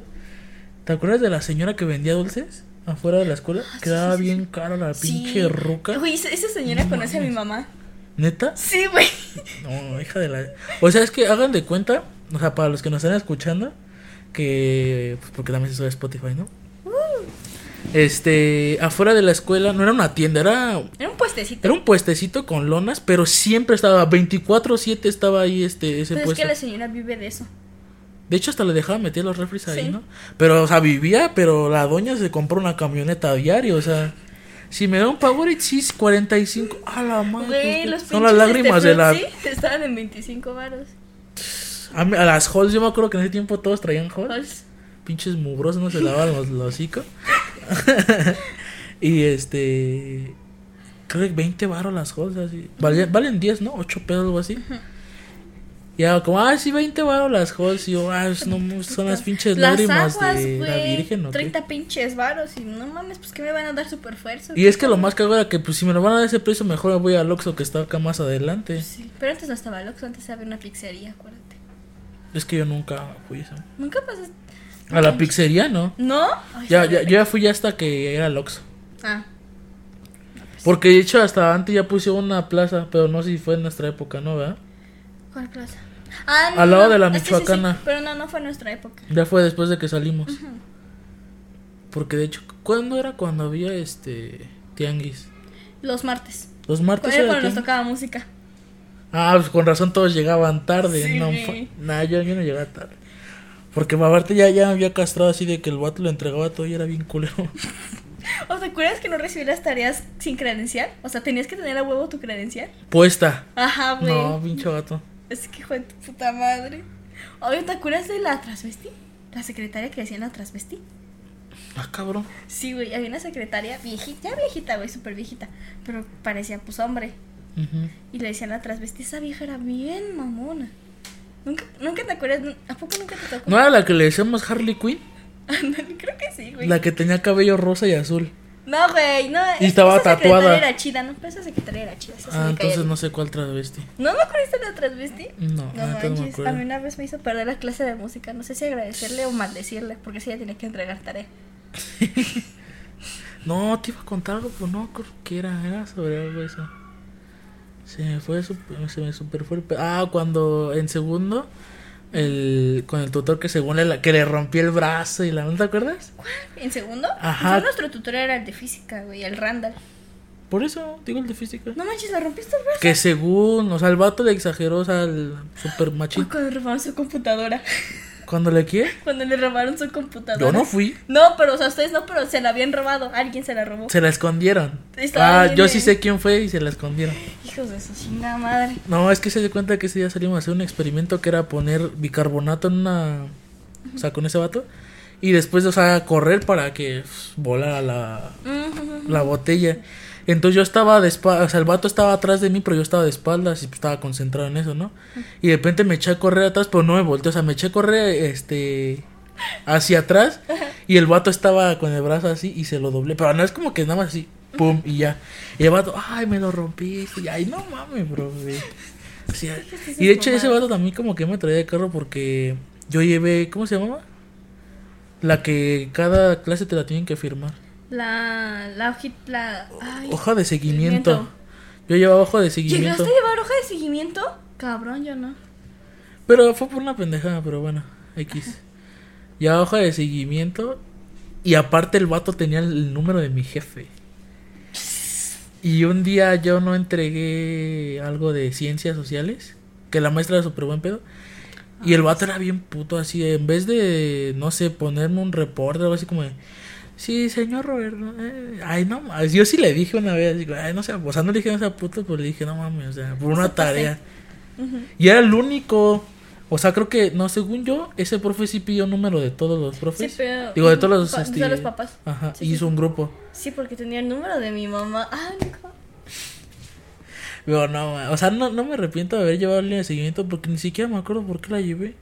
[SPEAKER 2] ¿Te acuerdas de la señora que vendía dulces afuera de la escuela? Quedaba bien cara la
[SPEAKER 3] Sí.
[SPEAKER 2] pinche ruca.
[SPEAKER 3] Güey, esa, esa señora conoce a mi mamá.
[SPEAKER 2] ¿Neta?
[SPEAKER 3] Sí, güey.
[SPEAKER 2] No, hija de la... O sea, es que hagan de cuenta, o sea, para los que nos están escuchando, que... Pues porque también se sube a Spotify, ¿no? Este, afuera de la escuela, no era una tienda, era,
[SPEAKER 3] Era un puestecito.
[SPEAKER 2] era un puestecito con lonas, pero siempre estaba, 24-7 estaba ahí este, ese
[SPEAKER 3] Pero es
[SPEAKER 2] puesto.
[SPEAKER 3] que la señora vive de eso.
[SPEAKER 2] De hecho, hasta le dejaba meter los refres ahí,
[SPEAKER 3] Sí.
[SPEAKER 2] ¿no? Pero, o sea, vivía, pero la doña se compró una camioneta a diario, o sea... Si me da un Powerade, sí, es 45. A la madre.
[SPEAKER 3] Güey,
[SPEAKER 2] pues,
[SPEAKER 3] los
[SPEAKER 2] Son las
[SPEAKER 3] pinches,
[SPEAKER 2] lágrimas
[SPEAKER 3] este,
[SPEAKER 2] de la
[SPEAKER 3] Fruitsy Estaban en 25 varos.
[SPEAKER 2] A, mí- a las halls, yo me acuerdo que en ese tiempo todos traían halls.
[SPEAKER 3] Halls.
[SPEAKER 2] Pinches mubrosos, no se lavaban los, los hocico. y este. Creo que 20 baros las halls, así. Valen, valen 10, ¿no? 8 pesos o algo así. Y era como, ah, sí, 20 baros las halls. Y yo, ah, es- no, son las pinches lágrimas de la Virgen, ¿o qué?
[SPEAKER 3] 30 pinches varos. Y no mames, pues que me van a dar super fuerza.
[SPEAKER 2] Y es que lo más cago era que, pues, si me lo van a dar a ese precio, mejor me voy al Oxxo que está acá más adelante.
[SPEAKER 3] Sí, pero antes no estaba loco, antes había una pizzería, acuérdate.
[SPEAKER 2] Es que yo nunca fui a eso.
[SPEAKER 3] Nunca pasaste.
[SPEAKER 2] A la pizzería, ¿no.
[SPEAKER 3] ¿No?
[SPEAKER 2] Ya, ya, yo ya fui hasta que era el Oxxo.
[SPEAKER 3] Ah,
[SPEAKER 2] Porque de hecho hasta antes ya puse una plaza, pero no sé si fue en nuestra época, ¿no? ¿Verdad?
[SPEAKER 3] ¿cuál plaza? Ah,
[SPEAKER 2] Al lado de la
[SPEAKER 3] Ah, sí, sí, sí,
[SPEAKER 2] Michoacana.
[SPEAKER 3] Pero no, no fue nuestra época.
[SPEAKER 2] Ya fue después de que salimos. Porque de hecho, ¿cuándo era cuando había este tianguis?
[SPEAKER 3] Los martes.
[SPEAKER 2] Los
[SPEAKER 3] Cuando
[SPEAKER 2] martes
[SPEAKER 3] era
[SPEAKER 2] era
[SPEAKER 3] Pues cuando nos
[SPEAKER 2] tianguis?
[SPEAKER 3] tocaba música.
[SPEAKER 2] Ah, pues con razón todos llegaban tarde.
[SPEAKER 3] Sí,
[SPEAKER 2] no,
[SPEAKER 3] güey.
[SPEAKER 2] fue- nah, yo, yo no llegaba tarde. Porque aparte ya, ya había castrado así de que el vato lo entregaba todo y era bien culero.
[SPEAKER 3] ¿O te acuerdas que no recibí las tareas sin credencial? O sea, tenías que tener a huevo tu credencial.
[SPEAKER 2] Puesta.
[SPEAKER 3] Ajá, Ah, güey.
[SPEAKER 2] No, pinche vato.
[SPEAKER 3] Es que hijo de tu puta madre. Oye, ¿te acuerdas de la transvesti? La secretaria que decían la transvesti.
[SPEAKER 2] Ah, cabrón.
[SPEAKER 3] Sí, güey, había una secretaria viejita, ya viejita, güey, súper viejita. Pero parecía pues hombre.
[SPEAKER 2] Ujú.
[SPEAKER 3] Y le decían la transvesti. Esa vieja era bien mamona. Nunca, nunca te acuerdas, ¿a poco nunca te tocó?
[SPEAKER 2] ¿No era la que le decíamos Harley Quinn?
[SPEAKER 3] Ándale, Creo que sí, güey.
[SPEAKER 2] La que tenía cabello rosa y azul.
[SPEAKER 3] No, güey, no.
[SPEAKER 2] Y estaba
[SPEAKER 3] esa secretaria
[SPEAKER 2] tatuada.
[SPEAKER 3] era chida, no, pero esa secretaria era chida. esa se
[SPEAKER 2] Ah,
[SPEAKER 3] me caía
[SPEAKER 2] entonces
[SPEAKER 3] bien.
[SPEAKER 2] no sé cuál travesti.
[SPEAKER 3] ¿No me acuerdas de la transvesti?
[SPEAKER 2] No,
[SPEAKER 3] No
[SPEAKER 2] neta, no me
[SPEAKER 3] manches,
[SPEAKER 2] acuerdo.
[SPEAKER 3] a mí una vez me hizo perder la clase de música. No sé si agradecerle o maldecirle, porque si ella tenía que entregar tarea.
[SPEAKER 2] No, te iba a contar algo, pero no creo que era, era sobre algo eso. Se me fue, sup- se me super fue el pe- Ah, cuando en segundo, el, con el tutor que según le, que le rompió el brazo y la... ¿No te acuerdas?
[SPEAKER 3] ¿En segundo?
[SPEAKER 2] Ajá.
[SPEAKER 3] Pues nuestro tutor era el de física, güey, el Randall.
[SPEAKER 2] Por eso, digo el de física.
[SPEAKER 3] No manches, ¿la rompiste el brazo?
[SPEAKER 2] Que según, o sea, el vato le exageró, o sea, al super
[SPEAKER 3] Fue
[SPEAKER 2] machito.
[SPEAKER 3] Cuando le robaron su computadora.
[SPEAKER 2] Cuando le quiere,
[SPEAKER 3] Cuando le robaron su computadora.
[SPEAKER 2] yo no fui.
[SPEAKER 3] No, pero, o sea, ustedes no, pero se la habían robado. Alguien se la robó.
[SPEAKER 2] Se la escondieron.
[SPEAKER 3] Estaba
[SPEAKER 2] Ah,
[SPEAKER 3] bien
[SPEAKER 2] yo
[SPEAKER 3] de-
[SPEAKER 2] sí sé quién fue y se la escondieron.
[SPEAKER 3] Hijos de su chingada madre.
[SPEAKER 2] No, es que se dio cuenta que ese día salimos a hacer un experimento que era poner bicarbonato en una. O sea, con ese vato. Y después, o sea, correr para que pues, volara la,
[SPEAKER 3] Ujú.
[SPEAKER 2] la botella. Entonces yo estaba de espaldas. O sea, el vato estaba atrás de mí, pero yo estaba de espaldas y pues, estaba concentrado en eso, ¿no? Y de repente me eché a correr atrás, pero no me volteé. O sea, me eché a correr este, hacia atrás. Y el vato estaba con el brazo así y se lo doblé. Pero no es como que nada más así. Pum, y ya. Y el vato, ay, me lo rompiste. Y ay, no mames, bro. güey". O sea, y de hecho, ese vato también como que me traía de carro porque yo llevé, ¿cómo se llamaba? La que cada clase te la tienen que firmar.
[SPEAKER 3] La. La hojita. La. Ay.
[SPEAKER 2] Hoja de seguimiento.
[SPEAKER 3] seguimiento.
[SPEAKER 2] Yo llevaba hoja de
[SPEAKER 3] ¿Llegaste
[SPEAKER 2] seguimiento.
[SPEAKER 3] a llevar hoja de seguimiento? Cabrón, yo no.
[SPEAKER 2] Pero fue por una pendejada, pero bueno, X. Llevaba hoja de seguimiento. Y aparte el vato tenía el número de mi jefe. Y un día yo no entregué algo de ciencias sociales. Que la maestra era súper buen pedo. Y
[SPEAKER 3] Ah.
[SPEAKER 2] el vato era bien puto así. En vez de, no sé, ponerme un reporte o algo así como de, Sí, señor Roberto. eh, ay, no mames. Yo sí le dije una vez. digo, ay, no sé. O sea, no le dije no sea puto, pero le dije, no mames. O sea,
[SPEAKER 3] Pues
[SPEAKER 2] por una tarea. Y era el único. O sea, creo que, no, según yo, ese profe sí pidió número de todos los profes.
[SPEAKER 3] Sí, pero-
[SPEAKER 2] Digo, de todos los, este,
[SPEAKER 3] Pa- de todos los papás.
[SPEAKER 2] Ajá,
[SPEAKER 3] Sí,
[SPEAKER 2] y
[SPEAKER 3] sí,
[SPEAKER 2] hizo un grupo.
[SPEAKER 3] Sí, porque tenía el número de mi mamá. Ah, no.
[SPEAKER 2] Digo, no, ma- o sea, no, no me arrepiento de haber llevado línea de seguimiento porque ni siquiera me acuerdo por qué la llevé.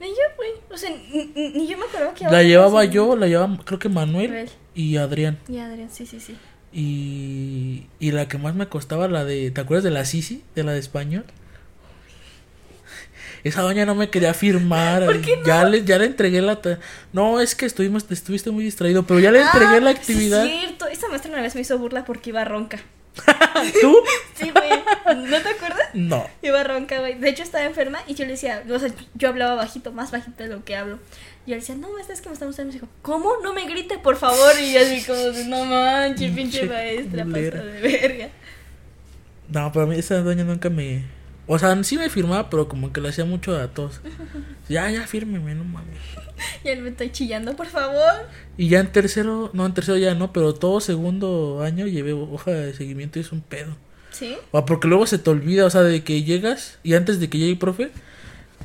[SPEAKER 3] Ni yo, güey. O sea, ni, ni- ni yo me acuerdo que.
[SPEAKER 2] La llevaba yo, la llevaba creo que Manuel
[SPEAKER 3] Manuel.
[SPEAKER 2] y Adrián.
[SPEAKER 3] Y Adrián, sí, sí, sí.
[SPEAKER 2] Y, y la que más me costaba, la de, ¿te acuerdas de la Sisi? De la de español. Esa doña no me quería firmar. Ya le, ya le entregué la... ta- No, es que estuvimos, estuviste muy distraído, pero ya le entregué la
[SPEAKER 3] Ah,
[SPEAKER 2] actividad.
[SPEAKER 3] sí, cierto. Esa maestra una vez me hizo burla porque iba ronca.
[SPEAKER 2] ¿Tú?
[SPEAKER 3] Sí, güey. ¿No te acuerdas?
[SPEAKER 2] No.
[SPEAKER 3] Iba ronca, güey. De hecho, estaba enferma y yo le decía, o sea, yo hablaba bajito, más bajito de lo que hablo. Y yo le decía, no, maestra, es que me está gustando. Y me dijo, ¿cómo? No me grite, por favor. Y yo así como, de, no manches, pinche
[SPEAKER 2] Pinche
[SPEAKER 3] maestra,
[SPEAKER 2] culera.
[SPEAKER 3] pasa de verga.
[SPEAKER 2] No, pero a mí esa doña nunca me... O sea, sí me firmaba, pero como que le hacía mucho a todos. Ya, ya, fírmeme, no mames.
[SPEAKER 3] Y él me está chillando, por favor.
[SPEAKER 2] Y ya en tercero, no, en tercero ya no, pero todo segundo año llevé hoja de seguimiento y es un pedo.
[SPEAKER 3] ¿Sí?
[SPEAKER 2] O porque luego se te olvida, o sea, de que llegas y antes de que llegue el profe,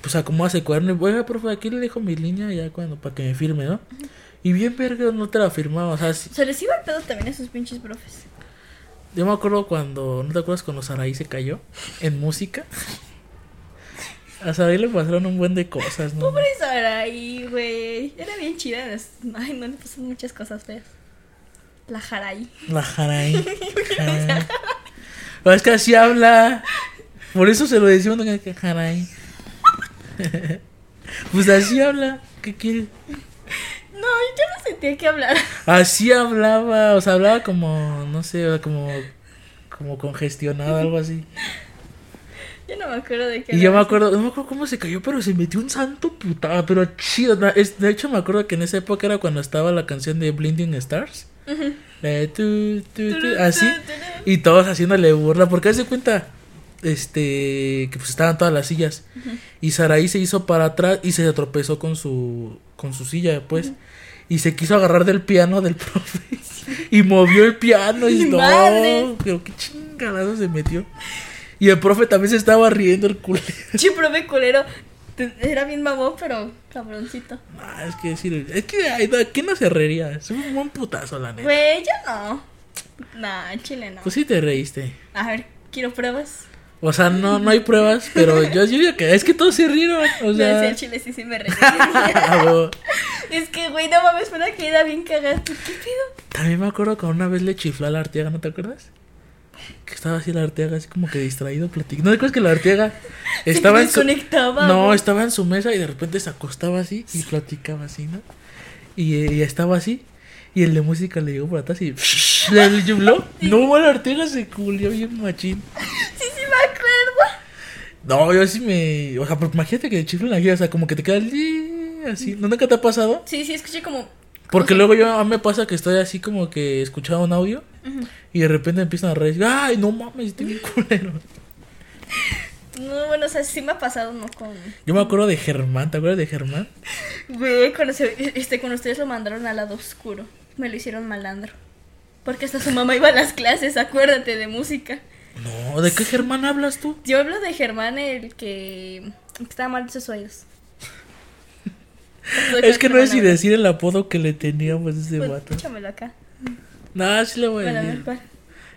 [SPEAKER 2] pues acomodas el cuaderno y, oiga, profe, aquí le dejo mi línea ya cuando, para que me firme, ¿no? Y bien, verga, no te la firmaba, o sea, sí-
[SPEAKER 3] O sea, les iba el pedo también a esos pinches profes.
[SPEAKER 2] yo me acuerdo cuando, ¿no te acuerdas cuando Saraí se cayó en música? A Saraí le pasaron un buen de cosas, ¿no?
[SPEAKER 3] Pobre Saraí, güey. Era bien chida. las- Ay, no le pasan muchas cosas feas. La Jaraí.
[SPEAKER 2] La Jaraí. Jaraí. No, es que así habla. Por eso se lo decimos doña que Jaraí. Pues así habla. ¿Qué quiere?
[SPEAKER 3] No, yo no sentía que hablar.
[SPEAKER 2] Así hablaba. O sea, hablaba como, no sé, o sea, como, como congestionado, algo así.
[SPEAKER 3] Yo no me acuerdo de qué
[SPEAKER 2] Y yo me
[SPEAKER 3] hablaba.
[SPEAKER 2] acuerdo, no me acuerdo cómo se cayó, pero se metió un santo putada, pero chido. na- es- de hecho, me acuerdo que en esa época era cuando estaba la canción de Blinding Stars. La de tu, tu, tu, así. Y todos haciéndole burla, porque haz de cuenta, este, que pues estaban todas las sillas. Y Saraí se hizo para atrás y se tropezó con su, con su silla, pues. Y se quiso agarrar del piano del profe. Y movió el piano y no.
[SPEAKER 3] Madre.
[SPEAKER 2] Pero qué chingadazo se metió. Y el profe también se estaba riendo el culo.
[SPEAKER 3] Che, profe culero. te- era bien mamón, pero cabroncito.
[SPEAKER 2] Ah, es que decir, es que ay, no, ¿quién no se reiría? Es un buen putazo, la neta.
[SPEAKER 3] Güey, yo no. Nah, en Chile no.
[SPEAKER 2] Pues sí te reíste.
[SPEAKER 3] A ver, quiero pruebas.
[SPEAKER 2] O sea, no, no hay pruebas, pero yo, yo digo que es que todos se rieron. O
[SPEAKER 3] No, sí,
[SPEAKER 2] sea,
[SPEAKER 3] en Chile sí, sí me reí.
[SPEAKER 2] Ah, huevo.
[SPEAKER 3] es que, güey, no mames, fue una caída bien cagada. ¿Qué pedo?
[SPEAKER 2] también me acuerdo que una vez le chifló a la Arteaga, ¿no te acuerdas? Que estaba así la Arteaga, así como que distraído, platicando. ¿No te acuerdas que la Arteaga estaba en su...
[SPEAKER 3] desconectaba.
[SPEAKER 2] No,
[SPEAKER 3] güey.
[SPEAKER 2] estaba en su mesa y de repente se acostaba así y platicaba así, ¿no? Y ella estaba así. Y el de música le llegó por atrás y le yubló. No, la Arteaga se culió bien machín.
[SPEAKER 3] Sí, sí, me acuerdo.
[SPEAKER 2] No, yo sí me. O sea, pero imagínate que chifle la guía, o sea, como que te quedas li- así. ¿No nunca te ha pasado?
[SPEAKER 3] Sí, sí, escuché como.
[SPEAKER 2] Porque luego yo a mí me pasa que estoy así como que escuchaba un audio y de repente empiezan a reír. ¡Ay, no mames! Estoy bien culero.
[SPEAKER 3] No, bueno, o sea, sí me ha pasado, no con.
[SPEAKER 2] Yo me acuerdo de Germán, ¿te acuerdas de Germán?
[SPEAKER 3] Güey, cuando, se- este, cuando ustedes lo mandaron al lado oscuro, me lo hicieron malandro. Porque hasta su mamá iba a las clases, acuérdate, de música.
[SPEAKER 2] No, ¿de qué Germán hablas tú?
[SPEAKER 3] Yo hablo de Germán, el que estaba mal de sus oídos.
[SPEAKER 2] Es que no sé si decir el apodo que le teníamos a ese
[SPEAKER 3] Pues,
[SPEAKER 2] vato.
[SPEAKER 3] échamelo acá.
[SPEAKER 2] No, sí le voy
[SPEAKER 3] Bueno,
[SPEAKER 2] a
[SPEAKER 3] a ver,
[SPEAKER 2] decir.
[SPEAKER 3] ¿cuál?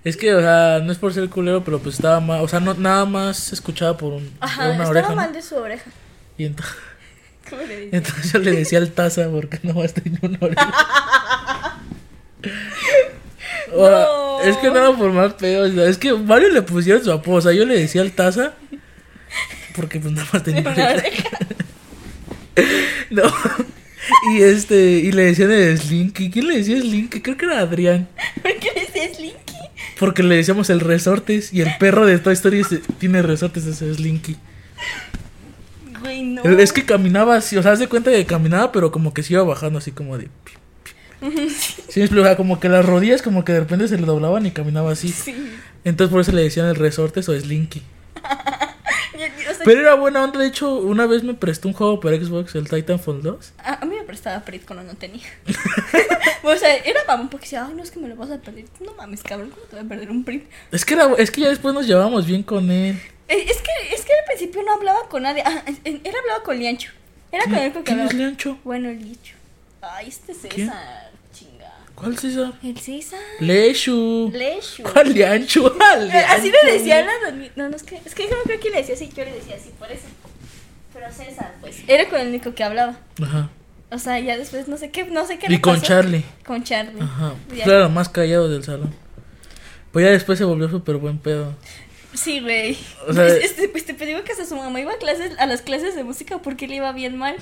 [SPEAKER 2] Es que, o sea, no es por ser culero, pero pues estaba mal. O sea, no, nada más escuchaba por un,
[SPEAKER 3] Ajá,
[SPEAKER 2] por una
[SPEAKER 3] estaba
[SPEAKER 2] oreja. ¿no?
[SPEAKER 3] mal de su oreja.
[SPEAKER 2] Y entonces.
[SPEAKER 3] ¿Cómo le dices?
[SPEAKER 2] Entonces yo le decía al taza porque no más tenía una oreja. O sea,
[SPEAKER 3] No.
[SPEAKER 2] Es que nada por más pedo. o sea, Es que varios le pusieron su apodo. O sea, yo le decía al taza porque pues nada más tenía una
[SPEAKER 3] Una
[SPEAKER 2] oreja.
[SPEAKER 3] oreja.
[SPEAKER 2] No. Y este, y le decían el Slinky. ¿Quién le decía Slinky? Creo que era Adrián.
[SPEAKER 3] ¿Por qué le dices Linky?
[SPEAKER 2] Porque le decíamos el resortes y el perro de Toy Story se- tiene resortes, ese es Slinky.
[SPEAKER 3] Güey, no.
[SPEAKER 2] Es que caminaba así, o sea, haz de cuenta que caminaba, pero como que se iba bajando así como de. pi, pi. Sí, me explico, o sea, como que las rodillas como que de repente se le doblaban y caminaba así.
[SPEAKER 3] Sí.
[SPEAKER 2] Entonces por eso le decían el resortes o Slinky.
[SPEAKER 3] Yo- yo- o sea,
[SPEAKER 2] Pero era buena onda, de hecho, una vez me prestó un juego para Xbox, el Titanfall 2.
[SPEAKER 3] A, a mí me prestaba Prit cuando no tenía. o sea, era mamón porque decía, ay, no es que me lo vas a perder. No mames, cabrón, ¿cómo te voy a perder un Prit?
[SPEAKER 2] Es que, era, es que ya después nos llevábamos bien con él.
[SPEAKER 3] Eh, Es que, es que al principio no hablaba con nadie. Ah, eh, eh, él hablaba con Liancho. Era con él con que
[SPEAKER 2] ¿Quién es
[SPEAKER 3] hablaba.
[SPEAKER 2] Leancho?
[SPEAKER 3] Bueno, Liancho. Ay, este César, chinga.
[SPEAKER 2] ¿Cuál César?
[SPEAKER 3] El César.
[SPEAKER 2] Lechu.
[SPEAKER 3] Lechu.
[SPEAKER 2] ¿Cuál Leancho? Ah,
[SPEAKER 3] Eh, Así
[SPEAKER 2] Leancho.
[SPEAKER 3] le decía la doñi- No, no, es que, es que yo no creo que le decía así, yo le decía así, por eso. Pero César, pues. Era con el único que hablaba.
[SPEAKER 2] Ajá.
[SPEAKER 3] O sea, ya después no sé qué, no sé qué
[SPEAKER 2] Y
[SPEAKER 3] le
[SPEAKER 2] con
[SPEAKER 3] pasó.
[SPEAKER 2] Charlie.
[SPEAKER 3] Con Charlie.
[SPEAKER 2] Ajá.
[SPEAKER 3] Ya.
[SPEAKER 2] Claro, más callado del salón. Pues ya después se volvió súper buen pedo.
[SPEAKER 3] Sí, güey.
[SPEAKER 2] O sea-
[SPEAKER 3] Pues, este, pues, te digo que hasta su mamá iba a clases, a las clases de música porque le iba bien mal.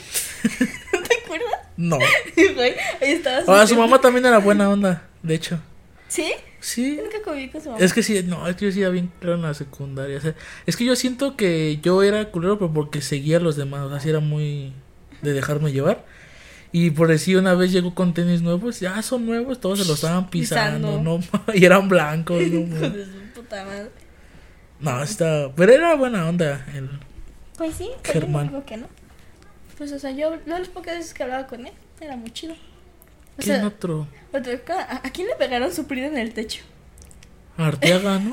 [SPEAKER 3] ¿No te acuerdas?
[SPEAKER 2] No.
[SPEAKER 3] Güey, ahí estaba
[SPEAKER 2] Ahora su
[SPEAKER 3] súper-
[SPEAKER 2] mamá también era buena onda, de hecho.
[SPEAKER 3] ¿Sí?
[SPEAKER 2] Sí.
[SPEAKER 3] Yo Nunca conviví con su mamá.
[SPEAKER 2] Es que sí, no, es que yo sí era bien claro en la secundaria. o sea, es que yo siento que yo era culero, pero porque seguía a los demás. O sea, sí era muy de dejarme llevar. Y por decir, una vez llegó con tenis nuevos, ya son nuevos, todos se los estaban pisando, no
[SPEAKER 3] Pisando.
[SPEAKER 2] ma- y eran blancos, no
[SPEAKER 3] Hijo
[SPEAKER 2] ma-
[SPEAKER 3] de su puta madre.
[SPEAKER 2] No, está, pero era buena onda. el-
[SPEAKER 3] Pues sí, pues yo no
[SPEAKER 2] Germán.
[SPEAKER 3] digo que no. Pues, o sea, yo no las pocas veces que hablaba con él, era muy chido. O
[SPEAKER 2] ¿Quién
[SPEAKER 3] sea,
[SPEAKER 2] otro?
[SPEAKER 3] otro ca- ¿a, a quién le pegaron su prida en el techo?
[SPEAKER 2] Arteaga, ¿no?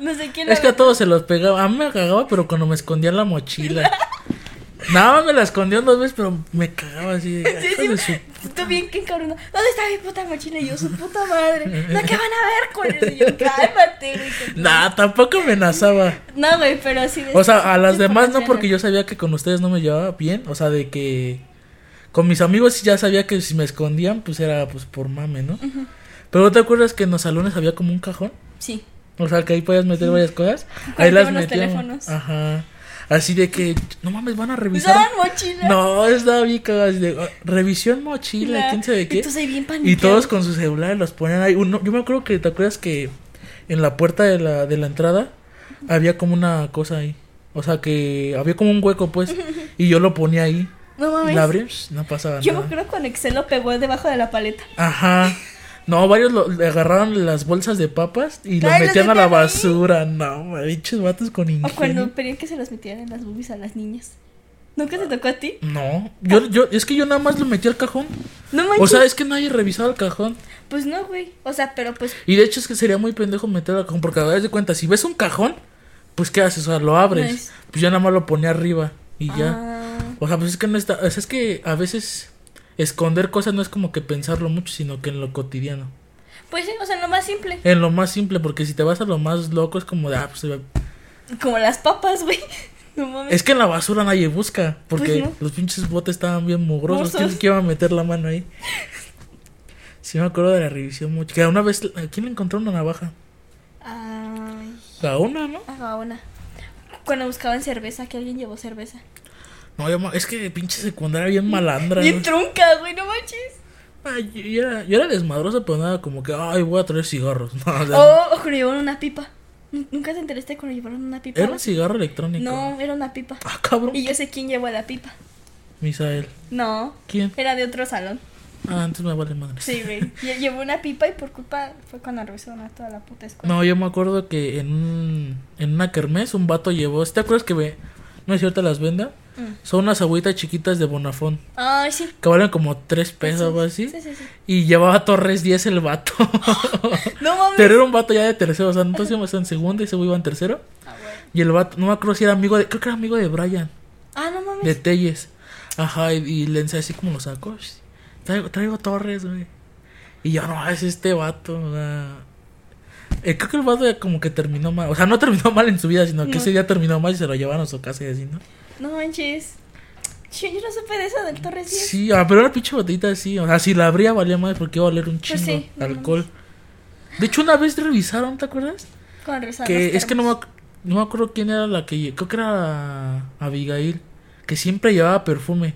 [SPEAKER 3] No sé quién
[SPEAKER 2] Es que
[SPEAKER 3] la-
[SPEAKER 2] a todos se los pegaba. A mí me cagaba, pero cuando me escondía en la mochila. Nada más me la escondía dos veces, pero me cagaba así. de,
[SPEAKER 3] Sí,
[SPEAKER 2] "Hijo
[SPEAKER 3] sí,
[SPEAKER 2] de su-".
[SPEAKER 3] Tú bien, qué cabrón. ¿Dónde está mi puta mochila? Y yo, su puta madre. ¿La que van a ver con eso? Y yo, cálmate, güey. con-
[SPEAKER 2] Nah, tampoco amenazaba.
[SPEAKER 3] No, güey, pero así de.
[SPEAKER 2] O sea, a las demás no,
[SPEAKER 3] proporcional.
[SPEAKER 2] porque yo sabía que con ustedes no me llevaba bien. O sea, de que con mis amigos ya sabía que si me escondían, pues era pues por mame, ¿no? Pero ¿no te acuerdas que en los salones había como un cajón?
[SPEAKER 3] Sí.
[SPEAKER 2] O sea, que ahí podías meter varias cosas.
[SPEAKER 3] Con
[SPEAKER 2] Ahí las
[SPEAKER 3] todos los
[SPEAKER 2] metíamos.
[SPEAKER 3] teléfonos.
[SPEAKER 2] Ajá. Así de que, no mames, van a revisar.
[SPEAKER 3] Usaban mochila.
[SPEAKER 2] No, estaba bien cagado. así de, "Ah, Revisión mochila, quién sabe qué.
[SPEAKER 3] Entonces, bien
[SPEAKER 2] Y
[SPEAKER 3] paniqueado.
[SPEAKER 2] todos con sus celulares los ponían ahí. Uno, yo me acuerdo que te acuerdas que en la puerta de la, de la entrada había como una cosa ahí. O sea que había como un hueco, pues. Y yo lo ponía ahí.
[SPEAKER 3] No
[SPEAKER 2] Y la
[SPEAKER 3] mames.
[SPEAKER 2] abrí, sh, no pasaba
[SPEAKER 3] Yo
[SPEAKER 2] nada.
[SPEAKER 3] creo que con Excel lo pegó debajo de la paleta.
[SPEAKER 2] Ajá. No, varios lo- le agarraron las bolsas de papas y lo
[SPEAKER 3] Ay, los
[SPEAKER 2] metían a la
[SPEAKER 3] metían ahí.
[SPEAKER 2] basura. No, ma, bichos vatos con
[SPEAKER 3] O cuando
[SPEAKER 2] ingenio.
[SPEAKER 3] pedían que se los metieran en las boobies a las niñas. ¿Nunca
[SPEAKER 2] Ah.
[SPEAKER 3] te tocó a ti?
[SPEAKER 2] No, yo, yo, es que yo nada más lo metí al cajón.
[SPEAKER 3] No manches.
[SPEAKER 2] O sea, es que nadie revisaba el cajón.
[SPEAKER 3] Pues no, güey. O sea, pero pues.
[SPEAKER 2] Y de hecho es que sería muy pendejo meterlo al cajón, porque a de cuenta, si ves un cajón, pues ¿qué haces? O sea, lo abres.
[SPEAKER 3] Nice.
[SPEAKER 2] Pues ya nada más lo ponía arriba. y ya.
[SPEAKER 3] Ah,
[SPEAKER 2] O sea, pues es que no está. O sea, es que a veces esconder cosas no es como que pensarlo mucho, sino que en lo cotidiano.
[SPEAKER 3] pues sí, o sea, lo más simple.
[SPEAKER 2] En lo más simple, porque si te vas a lo más loco es como de. Ah, pues,
[SPEAKER 3] Como las papas, güey. No mames.
[SPEAKER 2] es que en la basura nadie busca, porque
[SPEAKER 3] Pues no.
[SPEAKER 2] los pinches botes estaban bien mugrosos.
[SPEAKER 3] Mugrosos.
[SPEAKER 2] ¿Quién que iba a meter la mano ahí? Sí, me acuerdo de la revisión mucho. Que una vez. ¿A quién le encontró una navaja?
[SPEAKER 3] Ay,
[SPEAKER 2] A una, ¿no?
[SPEAKER 3] ah, una. Cuando buscaban cerveza, que alguien llevó cerveza.
[SPEAKER 2] No, yo ma- es que pinche secundaria bien malandra.
[SPEAKER 3] Bien
[SPEAKER 2] ¿no?
[SPEAKER 3] trunca, güey, no manches.
[SPEAKER 2] Ay, yo, yo era, yo era desmadroso, pero nada como que, ay, voy a traer cigarros. No, o sea,
[SPEAKER 3] O o cuando llevaron una pipa. ¿Nunca te enteraste cuando llevaron una pipa?
[SPEAKER 2] era un cigarro electrónico.
[SPEAKER 3] No, era una pipa.
[SPEAKER 2] Ah, cabrón.
[SPEAKER 3] Y yo sé quién llevó la pipa.
[SPEAKER 2] Misael.
[SPEAKER 3] No,
[SPEAKER 2] ¿Quién?
[SPEAKER 3] era de otro salón.
[SPEAKER 2] Ah, antes me vale madre.
[SPEAKER 3] Sí, güey. Lle- Llevó una pipa y por culpa fue cuando arruinó toda la puta escuela.
[SPEAKER 2] No, yo me acuerdo que en, un- en una kermés un vato llevó. ¿Te acuerdas que ve? No es cierto, las venda.
[SPEAKER 3] Mm.
[SPEAKER 2] Son unas agüitas chiquitas de Bonafón.
[SPEAKER 3] Ay, sí.
[SPEAKER 2] Que valen como tres pesos o algo así.
[SPEAKER 3] Sí, sí, sí.
[SPEAKER 2] Y llevaba Torres 10 el vato.
[SPEAKER 3] No mames.
[SPEAKER 2] Pero era un vato ya de tercero. O sea, entonces íbamos en segundo y ese güey iba en tercero.
[SPEAKER 3] Ah, güey.
[SPEAKER 2] Y el vato, no me acuerdo si era amigo de. Creo que era amigo de Brian.
[SPEAKER 3] Ah, no mames.
[SPEAKER 2] De Telles. Ajá, y, y le enseñé así como lo sacó. sh, Traigo, traigo Torres, güey. Y yo, no, es este vato, o sea. eh, creo que el vato ya como que terminó mal. O sea, no terminó mal en su vida, sino que
[SPEAKER 3] No.
[SPEAKER 2] ese día terminó mal y se lo llevaron a su casa y así, ¿no?
[SPEAKER 3] No manches. Yo, yo no supe de eso del Torres 10.
[SPEAKER 2] Sí, ah, pero era pinche botellita así. O sea, si la abría valía más porque iba a oler un chingo
[SPEAKER 3] Pues sí, no
[SPEAKER 2] alcohol. De hecho, una vez revisaron, ¿te acuerdas?
[SPEAKER 3] Con rezar
[SPEAKER 2] que
[SPEAKER 3] los
[SPEAKER 2] es que no me,
[SPEAKER 3] termos.
[SPEAKER 2] ac- no me acuerdo quién era la que lle- creo que era Abigail que siempre llevaba perfume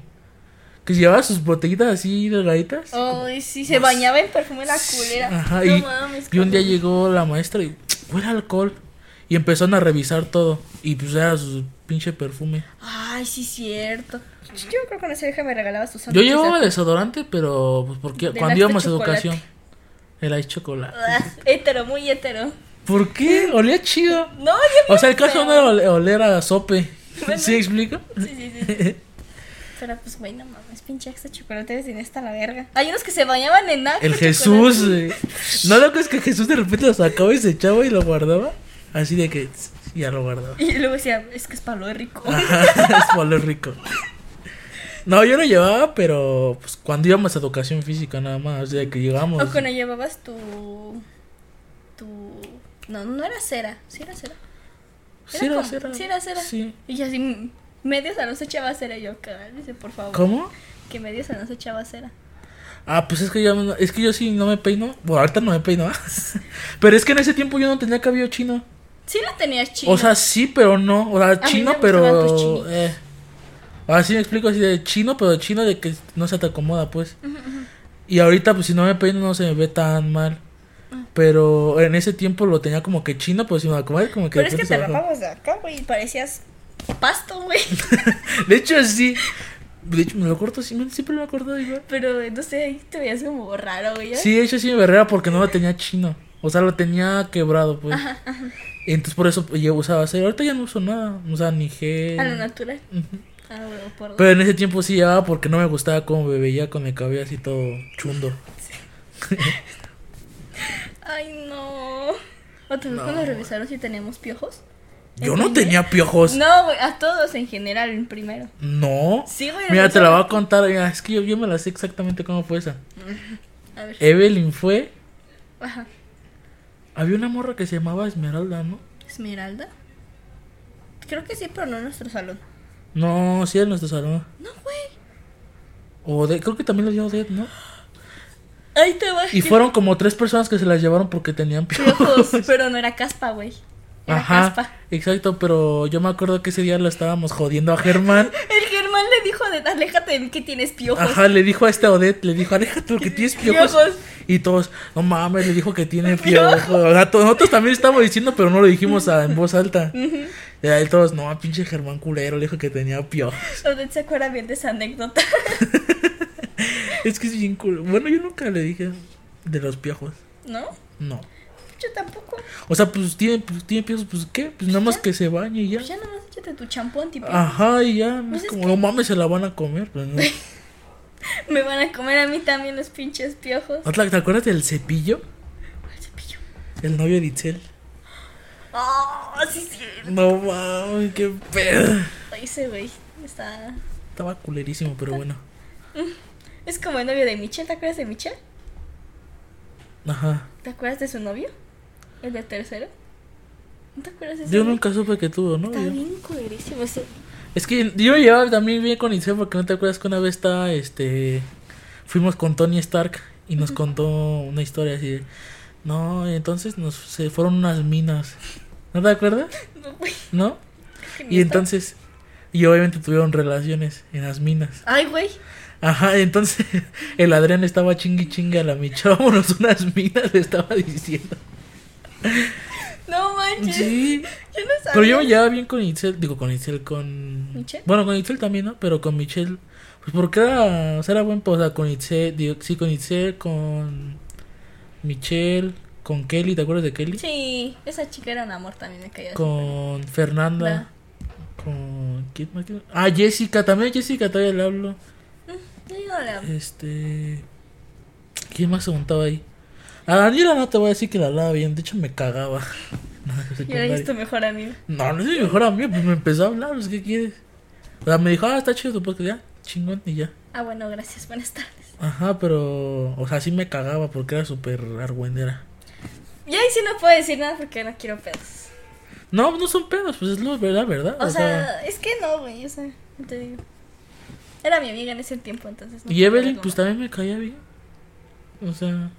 [SPEAKER 2] que llevaba sus botellitas así delgaditas
[SPEAKER 3] Ay, sí, se bañaba en perfume la culera.
[SPEAKER 2] Ajá,
[SPEAKER 3] Oh, no
[SPEAKER 2] y,
[SPEAKER 3] mames.
[SPEAKER 2] y un día
[SPEAKER 3] cabrón.
[SPEAKER 2] llegó la maestra y huele a alcohol y empezaron a revisar todo y pues era su pinche perfume
[SPEAKER 3] Ay, sí, cierto. Yo creo que con esa vieja me regalaba sus
[SPEAKER 2] yo
[SPEAKER 3] sándwiches de-
[SPEAKER 2] llevaba desodorante pero pues porque
[SPEAKER 3] Del
[SPEAKER 2] cuando
[SPEAKER 3] Ice
[SPEAKER 2] íbamos a
[SPEAKER 3] chocolate.
[SPEAKER 2] educación el ice chocolate
[SPEAKER 3] Ah, Hétero, muy hétero.
[SPEAKER 2] ¿por qué olía chido
[SPEAKER 3] No, yo
[SPEAKER 2] o sea el caso no era ole- oler a sope ¿sí me explico?
[SPEAKER 3] Sí, sí, sí, sí. Pero pues, güey, no mames, pinche extra chocolate sin esta la verga. Hay unos que se bañaban en agua.
[SPEAKER 2] El Jesús, eh. ¿no lo crees que Jesús de repente lo sacaba y se echaba y lo guardaba? Así de que tss, ya lo guardaba.
[SPEAKER 3] Y luego decía, es que es palo de rico.
[SPEAKER 2] Ajá, es por lo rico. No, yo lo llevaba, pero pues cuando íbamos a educación física nada más, o sea, que llegamos.
[SPEAKER 3] O cuando llevabas tu. Tu. No, no era cera. Sí, era cera.
[SPEAKER 2] Sí, Pues era,
[SPEAKER 3] como-
[SPEAKER 2] sí era.
[SPEAKER 3] sí era cera.
[SPEAKER 2] Sí.
[SPEAKER 3] Y yo así, mm, medio salón se echaba cera. Y yo, cálmese, por favor.
[SPEAKER 2] ¿Cómo?
[SPEAKER 3] Que medio salón se echaba cera.
[SPEAKER 2] Ah, pues es que yo, no- es que yo sí no me peino. Bueno, ahorita no me peino. ¿ah? pero es que en ese tiempo yo no tenía cabello chino.
[SPEAKER 3] Sí lo tenías chido.
[SPEAKER 2] O sea, sí, pero no. O sea,
[SPEAKER 3] me
[SPEAKER 2] chino,
[SPEAKER 3] gustaban tus
[SPEAKER 2] pero.
[SPEAKER 3] chinitos.
[SPEAKER 2] Eh, así me explico, así de chino, pero chino de que no se te acomoda, pues. Y ahorita, pues si no me peino, no se me ve tan mal.
[SPEAKER 3] Ah.
[SPEAKER 2] Pero en ese tiempo lo tenía como que chino, pero si me acomoda, como que.
[SPEAKER 3] Pero
[SPEAKER 2] de
[SPEAKER 3] es
[SPEAKER 2] repente
[SPEAKER 3] que te
[SPEAKER 2] se bajó.
[SPEAKER 3] rapabas de acá, güey. Y parecías pasto, güey.
[SPEAKER 2] De hecho, sí. De hecho, me lo corto, sí, me- siempre me lo acuerdo igual.
[SPEAKER 3] Pero no sé, ahí te veías como raro, güey. ¿eh?
[SPEAKER 2] Sí, de hecho, sí me berrea porque no lo tenía chino. O sea, lo tenía quebrado, pues. Entonces, por eso pues, yo usaba así. Ahorita ya no uso nada. O sea, ni gel.
[SPEAKER 3] A lo natural.
[SPEAKER 2] Ujú.
[SPEAKER 3] A huevo, por
[SPEAKER 2] Pero en ese tiempo sí llevaba porque no me gustaba cómo me veía con el cabello así todo chundo.
[SPEAKER 3] Ay, no. ¿O te
[SPEAKER 2] No.
[SPEAKER 3] cuando revisaron si teníamos piojos?
[SPEAKER 2] Yo
[SPEAKER 3] ¿En
[SPEAKER 2] no
[SPEAKER 3] primer?
[SPEAKER 2] tenía piojos. No.
[SPEAKER 3] No, güey, a todos en general, en primero. Sí, güey.
[SPEAKER 2] Mira, te la voy
[SPEAKER 3] revisaron.
[SPEAKER 2] a contar. Mira, es que yo, yo me la sé exactamente cómo fue esa.
[SPEAKER 3] A
[SPEAKER 2] Eh.
[SPEAKER 3] ver.
[SPEAKER 2] Evelyn fue.
[SPEAKER 3] Ajá.
[SPEAKER 2] Había una morra que se llamaba Esmeralda, ¿no?
[SPEAKER 3] Esmeralda. Creo que sí, pero no en nuestro salón.
[SPEAKER 2] No, sí, en nuestro salón.
[SPEAKER 3] No, güey.
[SPEAKER 2] O de, creo que también lo dio Odette, ¿no?
[SPEAKER 3] Ahí te va.
[SPEAKER 2] Y fueron como tres personas que se las llevaron porque tenían piojos.
[SPEAKER 3] piojos, pero no era caspa, güey. Era
[SPEAKER 2] Ajá,
[SPEAKER 3] caspa.
[SPEAKER 2] exacto, pero yo me acuerdo que ese día lo estábamos jodiendo a Germán.
[SPEAKER 3] El Germán le dijo de aléjate de mí que tienes piojos.
[SPEAKER 2] Ajá, le dijo a esta Odette, le dijo, aléjate porque tienes piojos.
[SPEAKER 3] Piojos.
[SPEAKER 2] Y todos, no mames, le dijo que tiene
[SPEAKER 3] Piojos.
[SPEAKER 2] piojos. O sea, to- nosotros también estábamos diciendo, pero no lo dijimos a- en voz alta. Y ahí todos, no, pinche Germán culero, le dijo que tenía piojos.
[SPEAKER 3] Odette se acuerda bien de esa anécdota.
[SPEAKER 2] Es que es bien culero. Bueno, yo nunca le dije de los piojos.
[SPEAKER 3] ¿No?
[SPEAKER 2] No.
[SPEAKER 3] Yo tampoco.
[SPEAKER 2] O sea, pues tiene, pues, tiene piojos, pues qué, pues nada más que se bañe y ya.
[SPEAKER 3] Pues ya nomás échate tu champú antipiojos.
[SPEAKER 2] Ajá, y ya. no
[SPEAKER 3] Pues
[SPEAKER 2] Es
[SPEAKER 3] es
[SPEAKER 2] como,
[SPEAKER 3] que-
[SPEAKER 2] no mames, se la van a comer. Pues, no. Ah.
[SPEAKER 3] Me van a comer a mí también los pinches piojos.
[SPEAKER 2] ¿No ¿Te te acuerdas del cepillo?
[SPEAKER 3] Al cepillo.
[SPEAKER 2] El novio de Itzel.
[SPEAKER 3] Ah, sí, sí.
[SPEAKER 2] No mames, qué pedo.
[SPEAKER 3] Ay, ese güey. Está...
[SPEAKER 2] Estaba culerísimo, pero bueno.
[SPEAKER 3] Es como el novio de Michelle, ¿te acuerdas de Michelle?
[SPEAKER 2] Ajá.
[SPEAKER 3] ¿Te acuerdas de su novio? El de tercero. ¿No te acuerdas de ese
[SPEAKER 2] Yo
[SPEAKER 3] güey?
[SPEAKER 2] nunca supe que tuvo, ¿no?
[SPEAKER 3] Está bien culerísimo ese.
[SPEAKER 2] Es que yo me llevaba también bien con Itzel porque no te acuerdas que una vez está, este, fuimos con Tony Stark y nos contó una historia así de, no, entonces nos se fueron unas minas, ¿no te acuerdas?
[SPEAKER 3] No, güey,
[SPEAKER 2] ¿No?
[SPEAKER 3] qué
[SPEAKER 2] Y
[SPEAKER 3] neta.
[SPEAKER 2] entonces, y obviamente tuvieron relaciones en las minas.
[SPEAKER 3] Ay, güey.
[SPEAKER 2] Ajá, entonces el Adrián estaba chingui chinga a la micha, vámonos unas minas, le estaba diciendo.
[SPEAKER 3] No manches.
[SPEAKER 2] Sí,
[SPEAKER 3] Yo no sabía.
[SPEAKER 2] Pero yo me llevaba bien con Itzel, digo con Itzel, con...
[SPEAKER 3] ¿Michelle?
[SPEAKER 2] Bueno, con Itzel también, ¿no? Pero con Michelle, pues porque era, o sea, era buen, o sea, con Itzel, digo, sí, con Itzel, con Michelle, con Kelly, ¿te acuerdas de Kelly?
[SPEAKER 3] Sí, esa chica era un amor también, me caía.
[SPEAKER 2] Con Fernanda, con... ¿Quién más? ¿Quién más? Ah, Jessica, también a Jessica, todavía le hablo.
[SPEAKER 3] Mm, Yo no la amo.
[SPEAKER 2] Este... ¿Quién más se montaba ahí? A Daniela no te voy a decir que la hablaba bien, de hecho me cagaba. No,
[SPEAKER 3] Yo era
[SPEAKER 2] secundaria.
[SPEAKER 3] tu mejor amigo.
[SPEAKER 2] No, no es mi mejor amigo, pues me empezó a hablar, pues, ¿qué quieres? O sea, me dijo, ah, está chido tu podcast, ya, chingón, y ya.
[SPEAKER 3] Ah, bueno, gracias, buenas tardes.
[SPEAKER 2] Ajá, pero, o sea, sí me cagaba porque era súper argüendera.
[SPEAKER 3] Y ahí sí no puedo decir nada porque no quiero pedos.
[SPEAKER 2] No, no son pedos, pues es lo, la verdad.
[SPEAKER 3] O, sea, es que no, güey, o sea, no te digo. Era mi amiga en ese tiempo, entonces. No
[SPEAKER 2] y
[SPEAKER 3] puedo
[SPEAKER 2] Evelyn,
[SPEAKER 3] hablar
[SPEAKER 2] pues
[SPEAKER 3] como-
[SPEAKER 2] también me caía bien. O sea,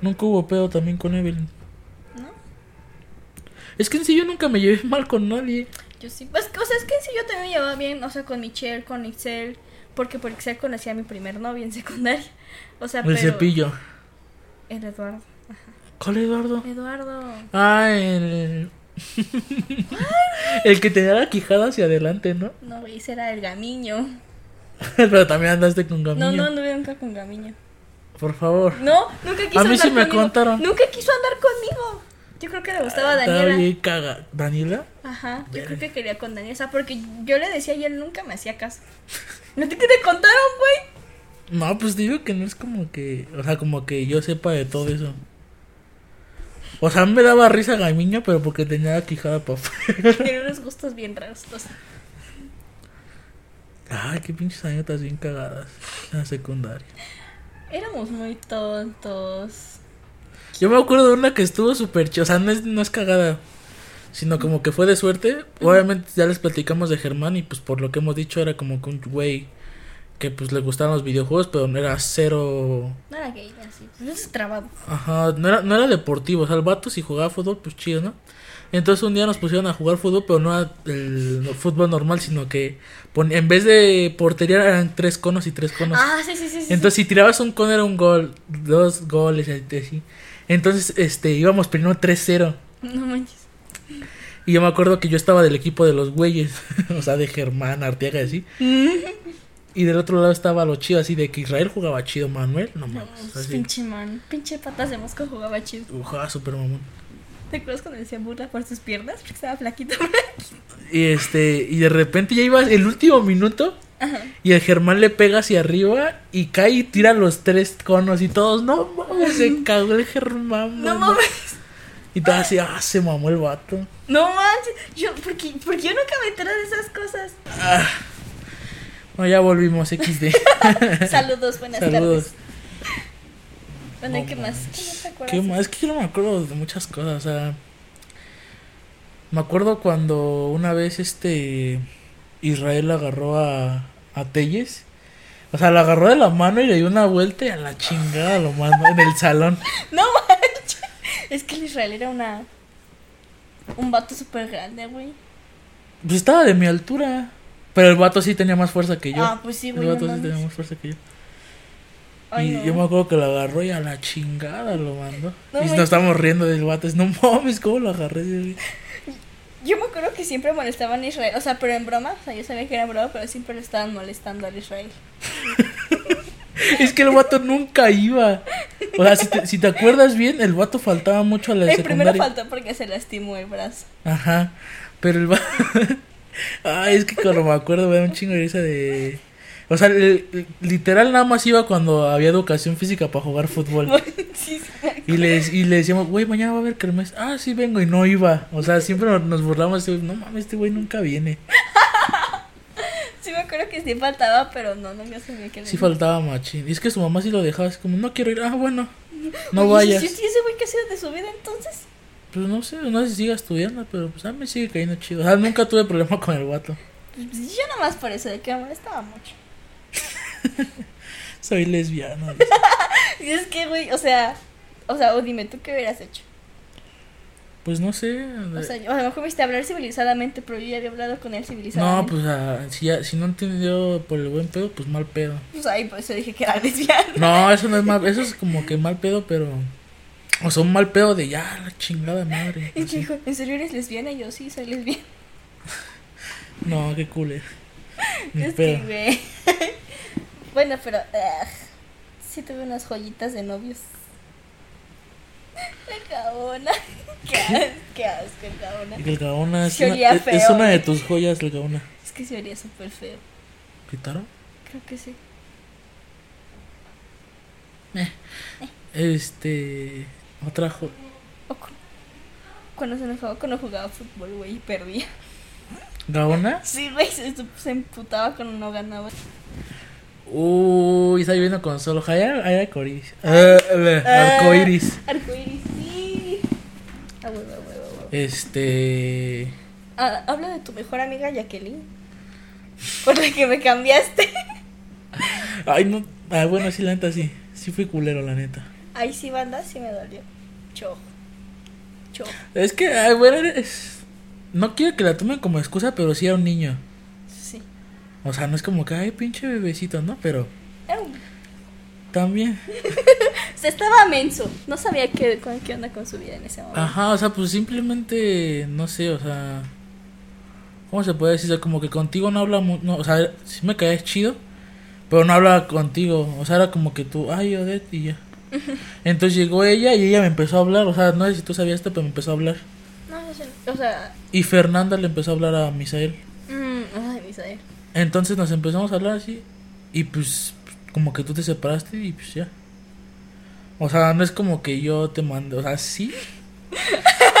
[SPEAKER 2] nunca hubo pedo también con Evelyn.
[SPEAKER 3] ¿No?
[SPEAKER 2] Es que en sí yo nunca me llevé mal con nadie.
[SPEAKER 3] Yo sí. Pues, o sea, es que sí, yo también me llevaba bien, o sea, con Michelle, con Ixel. Porque por Ixel conocí a mi primer novio en secundaria. O sea,
[SPEAKER 2] El
[SPEAKER 3] Ah, pero.
[SPEAKER 2] cepillo.
[SPEAKER 3] El Eduardo.
[SPEAKER 2] ¿Cuál Eduardo?
[SPEAKER 3] Eduardo.
[SPEAKER 2] Ah, el. el que tenía la quijada hacia adelante, ¿no?
[SPEAKER 3] No, güey, ese era el Gamiño.
[SPEAKER 2] Pero también andaste con Gamillo.
[SPEAKER 3] No, no, no nunca con Gamiño.
[SPEAKER 2] Por favor.
[SPEAKER 3] No, nunca quiso
[SPEAKER 2] A mí
[SPEAKER 3] andar
[SPEAKER 2] sí me
[SPEAKER 3] conmigo.
[SPEAKER 2] contaron. Ah,
[SPEAKER 3] Nunca quiso andar conmigo. Yo creo que le gustaba a
[SPEAKER 2] Está
[SPEAKER 3] Ah, Daniela.
[SPEAKER 2] bien caga. ¿Daniela?
[SPEAKER 3] Ajá, yo
[SPEAKER 2] Verga.
[SPEAKER 3] creo que quería con Daniela. O sea, porque yo le decía y él nunca me hacía caso. ¿No te, qué te contaron, güey?
[SPEAKER 2] No, pues digo que no es como que. O sea, como que yo sepa de todo eso. O sea, me daba risa Gamiño, pero porque tenía la quijada para
[SPEAKER 3] Tiene unos gustos bien raros. o sea.
[SPEAKER 2] Ay, qué pinches anécdotas bien cagadas. En la secundaria.
[SPEAKER 3] éramos muy tontos.
[SPEAKER 2] Yo me acuerdo de una que estuvo súper chida. O sea, no es, no es cagada. Sino como que fue de suerte. Obviamente ya les platicamos de Germán y pues por lo que hemos dicho era como que un güey que pues le gustaban los videojuegos, pero no era cero
[SPEAKER 3] No era gay, así. No es trabado.
[SPEAKER 2] Ajá, no era, no era deportivo, o sea, el vato si jugaba fútbol, pues chido, ¿no? Entonces un día nos pusieron a jugar fútbol, pero no era el fútbol normal, sino que pon- en vez de portería eran tres conos y tres conos.
[SPEAKER 3] Ah, sí, sí, sí. sí,
[SPEAKER 2] Entonces si tirabas un cono era un gol, dos goles, y así. Entonces este íbamos primero 3-0.
[SPEAKER 3] sí. No manches.
[SPEAKER 2] Y yo me acuerdo que yo estaba del equipo de los güeyes, o sea, de Germán, Arteaga y así.
[SPEAKER 3] Mm.
[SPEAKER 2] Y del otro lado estaba lo chido, así de que Israel jugaba chido, Manuel, no
[SPEAKER 3] No,
[SPEAKER 2] mames.
[SPEAKER 3] pues,
[SPEAKER 2] así,
[SPEAKER 3] pinche man. Pinche patas de mosca jugaba chido.
[SPEAKER 2] jugaba súper mamón.
[SPEAKER 3] ¿Te acuerdas cuando le decía burla por sus piernas? Porque estaba flaquito.
[SPEAKER 2] Y este, y de repente ya iba el último minuto
[SPEAKER 3] Ajá.
[SPEAKER 2] y el Germán le pega hacia arriba y cae y tira los tres conos y todos, no mames, se cagó el Germán.
[SPEAKER 3] No
[SPEAKER 2] mano".
[SPEAKER 3] mames.
[SPEAKER 2] Y todo así, ah, se mamó el vato.
[SPEAKER 3] No manches. Yo, porque, porque yo nunca me entero de esas cosas.
[SPEAKER 2] Bueno, ya volvimos, XD.
[SPEAKER 3] Saludos, buenas
[SPEAKER 2] Saludos.
[SPEAKER 3] tardes. Bueno, ¿y
[SPEAKER 2] No
[SPEAKER 3] ¿qué más? ¿Qué más te acuerdas?
[SPEAKER 2] ¿Qué más? Es que yo no me acuerdo de muchas cosas, o sea. Me acuerdo cuando una vez este Israel agarró a, a Telles. O sea, la agarró de la mano y le dio una vuelta y a la chingada lo mandó en el salón.
[SPEAKER 3] No manches. Es que el Israel era una. Un vato súper grande, güey.
[SPEAKER 2] Pues estaba de mi altura. Pero el vato sí tenía más fuerza que yo.
[SPEAKER 3] Ah, pues sí,
[SPEAKER 2] el
[SPEAKER 3] güey. no
[SPEAKER 2] vato sí
[SPEAKER 3] mames.
[SPEAKER 2] tenía más fuerza que yo.
[SPEAKER 3] Ay,
[SPEAKER 2] y
[SPEAKER 3] no.
[SPEAKER 2] yo me acuerdo que lo agarró y a la chingada lo mandó.
[SPEAKER 3] No,
[SPEAKER 2] y nos
[SPEAKER 3] güey.
[SPEAKER 2] estamos riendo del vato. Es, no mames, ¿cómo lo agarré?
[SPEAKER 3] Yo me acuerdo que siempre molestaban a Israel, o sea, pero en broma, o sea, yo sabía que era broma, pero siempre lo estaban molestando al Israel.
[SPEAKER 2] Es que el vato nunca iba. O sea, si te, si te acuerdas bien, el vato faltaba mucho a la
[SPEAKER 3] El primero
[SPEAKER 2] secundaria.
[SPEAKER 3] faltó porque se lastimó el brazo.
[SPEAKER 2] Ajá. Pero el vato. Ay, es que cuando me acuerdo, me da un chingo de risa de. O sea, el- el- literal nada más iba cuando había educación física para jugar fútbol.
[SPEAKER 3] Sí, sí.
[SPEAKER 2] Y le y les decíamos, güey, mañana va a haber kermés. Ah, sí, vengo. Y no iba. O sea, siempre nos, nos burlamos. y, No mames, este güey nunca viene.
[SPEAKER 3] acuerdo que sí faltaba, pero no, no me asumí que le
[SPEAKER 2] Sí faltaba machín. Y es que su mamá sí lo dejaba así como, no quiero ir. Ah, bueno, no
[SPEAKER 3] Oye,
[SPEAKER 2] vayas.
[SPEAKER 3] ¿Y ese güey qué hacía de su vida entonces?
[SPEAKER 2] Pues no sé, no sé si siga estudiando, pero pues a mí sigue cayendo chido. O sea, nunca tuve problema con el vato.
[SPEAKER 3] Pues, yo nomás por eso, de que me molestaba mucho.
[SPEAKER 2] Soy lesbiana.
[SPEAKER 3] Y es que, güey, o sea, o sea, o dime, ¿tú qué hubieras hecho?
[SPEAKER 2] Pues no sé.
[SPEAKER 3] O sea, yo- a lo mejor me hiciste hablar civilizadamente, pero yo ya había hablado con él civilizadamente.
[SPEAKER 2] no, pues ah, si, ya- si no entendió por el buen pedo, pues mal pedo.
[SPEAKER 3] Pues ahí por eso dije que era lesbiana.
[SPEAKER 2] No, eso no es mal, eso es como que mal pedo, pero... O sea, un mal pedo de ya, la chingada madre.
[SPEAKER 3] Y me
[SPEAKER 2] así.
[SPEAKER 3] dijo, ¿en serio eres lesbiana? Y yo, sí, soy lesbiana.
[SPEAKER 2] No, qué culé. Ni
[SPEAKER 3] Es que,
[SPEAKER 2] pedo.
[SPEAKER 3] güey. bueno, pero. ugh, sí tuve unas joyitas de novios. La cabona. Qué, as- qué asco, el cabona.
[SPEAKER 2] El Gaona es
[SPEAKER 3] Se
[SPEAKER 2] una,
[SPEAKER 3] olía
[SPEAKER 2] es- es
[SPEAKER 3] feo.
[SPEAKER 2] una de tus joyas, el Gaona.
[SPEAKER 3] Es que se olía súper feo.
[SPEAKER 2] ¿Quitaron?
[SPEAKER 3] Creo que sí.
[SPEAKER 2] Este. Otra joya.
[SPEAKER 3] O cu- cuando se enojaba, cuando jugaba fútbol, güey, y perdía.
[SPEAKER 2] ¿Gaona?
[SPEAKER 3] Sí, güey, se, se emputaba cuando no ganaba.
[SPEAKER 2] Uy, está lloviendo con solo. Hay, hay arcoiris. Ah,
[SPEAKER 3] Eh.
[SPEAKER 2] ah, arcoiris.
[SPEAKER 3] Arcoiris, sí. Ah, güey, güey, güey, güey.
[SPEAKER 2] Eh. Este.
[SPEAKER 3] Ah, habla de tu mejor amiga Jacqueline. Por la que me cambiaste.
[SPEAKER 2] Ay, no. Ah, bueno, sí, la neta sí. Sí fui culero, la neta.
[SPEAKER 3] Ahí sí, banda, sí me dolió. Chojo. Chojo.
[SPEAKER 2] Es que, ay, bueno, eres- No quiero que la tomen como excusa, pero sí era un niño.
[SPEAKER 3] Sí.
[SPEAKER 2] O sea, no es como que, ay, pinche bebecito, ¿no? Pero
[SPEAKER 3] Era un-
[SPEAKER 2] también.
[SPEAKER 3] O sea, estaba menso. No sabía qué, con- qué onda con su vida en ese momento.
[SPEAKER 2] Ajá, o sea, pues simplemente, no sé, o sea, ¿cómo se puede decir? O sea, como que contigo no habla, mu- no, o sea, sí me caes chido, pero no hablaba contigo, o sea, era como que tú, ay, Odette, y ya. Entonces llegó ella y ella me empezó a hablar, o sea, no sé si tú sabías esto, pero me empezó a hablar.
[SPEAKER 3] No, yo sé. O sea.
[SPEAKER 2] Y Fernanda le empezó a hablar a Misael.
[SPEAKER 3] mm, ay, Misael.
[SPEAKER 2] Entonces nos empezamos a hablar así, y pues, como que tú te separaste y pues ya. O sea, no es como que yo te mando, o sea, sí,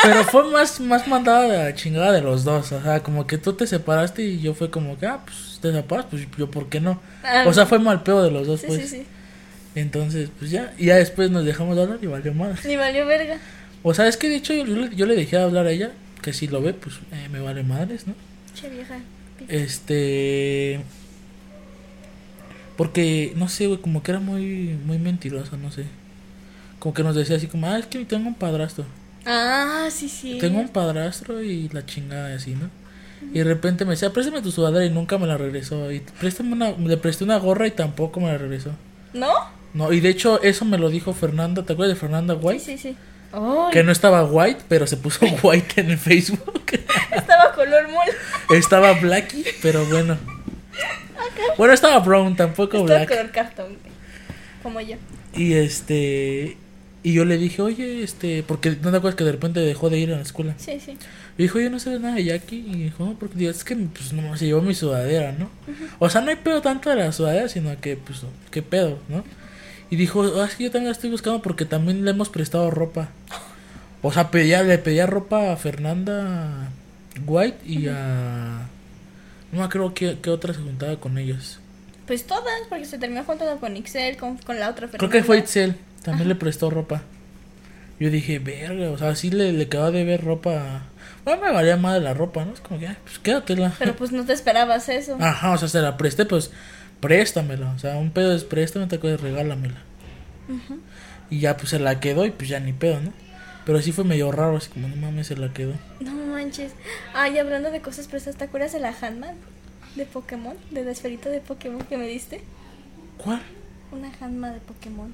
[SPEAKER 2] Pero fue más, más mandada de la chingada de los dos. O sea, como que tú te separaste y yo fue como que, ah, pues te separas, pues yo, ¿por qué no?
[SPEAKER 3] Ah,
[SPEAKER 2] O sea, fue mal peor de los dos,
[SPEAKER 3] sí,
[SPEAKER 2] pues.
[SPEAKER 3] sí, sí.
[SPEAKER 2] Entonces, pues ya. Y ya después nos dejamos de hablar y valió madre.
[SPEAKER 3] Ni valió verga.
[SPEAKER 2] O sea, es que de hecho yo, le- yo le dejé de hablar a ella, que si lo ve, pues eh, me vale madres, ¿no?
[SPEAKER 3] Che vieja.
[SPEAKER 2] Este. Porque, no sé, güey, como que era muy, muy mentirosa, no sé. Como que nos decía así como, ah, es que tengo un padrastro.
[SPEAKER 3] Ah, sí, sí.
[SPEAKER 2] Tengo un padrastro y la chingada y así, ¿no? Y de repente me decía, préstame tu sudadera y nunca me la regresó. Y préstame una, le presté una gorra y tampoco me la regresó.
[SPEAKER 3] ¿No?
[SPEAKER 2] No, y de hecho eso me lo dijo Fernanda, ¿te acuerdas de Fernanda White?
[SPEAKER 3] Sí, sí, sí. Ay,
[SPEAKER 2] Que no estaba White, pero se puso White en el Facebook.
[SPEAKER 3] estaba color mole.
[SPEAKER 2] estaba Blackie, pero bueno. Bueno, estaba Brown, tampoco
[SPEAKER 3] Estaba
[SPEAKER 2] Black.
[SPEAKER 3] color cartón, güey. Como yo.
[SPEAKER 2] Y este... Y yo le dije, oye, este... Porque no te acuerdas que de repente dejó de ir a la escuela.
[SPEAKER 3] Sí, sí.
[SPEAKER 2] Y dijo, yo no sé nada de Jackie. Y dijo, no, porque digo, es que pues, no, se llevó mi sudadera, ¿no? O sea, no hay pedo tanto de la sudadera, sino que, pues, qué pedo, ¿no? Y dijo, ah, es que yo también la estoy buscando porque también le hemos prestado ropa. O sea, pedía, le pedía ropa a Fernanda White y a. No me acuerdo qué, qué otra se juntaba con ellos.
[SPEAKER 3] Pues todas, porque se terminó juntando con Ixel, con, con la otra
[SPEAKER 2] Creo que fue
[SPEAKER 3] Fernanda.
[SPEAKER 2] Itzel, también le prestó ropa. Yo dije, verga, o sea, sí le, le quedaba de ver ropa. Bueno, me valía más de la ropa, ¿no? Es como que, "Ay, pues quédatela.
[SPEAKER 3] Pero pues no te esperabas eso.
[SPEAKER 2] Ajá, o sea, se la presté, pues préstamela. O sea, un pedo es préstame, te acuerdas, regálamela. Y ya, pues se la quedó y pues ya ni pedo, ¿no? Pero sí fue medio raro, así como, no mames, se la quedó.
[SPEAKER 3] No manches. Ay, hablando de cosas presas, ¿te acuerdas de la Handman? De Pokémon, de la esferita de Pokémon que me diste.
[SPEAKER 2] ¿Cuál?
[SPEAKER 3] Una Handma de Pokémon.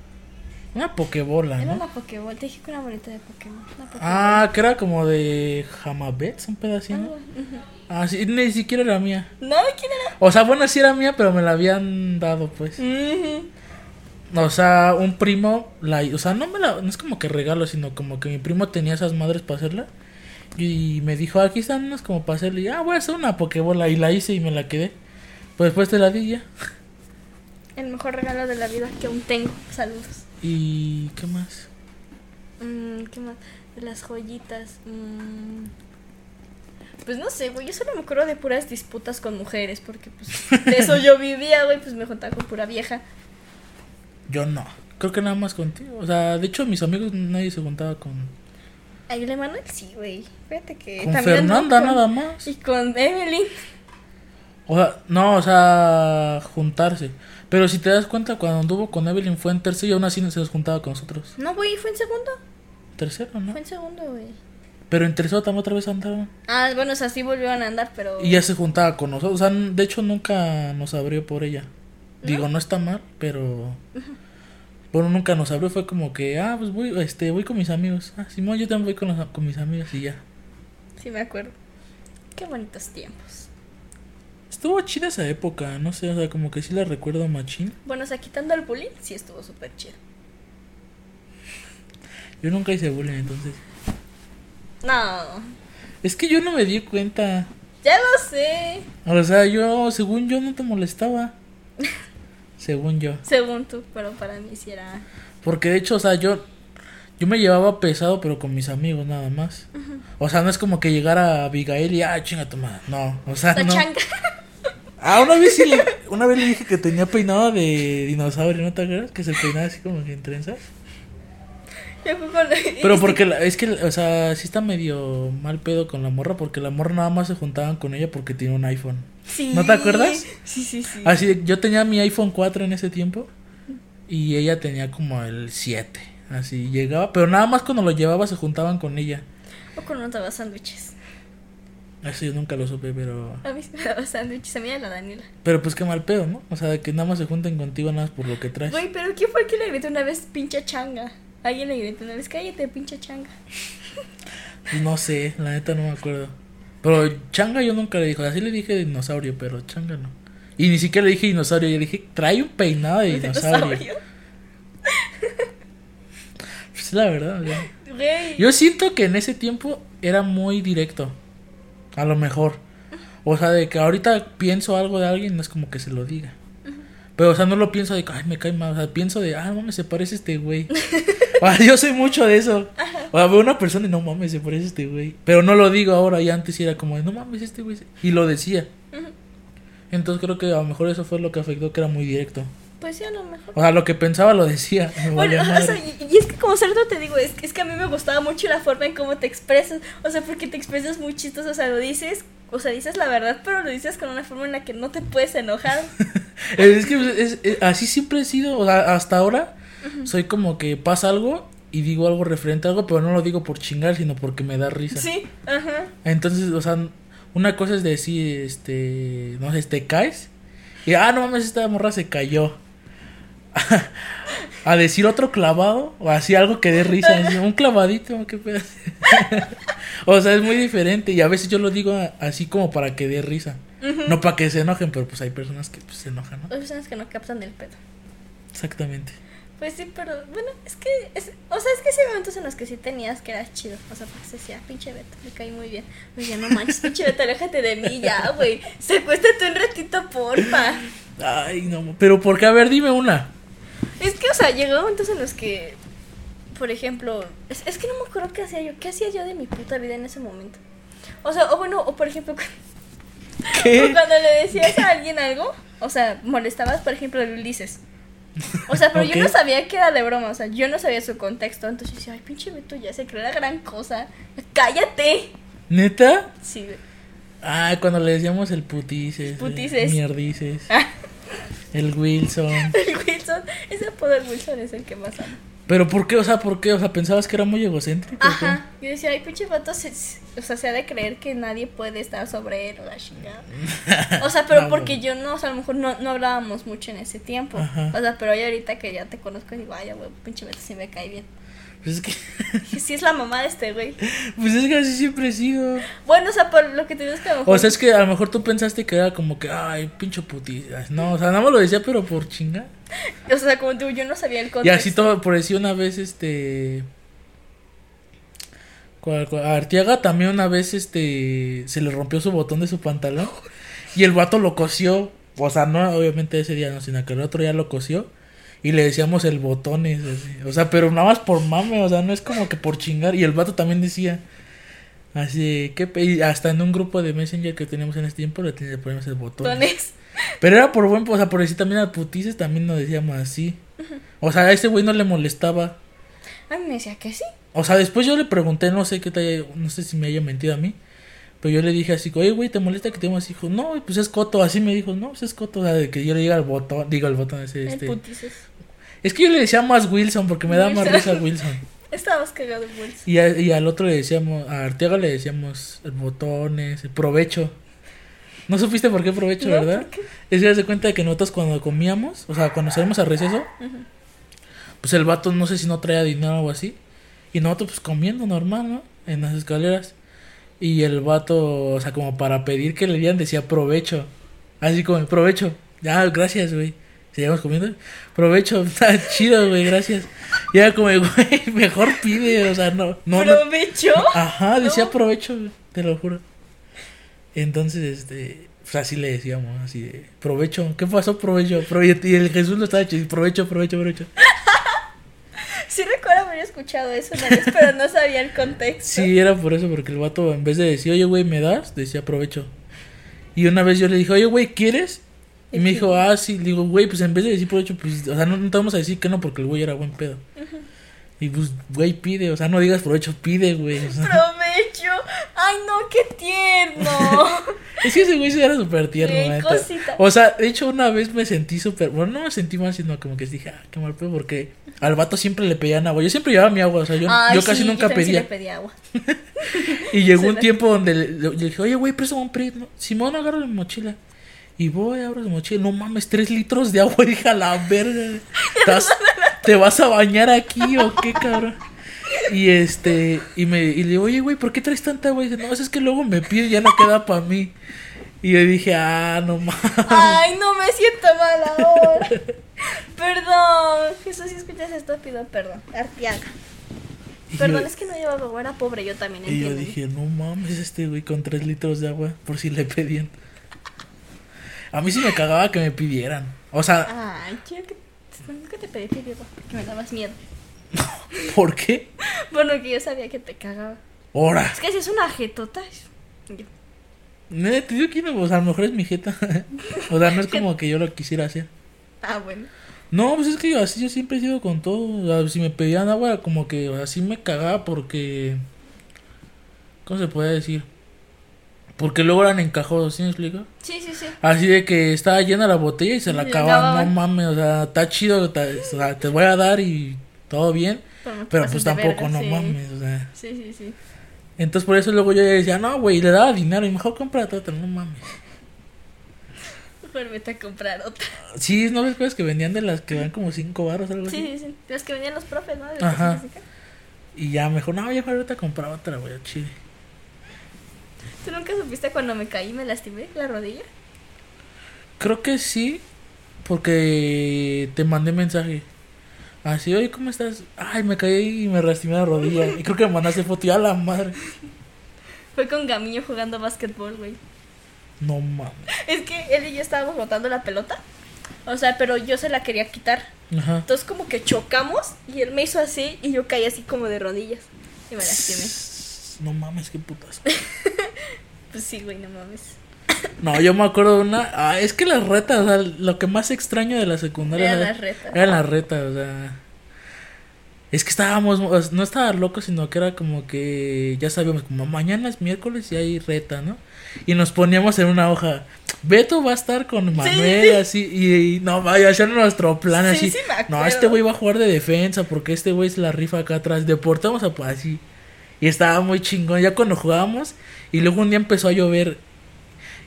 [SPEAKER 2] Una pokebola,
[SPEAKER 3] Era
[SPEAKER 2] ¿no?
[SPEAKER 3] una Pokéball, te dije que una bolita de Pokémon. Una Poké-
[SPEAKER 2] Ah, que era como de Jamabets, un pedacito.
[SPEAKER 3] Algo, ujú.
[SPEAKER 2] Ah, sí, ni siquiera era mía.
[SPEAKER 3] No, ¿quién era?
[SPEAKER 2] O sea, bueno, sí era mía, pero me la habían dado, pues.
[SPEAKER 3] Ujú.
[SPEAKER 2] O sea, un primo, la, o sea, no me la, no es como que regalo, sino como que mi primo tenía esas madres para hacerla. Y me dijo, "Ah, aquí están unas como para hacerle. Y, ah, voy a hacer una pokebola. Y la hice y me la quedé. Pues después te la di ya.
[SPEAKER 3] El mejor regalo de la vida que aún tengo. Saludos.
[SPEAKER 2] ¿Y qué más?
[SPEAKER 3] Mm, ¿Qué más? Las joyitas. mm. Pues no sé, güey, yo solo me acuerdo de puras disputas con mujeres, porque pues de eso yo vivía, güey, pues me juntaba con pura vieja.
[SPEAKER 2] Yo no. Creo que nada más contigo. O sea, de hecho, mis amigos nadie se juntaba con.
[SPEAKER 3] Ay, el Emanuel sí, güey. Fíjate que
[SPEAKER 2] Con
[SPEAKER 3] también anduvo
[SPEAKER 2] Fernanda
[SPEAKER 3] con-
[SPEAKER 2] nada más.
[SPEAKER 3] Y con Evelyn.
[SPEAKER 2] O sea, no, o sea, juntarse. Pero si te das cuenta, cuando anduvo con Evelyn fue en tercero y aún así no se nos juntaba con nosotros.
[SPEAKER 3] No, güey, fue en segundo.
[SPEAKER 2] Tercero, ¿no?
[SPEAKER 3] Fue en segundo, güey.
[SPEAKER 2] Pero en tercero también otra vez andaban.
[SPEAKER 3] Ah, bueno, o sea, sí volvieron a andar, pero.
[SPEAKER 2] Y ya se juntaba con nosotros. O sea, n- de hecho nunca nos abrió por ella. Digo, no está mal, pero. Bueno, nunca nos abrió. Fue como que, ah, pues voy, este, voy con mis amigos. Ah, Simón, yo también voy con, los- con mis amigos y ya.
[SPEAKER 3] Sí, me acuerdo. Qué bonitos tiempos.
[SPEAKER 2] Estuvo chida esa época, no sé, o sea, como que sí la recuerdo machín.
[SPEAKER 3] Bueno, o sea, quitando el bullying, sí estuvo súper chido.
[SPEAKER 2] Yo nunca hice bullying, entonces.
[SPEAKER 3] No,
[SPEAKER 2] Es que yo no me di cuenta.
[SPEAKER 3] ya lo sé.
[SPEAKER 2] O sea, yo, según yo, no te molestaba. según yo.
[SPEAKER 3] Según tú, pero para mí sí era.
[SPEAKER 2] Porque de hecho, o sea, yo, yo me llevaba pesado, pero con mis amigos nada más. O sea, no es como que llegara Abigail y, ah, chinga tu madre. No, o sea,
[SPEAKER 3] La
[SPEAKER 2] no.
[SPEAKER 3] changa.
[SPEAKER 2] Ah, una vez, sí le, una vez le dije que tenía peinado de dinosaurio, ¿no te acuerdas? Que se peinaba así como que en trenzas.
[SPEAKER 3] Yo fui con-
[SPEAKER 2] Pero porque, la- es que, o sea, sí está medio mal pedo con la morra, porque la morra nada más se juntaban con ella porque tiene un iPhone.
[SPEAKER 3] Sí.
[SPEAKER 2] ¿No te acuerdas?
[SPEAKER 3] Sí, sí, sí.
[SPEAKER 2] Así, de- yo tenía mi iPhone 4 en ese tiempo y ella tenía como el 7. Así llegaba, pero nada más cuando lo llevaba se juntaban con ella.
[SPEAKER 3] O con unos daba sándwiches.
[SPEAKER 2] Eso yo nunca lo supe, pero.
[SPEAKER 3] A mí sí me daba sándwiches. A mí y a la Daniela.
[SPEAKER 2] Pero pues qué mal pedo, ¿no? O sea, que nada más se junten contigo nada más por lo que traes.
[SPEAKER 3] Güey, pero ¿quién fue el que le gritó una vez pincha changa? Alguien le gritó una vez, cállate, pincha changa.
[SPEAKER 2] No sé, la neta no me acuerdo. Pero changa yo nunca le dije, así le dije dinosaurio, pero changa no. Y ni siquiera le dije dinosaurio, yo le dije, trae un peinado de dinosaurio. Pues la verdad, o sea.
[SPEAKER 3] Güey.
[SPEAKER 2] Yo siento que en ese tiempo era muy directo. A lo mejor. O sea, de que ahorita pienso algo de alguien, no es como que se lo diga. Pero, o sea, no lo pienso de que, ay, me cae mal. O sea, pienso de, ah, mames, se parece este güey. o sea, yo soy mucho de eso. O sea, veo una persona y no mames, se parece este güey. Pero no lo digo ahora, y antes era como, de, no mames, este güey. se-". Y lo decía. Entonces creo que a lo mejor eso fue lo que afectó, que era muy directo.
[SPEAKER 3] Pues sí, a lo mejor.
[SPEAKER 2] O sea, lo que pensaba lo decía. Me
[SPEAKER 3] Bueno,
[SPEAKER 2] valía
[SPEAKER 3] o sea,
[SPEAKER 2] madre.
[SPEAKER 3] y, y es que como cerdo te digo, es, que- es que a mí me gustaba mucho la forma en cómo te expresas, o sea, porque te expresas muy chistoso, o sea, lo dices, o sea, dices la verdad, pero lo dices con una forma en la que no te puedes enojar.
[SPEAKER 2] Es que pues, es- es- así siempre he sido, o sea, hasta ahora soy como que pasa algo y digo algo referente a algo, pero no lo digo por chingar, sino porque me da risa.
[SPEAKER 3] sí, ajá.
[SPEAKER 2] Entonces, o sea, una cosa es decir, este, no sé, te caes y, ah, no mames, esta morra se cayó. a decir otro clavado o así algo que dé risa, así, un clavadito, qué pedo. o sea, es muy diferente y a veces yo lo digo a- así como para que dé risa. No para que se enojen, pero pues hay personas que pues, se enojan, ¿no?
[SPEAKER 3] Hay personas que no captan el pedo.
[SPEAKER 2] Exactamente.
[SPEAKER 3] Pues sí, pero bueno, es que, es- o sea, es que sí hay momentos en los que sí tenías que era chido. O sea, porque se decía, pinche Beto, me caí muy bien. Oye, no manches, pinche Beto, aléjate de mí ya, güey. Secuéstrate un ratito, porfa.
[SPEAKER 2] Ay, no, pero ¿por qué? A ver, dime una.
[SPEAKER 3] Es que, o sea, llegó momentos en los que, por ejemplo, es, es que no me acuerdo qué hacía yo. ¿Qué hacía yo de mi puta vida en ese momento? O sea, o bueno, o por ejemplo, cu-
[SPEAKER 2] ¿Qué?
[SPEAKER 3] cuando le decías a alguien algo, o sea, molestabas, por ejemplo, a Ulises. O sea, pero yo no
[SPEAKER 2] Ok.
[SPEAKER 3] sabía que era de broma, o sea, yo no sabía su contexto. Entonces yo decía, ay, pinche Beto, ya se cree la gran cosa. ¡Cállate!
[SPEAKER 2] ¿Neta?
[SPEAKER 3] Sí, güey.
[SPEAKER 2] Ah, cuando le decíamos el putices. eh,
[SPEAKER 3] Putices.
[SPEAKER 2] mierdices.
[SPEAKER 3] Ah.
[SPEAKER 2] El Wilson.
[SPEAKER 3] el Wilson, ese apodo del Wilson es el que más amo.
[SPEAKER 2] Pero ¿por qué? O sea, ¿por qué? O sea, pensabas que era muy egocéntrico. o qué?
[SPEAKER 3] Ajá. Yo decía, ay, pinche vato, se, o sea, se ha de creer que nadie puede estar sobre él o la chingada. O sea, pero
[SPEAKER 2] No,
[SPEAKER 3] porque
[SPEAKER 2] no.
[SPEAKER 3] yo no, o sea, a lo mejor no, no hablábamos mucho en ese tiempo.
[SPEAKER 2] Ajá.
[SPEAKER 3] O sea, pero yo ahorita que ya te conozco, digo, ay, ya, güey, pinche vato, sí me cae bien.
[SPEAKER 2] Pues es que.
[SPEAKER 3] Dije, sí es la mamá de este güey.
[SPEAKER 2] Pues es que así siempre he sido.
[SPEAKER 3] Bueno, o sea, por lo que te digo es que a lo mejor.
[SPEAKER 2] O sea, es que a lo mejor tú pensaste que era como que, ay, pincho putices. No, o sea, nada más lo decía, pero por chinga.
[SPEAKER 3] o sea, como te digo, yo no sabía el
[SPEAKER 2] Y
[SPEAKER 3] contexto.
[SPEAKER 2] así todo, por decir una vez, este. ¿cuál- cuál? A Arteaga también una vez, este. Se le rompió su botón de su pantalón. Y el vato lo cosió. O sea, no, obviamente ese día no, sino que el otro día lo cosió. Y le decíamos el botones. así. O sea, pero nada más por mame. O sea, no es como que por chingar. Y el vato también decía. Así que pe- y hasta en un grupo de Messenger que teníamos en ese tiempo le, ten- le poníamos el botón.
[SPEAKER 3] Tones.
[SPEAKER 2] Pero era por buen, o sea, por decir también a putices también nos decíamos así. O sea, a ese güey no le molestaba.
[SPEAKER 3] A mí me decía que sí.
[SPEAKER 2] O sea, después yo le pregunté, no sé qué tal, no sé si me haya mentido a mí. Pero yo le dije así, oye, güey, ¿te molesta que tenemos hijos? No, güey, pues es coto, así me dijo, no, pues es coto, o sea, de que yo le diga al botón, digo al botón ese,
[SPEAKER 3] El
[SPEAKER 2] este.
[SPEAKER 3] putices.
[SPEAKER 2] Es que yo le decía más Wilson porque me da más risa
[SPEAKER 3] Wilson.
[SPEAKER 2] Wilson.
[SPEAKER 3] Estábamos cagados, Wilson.
[SPEAKER 2] Y, a- y al otro le decíamos, a Arteaga le decíamos el botones, el provecho. No supiste por qué provecho,
[SPEAKER 3] No,
[SPEAKER 2] ¿verdad? Es que haz de cuenta que nosotros cuando comíamos, o sea, cuando salimos a receso, pues el vato no sé si no traía dinero o algo así. Y nosotros pues comiendo normal, ¿no? En las escaleras. Y el vato, o sea, como para pedir que le dieran, decía provecho. Así como, provecho. Ya, gracias, güey. Seguimos comiendo. Provecho, está chido, güey, gracias. Y era como, güey, mejor pide, o sea, no. no, no Ah.
[SPEAKER 3] ¿Provechó?
[SPEAKER 2] Ajá, decía provecho, güey, te lo juro. Entonces, este, pues así le decíamos, así de, provecho, ¿qué pasó, provecho? Prove- Y el Jesús lo estaba chis, provecho, provecho, provecho.
[SPEAKER 3] Sí recuerdo haber escuchado eso una vez, pero no sabía el contexto.
[SPEAKER 2] Sí, era por eso, porque el vato en vez de decir, oye, güey, ¿me das? Decía provecho. Y una vez yo le dije, oye, güey, ¿quieres? Y me dijo, ah, sí. Le digo, güey, pues en vez de decir provecho, pues, o sea, no, no te vamos a decir que no, porque el güey era buen pedo. Y pues, güey, pide, o sea, no digas provecho, pide, güey. o sea.
[SPEAKER 3] Provecho. Ay, no, qué tierno.
[SPEAKER 2] Es que ese güey sí era súper tierno,
[SPEAKER 3] Qué
[SPEAKER 2] la neta.
[SPEAKER 3] cosita.
[SPEAKER 2] O sea, de hecho, una vez me sentí súper. Bueno, no me sentí mal, sino como que dije, ah, qué mal, pedo, porque al vato siempre le pedían agua. Yo siempre llevaba mi agua, o sea, yo,
[SPEAKER 3] Ay,
[SPEAKER 2] yo casi
[SPEAKER 3] sí,
[SPEAKER 2] nunca
[SPEAKER 3] también sí
[SPEAKER 2] pedía.
[SPEAKER 3] le pedí agua.
[SPEAKER 2] Y llegó un
[SPEAKER 3] Suena.
[SPEAKER 2] tiempo donde le, le- le dije, oye, güey, préstame un PRI. ¿no? Simón, agarro mi mochila. Y voy, abro su mochila. No mames, tres litros de agua. Dije, a la verga. ¿Estás- ¿Te vas a bañar aquí o qué, cabrón? Y este, y me, y le digo, oye, güey, ¿por qué traes tanta agua? Y dice, no, es que luego me pide, ya no queda para mí. Y yo dije, ah, no mames.
[SPEAKER 3] Ay, no me siento mal ahora. Perdón. Jesús, si escuchas esto, pido perdón. Arteaga.
[SPEAKER 2] Y yo-
[SPEAKER 3] Perdón, es que no llevaba agua, era pobre, yo también
[SPEAKER 2] Y yo
[SPEAKER 3] entiendo.
[SPEAKER 2] dije, no mames, este güey con tres litros de agua, por si le pedían. A mí sí me cagaba que me pidieran. O sea,
[SPEAKER 3] Ay, chido que nunca te pedí que agua, porque me dabas miedo.
[SPEAKER 2] ¿por qué?
[SPEAKER 3] Bueno, que yo sabía que te cagaba.
[SPEAKER 2] Ahora.
[SPEAKER 3] Es que si es una jetota. es- yo-
[SPEAKER 2] Neta, te digo que no, o sea, a lo mejor es mi jeta. o sea, no es como que yo lo quisiera hacer.
[SPEAKER 3] Ah, bueno.
[SPEAKER 2] No, pues es que yo así yo siempre he sido con todo. O sea, si me pedían agua, como que o sea, sí me cagaba porque. ¿Cómo se puede decir? Porque luego eran encajados, ¿sí me explico?
[SPEAKER 3] Sí, sí, sí.
[SPEAKER 2] Así de que estaba llena la botella y se la
[SPEAKER 3] Y la
[SPEAKER 2] acababan. No
[SPEAKER 3] acababan.
[SPEAKER 2] mames, o sea, está chido, ta- o sea, te voy a dar y todo bien.
[SPEAKER 3] Pero, no te
[SPEAKER 2] Pero
[SPEAKER 3] pases
[SPEAKER 2] pues
[SPEAKER 3] de
[SPEAKER 2] tampoco,
[SPEAKER 3] verga,
[SPEAKER 2] no
[SPEAKER 3] sí.
[SPEAKER 2] mames, o sea.
[SPEAKER 3] Sí, sí, sí.
[SPEAKER 2] Entonces por eso luego yo decía, no, güey, le daba dinero y mejor cómprate otra, no mames.
[SPEAKER 3] Pero vete a comprar otra.
[SPEAKER 2] Sí, ¿no ves cosas que vendían de las que van como cinco barros algo
[SPEAKER 3] Sí,
[SPEAKER 2] así?
[SPEAKER 3] sí, sí. Las que venían los profes, ¿no? De
[SPEAKER 2] Pues Ajá.
[SPEAKER 3] educación física.
[SPEAKER 2] Y ya mejor, no, ya mejor ahorita comprar otra, güey, al chile.
[SPEAKER 3] ¿Tú nunca supiste cuando me caí y me lastimé la rodilla?
[SPEAKER 2] Creo que sí, porque te mandé mensaje. Así, oye, ¿cómo estás? Ay, me caí y me lastimé la rodilla. Y creo que me mandaste foto y a la madre.
[SPEAKER 3] Fue con Gamiño jugando básquetbol, güey.
[SPEAKER 2] No mames.
[SPEAKER 3] Es que él y yo estábamos botando la pelota. O sea, pero yo se la quería quitar.
[SPEAKER 2] Ajá.
[SPEAKER 3] Entonces como que chocamos y él me hizo así y yo caí así como de rodillas. Y me lastimé.
[SPEAKER 2] No mames, qué putas.
[SPEAKER 3] Pues sí, güey, no mames.
[SPEAKER 2] No, yo me acuerdo de una. Ah, es que las retas, o sea, lo que más extraño de la secundaria
[SPEAKER 3] Eran
[SPEAKER 2] era-
[SPEAKER 3] las retas.
[SPEAKER 2] Era la reta, o sea. Es que estábamos, o sea, no estaba loco, sino que era como que ya sabíamos, como mañana es miércoles y hay reta, ¿no? Y nos poníamos en una hoja. Beto va a estar con Manuel, así, y, y no, vaya, ese era nuestro plan,
[SPEAKER 3] Sí,
[SPEAKER 2] así.
[SPEAKER 3] sí me acuerdo.
[SPEAKER 2] no, este güey va a jugar de defensa porque este güey es la rifa acá atrás. Deportamos a así. Y estaba muy chingón, ya cuando jugábamos, y luego un día empezó a llover,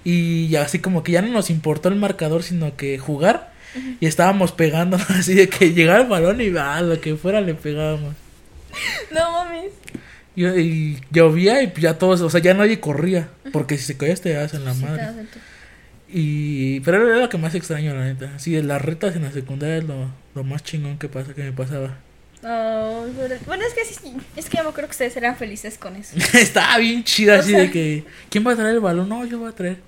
[SPEAKER 2] y ya así como que ya no nos importó el marcador, sino que jugar. Y estábamos pegando así de que llegaba el balón y a lo que fuera le pegábamos.
[SPEAKER 3] No mames.
[SPEAKER 2] Y, y llovía y ya todos, o sea, ya nadie corría. Porque si se caías te dabas en la
[SPEAKER 3] Sí,
[SPEAKER 2] madre.
[SPEAKER 3] estabas en tu-
[SPEAKER 2] Y, pero era lo que más extraño, la neta. Así de las retas en la secundaria es lo, lo más chingón que pasa, que me pasaba.
[SPEAKER 3] Ay, pero- bueno, es que sí, es que yo me acuerdo que ustedes eran felices con eso.
[SPEAKER 2] Estaba bien chida
[SPEAKER 3] O
[SPEAKER 2] así
[SPEAKER 3] sea-
[SPEAKER 2] de que. ¿Quién va a traer el balón? No, yo voy a traer.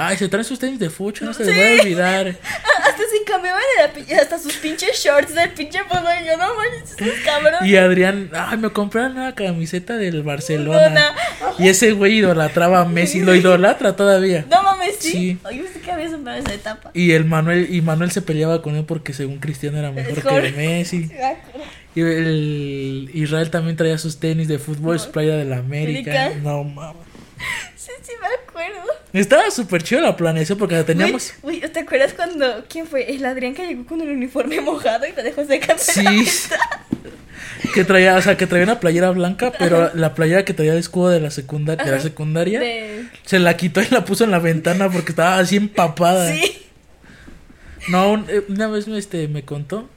[SPEAKER 2] Ay, se traen sus tenis de fucho, no se les va a olvidar.
[SPEAKER 3] Ah, Hasta se cambiaban el api- hasta sus pinches shorts del pinche polo. y Yo no manches, esos cabrones.
[SPEAKER 2] Y Adrián, ay, me compraron una camiseta del
[SPEAKER 3] Barcelona.
[SPEAKER 2] Barcelona. Y ese güey idolatraba a Messi, lo idolatra todavía.
[SPEAKER 3] No mames, sí.
[SPEAKER 2] Sí.
[SPEAKER 3] Ay, yo pensé que había superado esa etapa.
[SPEAKER 2] Y el Manuel, y Manuel se peleaba con él porque según Cristiano era mejor que
[SPEAKER 3] Mejor.
[SPEAKER 2] Messi.
[SPEAKER 3] Me acuerdo.
[SPEAKER 2] Y el Israel también traía sus tenis de fútbol, su playa de la América.
[SPEAKER 3] América.
[SPEAKER 2] No mames.
[SPEAKER 3] Sí, sí, me acuerdo.
[SPEAKER 2] Estaba súper chido la planeación porque la teníamos.
[SPEAKER 3] Uy, ¿te acuerdas cuando. ¿Quién fue? El Adrián que llegó con el uniforme mojado y te dejó secar.
[SPEAKER 2] Sí. Que traía, o sea, que traía una playera blanca, pero la playera que traía el escudo de la secundaria, de la secundaria,
[SPEAKER 3] De...
[SPEAKER 2] se la quitó y la puso en la ventana porque estaba así empapada.
[SPEAKER 3] Sí.
[SPEAKER 2] No, un- eh, una vez me, este, me contó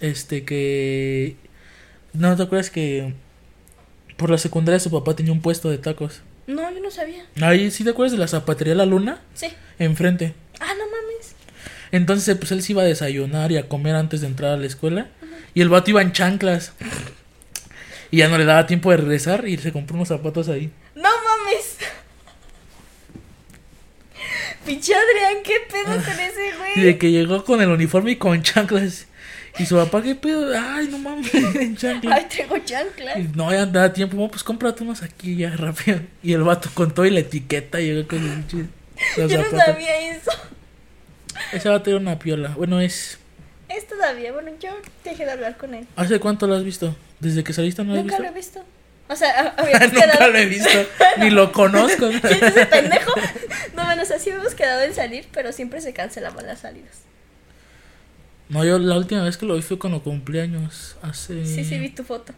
[SPEAKER 2] este que no te acuerdas que por la secundaria su papá tenía un puesto de tacos.
[SPEAKER 3] No, yo no sabía.
[SPEAKER 2] Ahí sí te acuerdas de la zapatería La Luna
[SPEAKER 3] Sí.
[SPEAKER 2] enfrente.
[SPEAKER 3] Ah, no mames.
[SPEAKER 2] Entonces, pues él se iba a desayunar y a comer antes de entrar a la escuela. Y el vato iba en chanclas. Y ya no le daba tiempo de regresar y se compró unos zapatos ahí.
[SPEAKER 3] No mames. Pinche Adrián, ¿qué pedo con ese
[SPEAKER 2] Y
[SPEAKER 3] güey?
[SPEAKER 2] Ah, de que llegó con el uniforme y con chanclas. Y su papá, ¿qué pedo? Ay, no mames, en chanclas.
[SPEAKER 3] Ay, tengo chanclas.
[SPEAKER 2] Y no, ya da tiempo. Bueno, pues cómprate unos aquí ya rápido. Y el vato con todo y la etiqueta llegó con el pinche- los
[SPEAKER 3] Yo no
[SPEAKER 2] zapatos.
[SPEAKER 3] sabía eso.
[SPEAKER 2] Ese vato era una piola. Bueno, es.
[SPEAKER 3] Es todavía, bueno, yo dejé de hablar con él.
[SPEAKER 2] ¿Hace cuánto lo has visto? ¿Desde que saliste no lo has visto? Ah,
[SPEAKER 3] Nunca lo he visto. O sea, a- habíamos
[SPEAKER 2] Nunca
[SPEAKER 3] quedado.
[SPEAKER 2] lo he visto. Ni lo conozco.
[SPEAKER 3] ¿Quién es ese pendejo? No, bueno, o sea, sí hemos quedado en salir, pero siempre se cancelaban las salidas.
[SPEAKER 2] No, yo la última vez que lo vi fue cuando cumplí años. Hace.
[SPEAKER 3] Sí, sí, vi tu foto.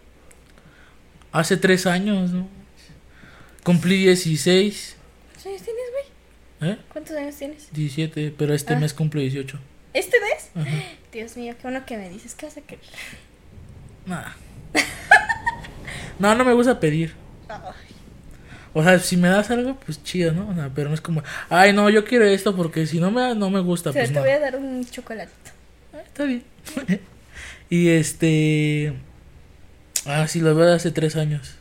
[SPEAKER 2] Hace tres años, ¿no? Cumplí 16,
[SPEAKER 3] ¿Cuántos años tienes, güey?
[SPEAKER 2] ¿eh?
[SPEAKER 3] ¿Cuántos años tienes?
[SPEAKER 2] 17, pero este
[SPEAKER 3] Ah.
[SPEAKER 2] mes cumplo 18.
[SPEAKER 3] ¿Este mes?
[SPEAKER 2] Ajá.
[SPEAKER 3] Dios mío, qué bueno que me dices. ¿Qué vas a querer?
[SPEAKER 2] Nah. no, no me gusta pedir.
[SPEAKER 3] Ay,
[SPEAKER 2] O sea, si me das algo, pues chido, ¿no? O sea, pero no es como, ay, no, yo quiero esto porque si no me da- no me gusta,
[SPEAKER 3] o sea,
[SPEAKER 2] pues
[SPEAKER 3] te
[SPEAKER 2] no.
[SPEAKER 3] voy a dar un chocolatito.
[SPEAKER 2] Ah, Está bien. y este. Ah, sí, lo veo hace tres años.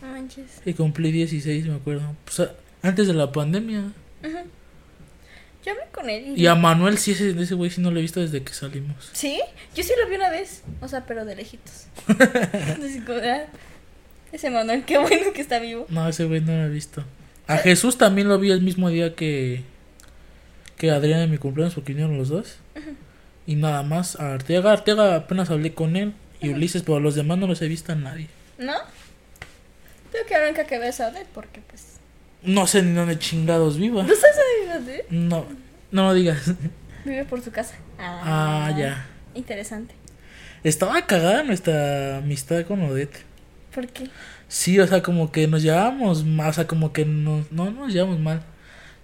[SPEAKER 3] No manches.
[SPEAKER 2] Y cumplí 16, me acuerdo. Pues a- antes de la pandemia.
[SPEAKER 3] Ajá. Yo hablé con él.
[SPEAKER 2] Y a Manuel sí, ese ese güey sí no lo he visto desde que salimos.
[SPEAKER 3] ¿Sí? Yo sí lo vi una vez. O sea, pero de lejitos. Entonces, como, ah, ese Manuel, qué bueno que está vivo.
[SPEAKER 2] No, ese güey no lo he visto. A Jesús también lo vi el mismo día que que Adrián en mi cumpleaños porque vinieron los dos. Y nada más a Arteaga, Arteaga apenas hablé con él y Ulises, pero a los demás no los he visto a nadie.
[SPEAKER 3] ¿No? Tengo que hablar nunca que veas a él porque, pues.
[SPEAKER 2] No sé ni dónde chingados viva.
[SPEAKER 3] ¿No sabes a dónde?
[SPEAKER 2] No, no lo digas.
[SPEAKER 3] Vive por su casa.
[SPEAKER 2] Ah, ya.
[SPEAKER 3] Interesante.
[SPEAKER 2] Estaba cagada nuestra amistad con Odette.
[SPEAKER 3] ¿Por qué?
[SPEAKER 2] Sí, o sea, como que nos llevábamos mal, o sea, como que nos, no nos llevábamos mal,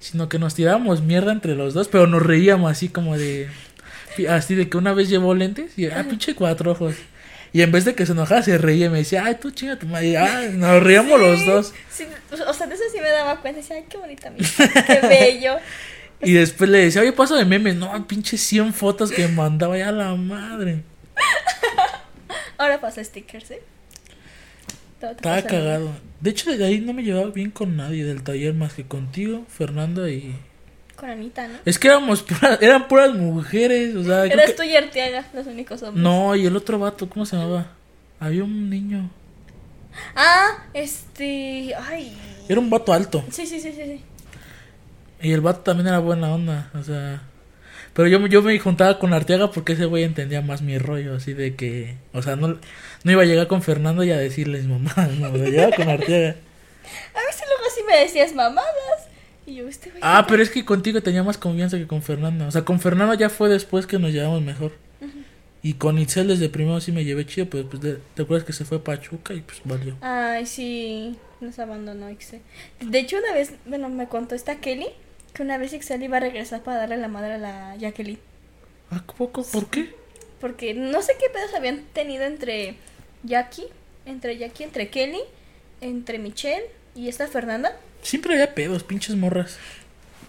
[SPEAKER 2] sino que nos tirábamos mierda entre los dos, pero nos reíamos así como de, así de que una vez llevó lentes y, ah, pinche cuatro ojos. Y en vez de que se enojara, se reía y me decía, ay, tú chinga tu madre, ah, nos reíamos los dos.
[SPEAKER 3] Sí, o sea, de eso sí me daba cuenta. Decía, ay, qué bonita amistad, qué bello.
[SPEAKER 2] Y después le decía, oye, paso de memes, no, pinche 100 fotos que mandaba ya la madre.
[SPEAKER 3] Ahora pasa stickers, ¿eh? Todo te
[SPEAKER 2] Estaba
[SPEAKER 3] pasa
[SPEAKER 2] cagado. De hecho, de ahí no me llevaba bien con nadie del taller más que contigo, Fernando y...
[SPEAKER 3] Con Anita, ¿no?
[SPEAKER 2] Es que éramos puras, eran puras mujeres, o sea... creo que-
[SPEAKER 3] Eras tú y Arteaga los únicos hombres.
[SPEAKER 2] No, y el otro vato, ¿cómo se llamaba? Había un niño.
[SPEAKER 3] Ah, este. Ay.
[SPEAKER 2] Era un vato alto.
[SPEAKER 3] Sí, sí, sí, sí. sí.
[SPEAKER 2] Y el vato también era buena onda, o sea. Pero yo, me- yo me juntaba con Arteaga porque ese güey entendía más mi rollo, así de que. O sea, no, no iba a llegar con Fernando y a decirles mamá, no, o sea, llegaba con Arteaga.
[SPEAKER 3] A veces luego sí me decías mamadas. Y yo, este güey.
[SPEAKER 2] Ah, pero es que contigo tenía más confianza que con Fernando. O sea, con Fernando ya fue después que nos llevamos mejor. Y con Itzel desde primero sí me llevé chido, pero pues de- te acuerdas que se fue a Pachuca y pues valió.
[SPEAKER 3] Ay, sí, nos abandonó Ixel. De hecho, una vez, bueno, me contó esta Kelly que una vez Ixel iba a regresar para darle la madre a la Jacqueline.
[SPEAKER 2] ¿A poco? ¿Por qué?
[SPEAKER 3] Porque no sé qué pedos habían tenido entre Jackie, entre Jackie, entre Kelly, entre Michelle y esta Fernanda.
[SPEAKER 2] Siempre había pedos, pinches morras.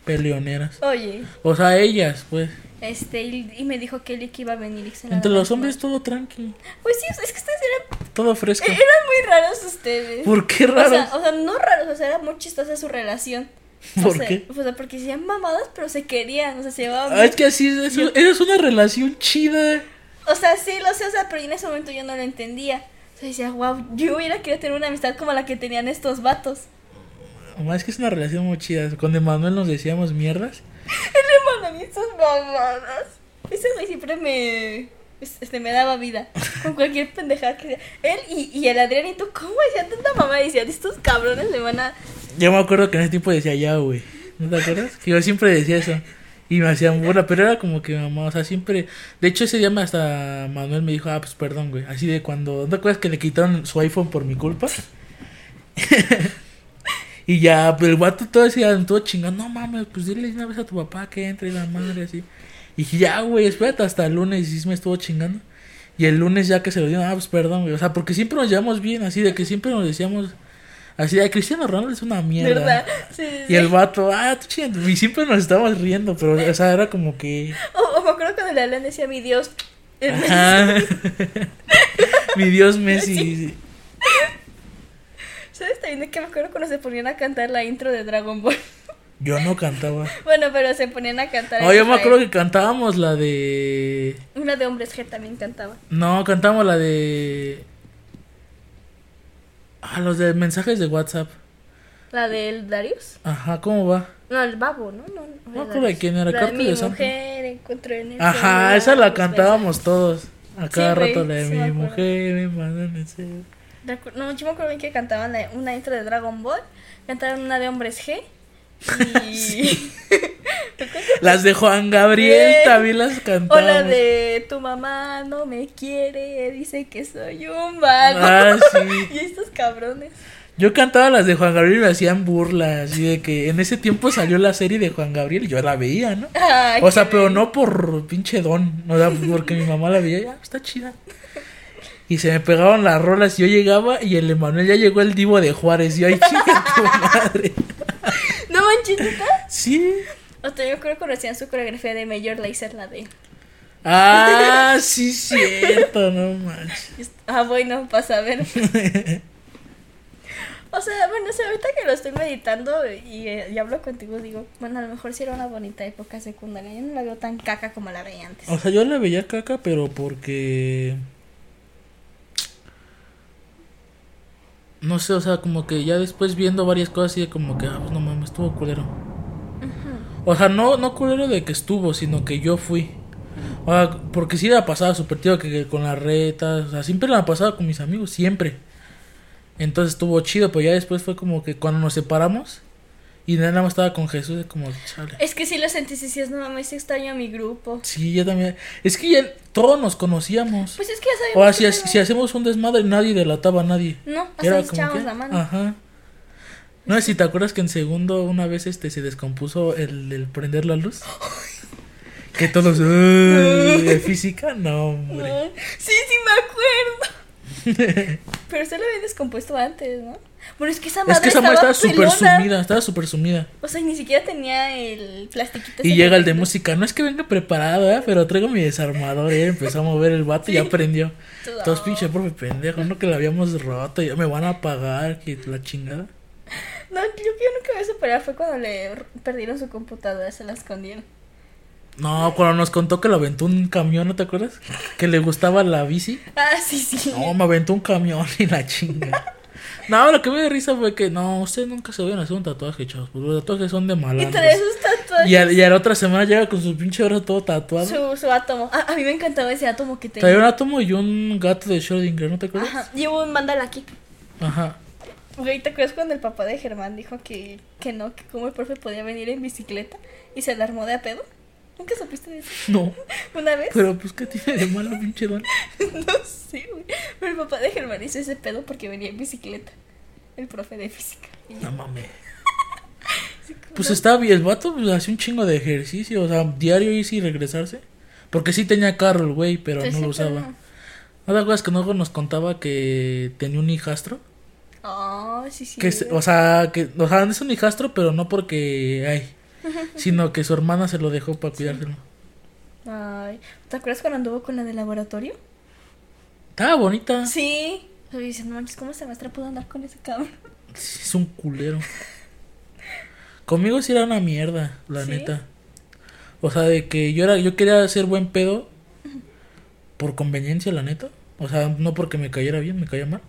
[SPEAKER 2] Peleoneras.
[SPEAKER 3] Oye,
[SPEAKER 2] O sea, ellas, pues.
[SPEAKER 3] este, y, y me dijo Kelly que iba a venir y que se la
[SPEAKER 2] Entre
[SPEAKER 3] daba
[SPEAKER 2] los
[SPEAKER 3] igual.
[SPEAKER 2] hombres todo tranqui,
[SPEAKER 3] Pues sí, o sea, es que ustedes eran,
[SPEAKER 2] todo fresco.
[SPEAKER 3] eran muy raros ustedes.
[SPEAKER 2] ¿Por qué
[SPEAKER 3] O
[SPEAKER 2] raro?
[SPEAKER 3] sea, o sea, no raros, o sea, era muy chistosa su relación. O
[SPEAKER 2] ¿Por
[SPEAKER 3] sea,
[SPEAKER 2] qué?
[SPEAKER 3] O sea, porque se llamaban mamadas, pero se querían, o sea, se llevaban
[SPEAKER 2] Ah,
[SPEAKER 3] bien.
[SPEAKER 2] es que así es, eso, eso es una relación chida.
[SPEAKER 3] O sea, sí, lo sé, o sea, pero en ese momento yo no lo entendía. O sea, decía, wow, yo hubiera querido tener una amistad como la que tenían estos vatos.
[SPEAKER 2] Más que es una relación muy chida. Con Emanuel nos decíamos mierdas.
[SPEAKER 3] Él le mandó a mí esas mamadas. Ese güey siempre me. es- Este, me daba vida con cualquier pendejada que sea. Él y, y el Adrianito, ¿cómo decía tanta mamá? Decía, estos cabrones le van a.
[SPEAKER 2] Yo me acuerdo que en ese tiempo decía ya, güey. ¿No te acuerdas? Que yo siempre decía eso. Y me hacían burla, pero era como que mamá, o sea, siempre. De hecho, ese día me- hasta Manuel me dijo, ah, pues perdón, güey. Así de cuando. ¿No te acuerdas que le quitaron su iPhone por mi culpa? y ya, pero el guato todo así, ah, todo chingando, no mames, pues dile una vez a tu papá que entre y la madre, así. Y dije, ya, güey, espérate hasta el lunes. Y sí me estuvo chingando. Y el lunes ya que se lo dieron, ah, pues perdón, güey. O sea, porque siempre nos llevamos bien, así de que siempre nos decíamos. Así de Cristiano Ronaldo es una mierda.
[SPEAKER 3] ¿Verdad? Sí, sí, sí.
[SPEAKER 2] Y el vato, ah, tú chingas. Y siempre nos estábamos riendo, pero, o sea, era como que.
[SPEAKER 3] O, o me acuerdo cuando le hablan decía mi Dios. el mes".
[SPEAKER 2] Ajá. Mi Dios Messi.
[SPEAKER 3] ¿Sabes también de qué me acuerdo cuando se ponían a cantar la intro de Dragon Ball?
[SPEAKER 2] Yo no cantaba.
[SPEAKER 3] Bueno, pero se ponían a cantar.
[SPEAKER 2] Oh, yo me
[SPEAKER 3] Israel.
[SPEAKER 2] acuerdo que cantábamos la de.
[SPEAKER 3] Una de hombres G también cantaba.
[SPEAKER 2] No, cantábamos la de. Ah, los de mensajes de WhatsApp.
[SPEAKER 3] La del Darius.
[SPEAKER 2] Ajá, ¿cómo va?
[SPEAKER 3] No, el babo, ¿no? No, no,
[SPEAKER 2] No acuerdo de quién era,
[SPEAKER 3] La
[SPEAKER 2] creo que
[SPEAKER 3] de mi
[SPEAKER 2] de Santi.
[SPEAKER 3] mujer encontró en el pues,
[SPEAKER 2] Ajá,
[SPEAKER 3] celular
[SPEAKER 2] esa la
[SPEAKER 3] mis
[SPEAKER 2] cantábamos todos. A cada
[SPEAKER 3] Sí, güey,
[SPEAKER 2] rato la de
[SPEAKER 3] sí me
[SPEAKER 2] mi
[SPEAKER 3] acuerdo.
[SPEAKER 2] mujer, me mandan ese.
[SPEAKER 3] mensajes. Recu- No, yo me acuerdo bien que cantaban la- una intro de Dragon Ball. Cantaron una de hombres G. Y...
[SPEAKER 2] Las de Juan Gabriel
[SPEAKER 3] Bien.
[SPEAKER 2] también las
[SPEAKER 3] o
[SPEAKER 2] cantaba.
[SPEAKER 3] la de tu mamá no me quiere, dice que soy un vago.
[SPEAKER 2] Ah, sí.
[SPEAKER 3] y estos cabrones.
[SPEAKER 2] Yo cantaba las de Juan Gabriel y me hacían burlas. Así de que en ese tiempo salió la serie de Juan Gabriel y yo la veía, ¿no?
[SPEAKER 3] Ay,
[SPEAKER 2] O sea,
[SPEAKER 3] qué
[SPEAKER 2] pero
[SPEAKER 3] bello.
[SPEAKER 2] no por pinche don. O sea, porque mi mamá la veía y "Ah, está chida. Y se me pegaban las rolas. y Yo llegaba y el Emanuel ya llegó el Divo de Juárez. Y yo, ay, chica, tu madre.
[SPEAKER 3] No manches, ¿neta?
[SPEAKER 2] Sí.
[SPEAKER 3] O sea, yo creo que conocían su coreografía de Mayor Lazer, la de.
[SPEAKER 2] Ah, sí, cierto, no manches.
[SPEAKER 3] Ah, bueno, para saber. O sea, bueno, o sea, ahorita que lo estoy meditando y, eh, y hablo contigo, digo, bueno, a lo mejor sí era una bonita época secundaria. Yo no la veo tan caca como la veía antes.
[SPEAKER 2] O sea, yo la veía caca, pero porque. No sé, o sea, como que ya después viendo varias cosas así de como que, ah, pues no mames, estuvo culero. O sea, no, no culero de que estuvo, sino que yo fui. O sea, porque sí la pasaba súper tío que, que con las retas, o sea, siempre la pasaba con mis amigos, siempre. Entonces estuvo chido, pero ya después fue como que cuando nos separamos y nada más estaba con Jesús, es como, chale.
[SPEAKER 3] Es que sí lo sentí, sí, sí, es no mames, sí extraño a mi grupo.
[SPEAKER 2] Sí, yo también. Es que ya todos nos conocíamos.
[SPEAKER 3] Pues es que ya
[SPEAKER 2] O
[SPEAKER 3] sabíamos.
[SPEAKER 2] sea, si,
[SPEAKER 3] que
[SPEAKER 2] ha- si hacemos un desmadre, nadie delataba a nadie.
[SPEAKER 3] no, hasta
[SPEAKER 2] Era
[SPEAKER 3] nos
[SPEAKER 2] como que-
[SPEAKER 3] echábamos
[SPEAKER 2] ah,
[SPEAKER 3] la mano.
[SPEAKER 2] Ajá. No sé si te acuerdas que en segundo una vez este se descompuso el, el prender la luz. que todos. "Ay, ¿de física? No, hombre.
[SPEAKER 3] Ay, Sí, sí, me acuerdo. Pero se lo había descompuesto antes, ¿no? Bueno, es que esa madre
[SPEAKER 2] Es que esa madre estaba súper
[SPEAKER 3] pelona.
[SPEAKER 2] sumida, estaba súper sumida.
[SPEAKER 3] O sea, ni siquiera tenía el plastiquito.
[SPEAKER 2] Y
[SPEAKER 3] ese
[SPEAKER 2] llega el de
[SPEAKER 3] pequeñito.
[SPEAKER 2] música, no es que venga preparado, ¿eh? pero traigo mi desarmador, ¿eh? empezó a mover el vato y aprendió.
[SPEAKER 3] Todo.
[SPEAKER 2] Todos pinche profe pendejo, no que lo habíamos roto, ya me van a pagar, que la chingada.
[SPEAKER 3] No, yo que yo nunca voy a superar fue cuando le r- perdieron su computadora, se la escondieron.
[SPEAKER 2] No, cuando nos contó que lo aventó un camión, ¿no te acuerdas? Que le gustaba la bici.
[SPEAKER 3] Ah, sí, sí.
[SPEAKER 2] No, me aventó un camión y la chinga. No, lo que me dio risa fue que no, ustedes nunca se vayan a hacer un tatuaje, chavos. porque Los tatuajes son de
[SPEAKER 3] y trae
[SPEAKER 2] malandros.
[SPEAKER 3] sus tatuajes.
[SPEAKER 2] Y a, y a la otra semana llega con su pinche oro todo tatuado.
[SPEAKER 3] Su, su átomo. Ah, a mí me encantaba ese átomo que
[SPEAKER 2] Traía
[SPEAKER 3] tenía.
[SPEAKER 2] un átomo y un gato de Schrödinger, ¿no te acuerdas?
[SPEAKER 3] Ajá. Llevo un mandala aquí.
[SPEAKER 2] Ajá.
[SPEAKER 3] Güey, ¿te acuerdas cuando el papá de Germán dijo que, que no, que cómo el profe podía venir en bicicleta y se la armó de a pedo? ¿Nunca supiste de eso?
[SPEAKER 2] No.
[SPEAKER 3] ¿Una vez?
[SPEAKER 2] Pero pues qué tiene de malo, pinche don.
[SPEAKER 3] no sé, güey. Pero el papá de Germán hizo ese pedo porque venía en bicicleta. El profe de física. Y yo,
[SPEAKER 2] No mames.
[SPEAKER 3] así como,
[SPEAKER 2] Pues
[SPEAKER 3] no,
[SPEAKER 2] está bien, el vato pues, hace un chingo de ejercicio, o sea, diario irse y regresarse. Porque sí tenía carro el güey, pero
[SPEAKER 3] pues
[SPEAKER 2] no lo
[SPEAKER 3] sí, pero
[SPEAKER 2] usaba.
[SPEAKER 3] no.
[SPEAKER 2] ¿No te acuerdas que luego nos contaba que tenía un hijastro?
[SPEAKER 3] Ah, sí, sí.
[SPEAKER 2] Que, se- o sea, que, o sea, es un hijastro, pero no porque, ay, sino que su hermana se lo dejó para cuidárselo.
[SPEAKER 3] Ay, ¿te acuerdas cuando anduvo con la del laboratorio?
[SPEAKER 2] Estaba bonita.
[SPEAKER 3] Sí. Yo diciendo, no manches, ¿cómo esa maestra pudo andar con ese cabrón?
[SPEAKER 2] Es un culero. Conmigo sí era una mierda, la
[SPEAKER 3] ¿Sí?
[SPEAKER 2] neta. O sea, de que yo era, yo quería ser buen pedo por conveniencia, la neta. O sea, no porque me cayera bien, me caía mal.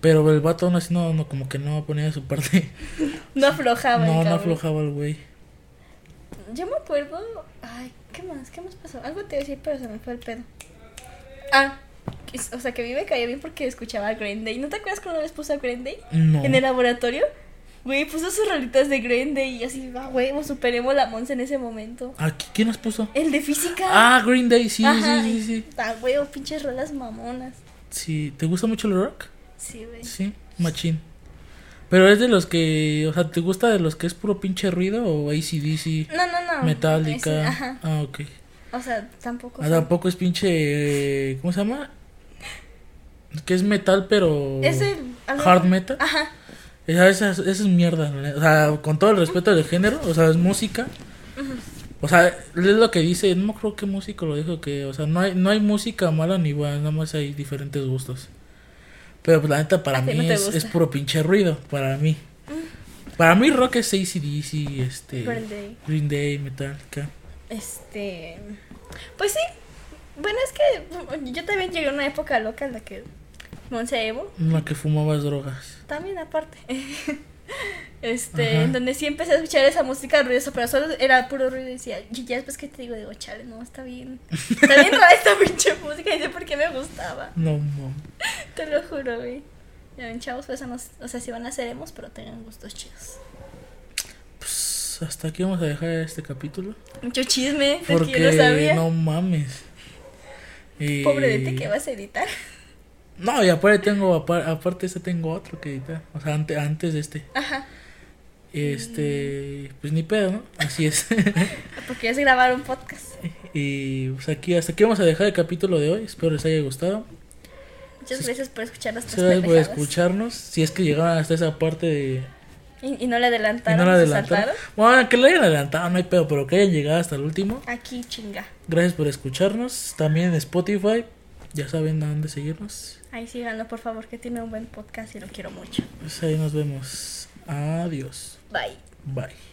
[SPEAKER 2] Pero el vato aún así no, no, como que no ponía de su parte.
[SPEAKER 3] No aflojaba. el
[SPEAKER 2] No, no
[SPEAKER 3] cabrón.
[SPEAKER 2] aflojaba el güey.
[SPEAKER 3] Yo me acuerdo. Ay, ¿qué más? ¿Qué más pasó? Algo te iba a decir, pero se me fue el pedo. Ah, es- o sea, que a mí me caía bien porque escuchaba a Green Day. ¿No te acuerdas cuando les puso a Green Day?
[SPEAKER 2] No.
[SPEAKER 3] En el laboratorio. Güey, puso sus rolitas de Green Day y así, va, güey, superemos la Monza en ese momento.
[SPEAKER 2] Aquí, ¿Quién nos puso?
[SPEAKER 3] El de física.
[SPEAKER 2] Ah, Green Day, sí,
[SPEAKER 3] Ajá,
[SPEAKER 2] sí, sí,
[SPEAKER 3] y-
[SPEAKER 2] sí.
[SPEAKER 3] Ah, güey, o pinches rolas mamonas.
[SPEAKER 2] Sí, ¿te gusta mucho el rock?
[SPEAKER 3] Sí, güey.
[SPEAKER 2] Sí, machín. Pero es de los que, o sea, ¿te gusta de los que es puro pinche ruido o ACDC,
[SPEAKER 3] No, no, no. Ah, Ese,
[SPEAKER 2] Metallica?
[SPEAKER 3] ajá.
[SPEAKER 2] ah, ok.
[SPEAKER 3] O sea, tampoco.
[SPEAKER 2] Ah,
[SPEAKER 3] soy-
[SPEAKER 2] tampoco es pinche, eh, ¿cómo se llama? Que es metal, pero...
[SPEAKER 3] Es el. algo- Ah.
[SPEAKER 2] Hard metal.
[SPEAKER 3] Ajá.
[SPEAKER 2] Esa, esa- esa es mierda, la neta. o sea, con todo el respeto del género, o sea, es música. O sea, es lo que dice, no creo que músico lo dijo que, o sea, no hay, no hay música mala ni buena, nada más hay diferentes gustos. Pero pues, la neta para
[SPEAKER 3] ¿A ti
[SPEAKER 2] mí
[SPEAKER 3] no te
[SPEAKER 2] es,
[SPEAKER 3] gusta? Mm.
[SPEAKER 2] es puro pinche ruido, para mí. Para mí rock es ACDC, este,
[SPEAKER 3] Green Day.
[SPEAKER 2] Green Day, Metallica.
[SPEAKER 3] Este. Pues sí. Bueno, es que mm, yo también llegué a una época loca en la que. Monse Evo.
[SPEAKER 2] Una que fumabas drogas.
[SPEAKER 3] También aparte. Este,
[SPEAKER 2] Ajá.
[SPEAKER 3] en donde sí empecé a escuchar esa música ruidosa, pero solo era puro ruido y decía, y ya después que te digo, digo, chale, no, está bien. Está bien rara esta pinche música y sé por qué me gustaba.
[SPEAKER 2] No, no.
[SPEAKER 3] Te lo juro, güey. Ya ven, chavos, pues, no- o sea, si van a ser emos, pero tengan gustos chidos.
[SPEAKER 2] Pues hasta aquí vamos a dejar este capítulo.
[SPEAKER 3] Mucho chisme, de que
[SPEAKER 2] Porque
[SPEAKER 3] yo no sabía.
[SPEAKER 2] no mames. Eh,
[SPEAKER 3] Pobre de ti que vas a editar.
[SPEAKER 2] No, y aparte tengo, apar- aparte este tengo otro que editar. O sea, ante- antes de este.
[SPEAKER 3] Ajá. Mm.
[SPEAKER 2] Este, pues ni pedo, ¿no? Así es.
[SPEAKER 3] Porque ya se grabaron podcast.
[SPEAKER 2] y pues aquí, hasta aquí vamos a dejar el capítulo de hoy. Espero les haya gustado.
[SPEAKER 3] Muchas gracias por escuchar nuestras
[SPEAKER 2] Muchas gracias por
[SPEAKER 3] pendejadas.
[SPEAKER 2] escucharnos. Si es que llegaron hasta esa parte de.
[SPEAKER 3] Y, y no le
[SPEAKER 2] Y
[SPEAKER 3] adelantaron.
[SPEAKER 2] no la
[SPEAKER 3] se
[SPEAKER 2] adelantaron.
[SPEAKER 3] saltaron.
[SPEAKER 2] Bueno, que la hayan adelantado, no hay pedo, pero que hayan llegado hasta el último.
[SPEAKER 3] Aquí, chinga.
[SPEAKER 2] Gracias por escucharnos. También en Spotify. Ya saben a dónde seguirnos.
[SPEAKER 3] Ahí síganlo, por favor, que tiene un buen podcast y lo quiero mucho.
[SPEAKER 2] Pues ahí nos vemos. Adiós.
[SPEAKER 3] Bye.
[SPEAKER 2] Bye.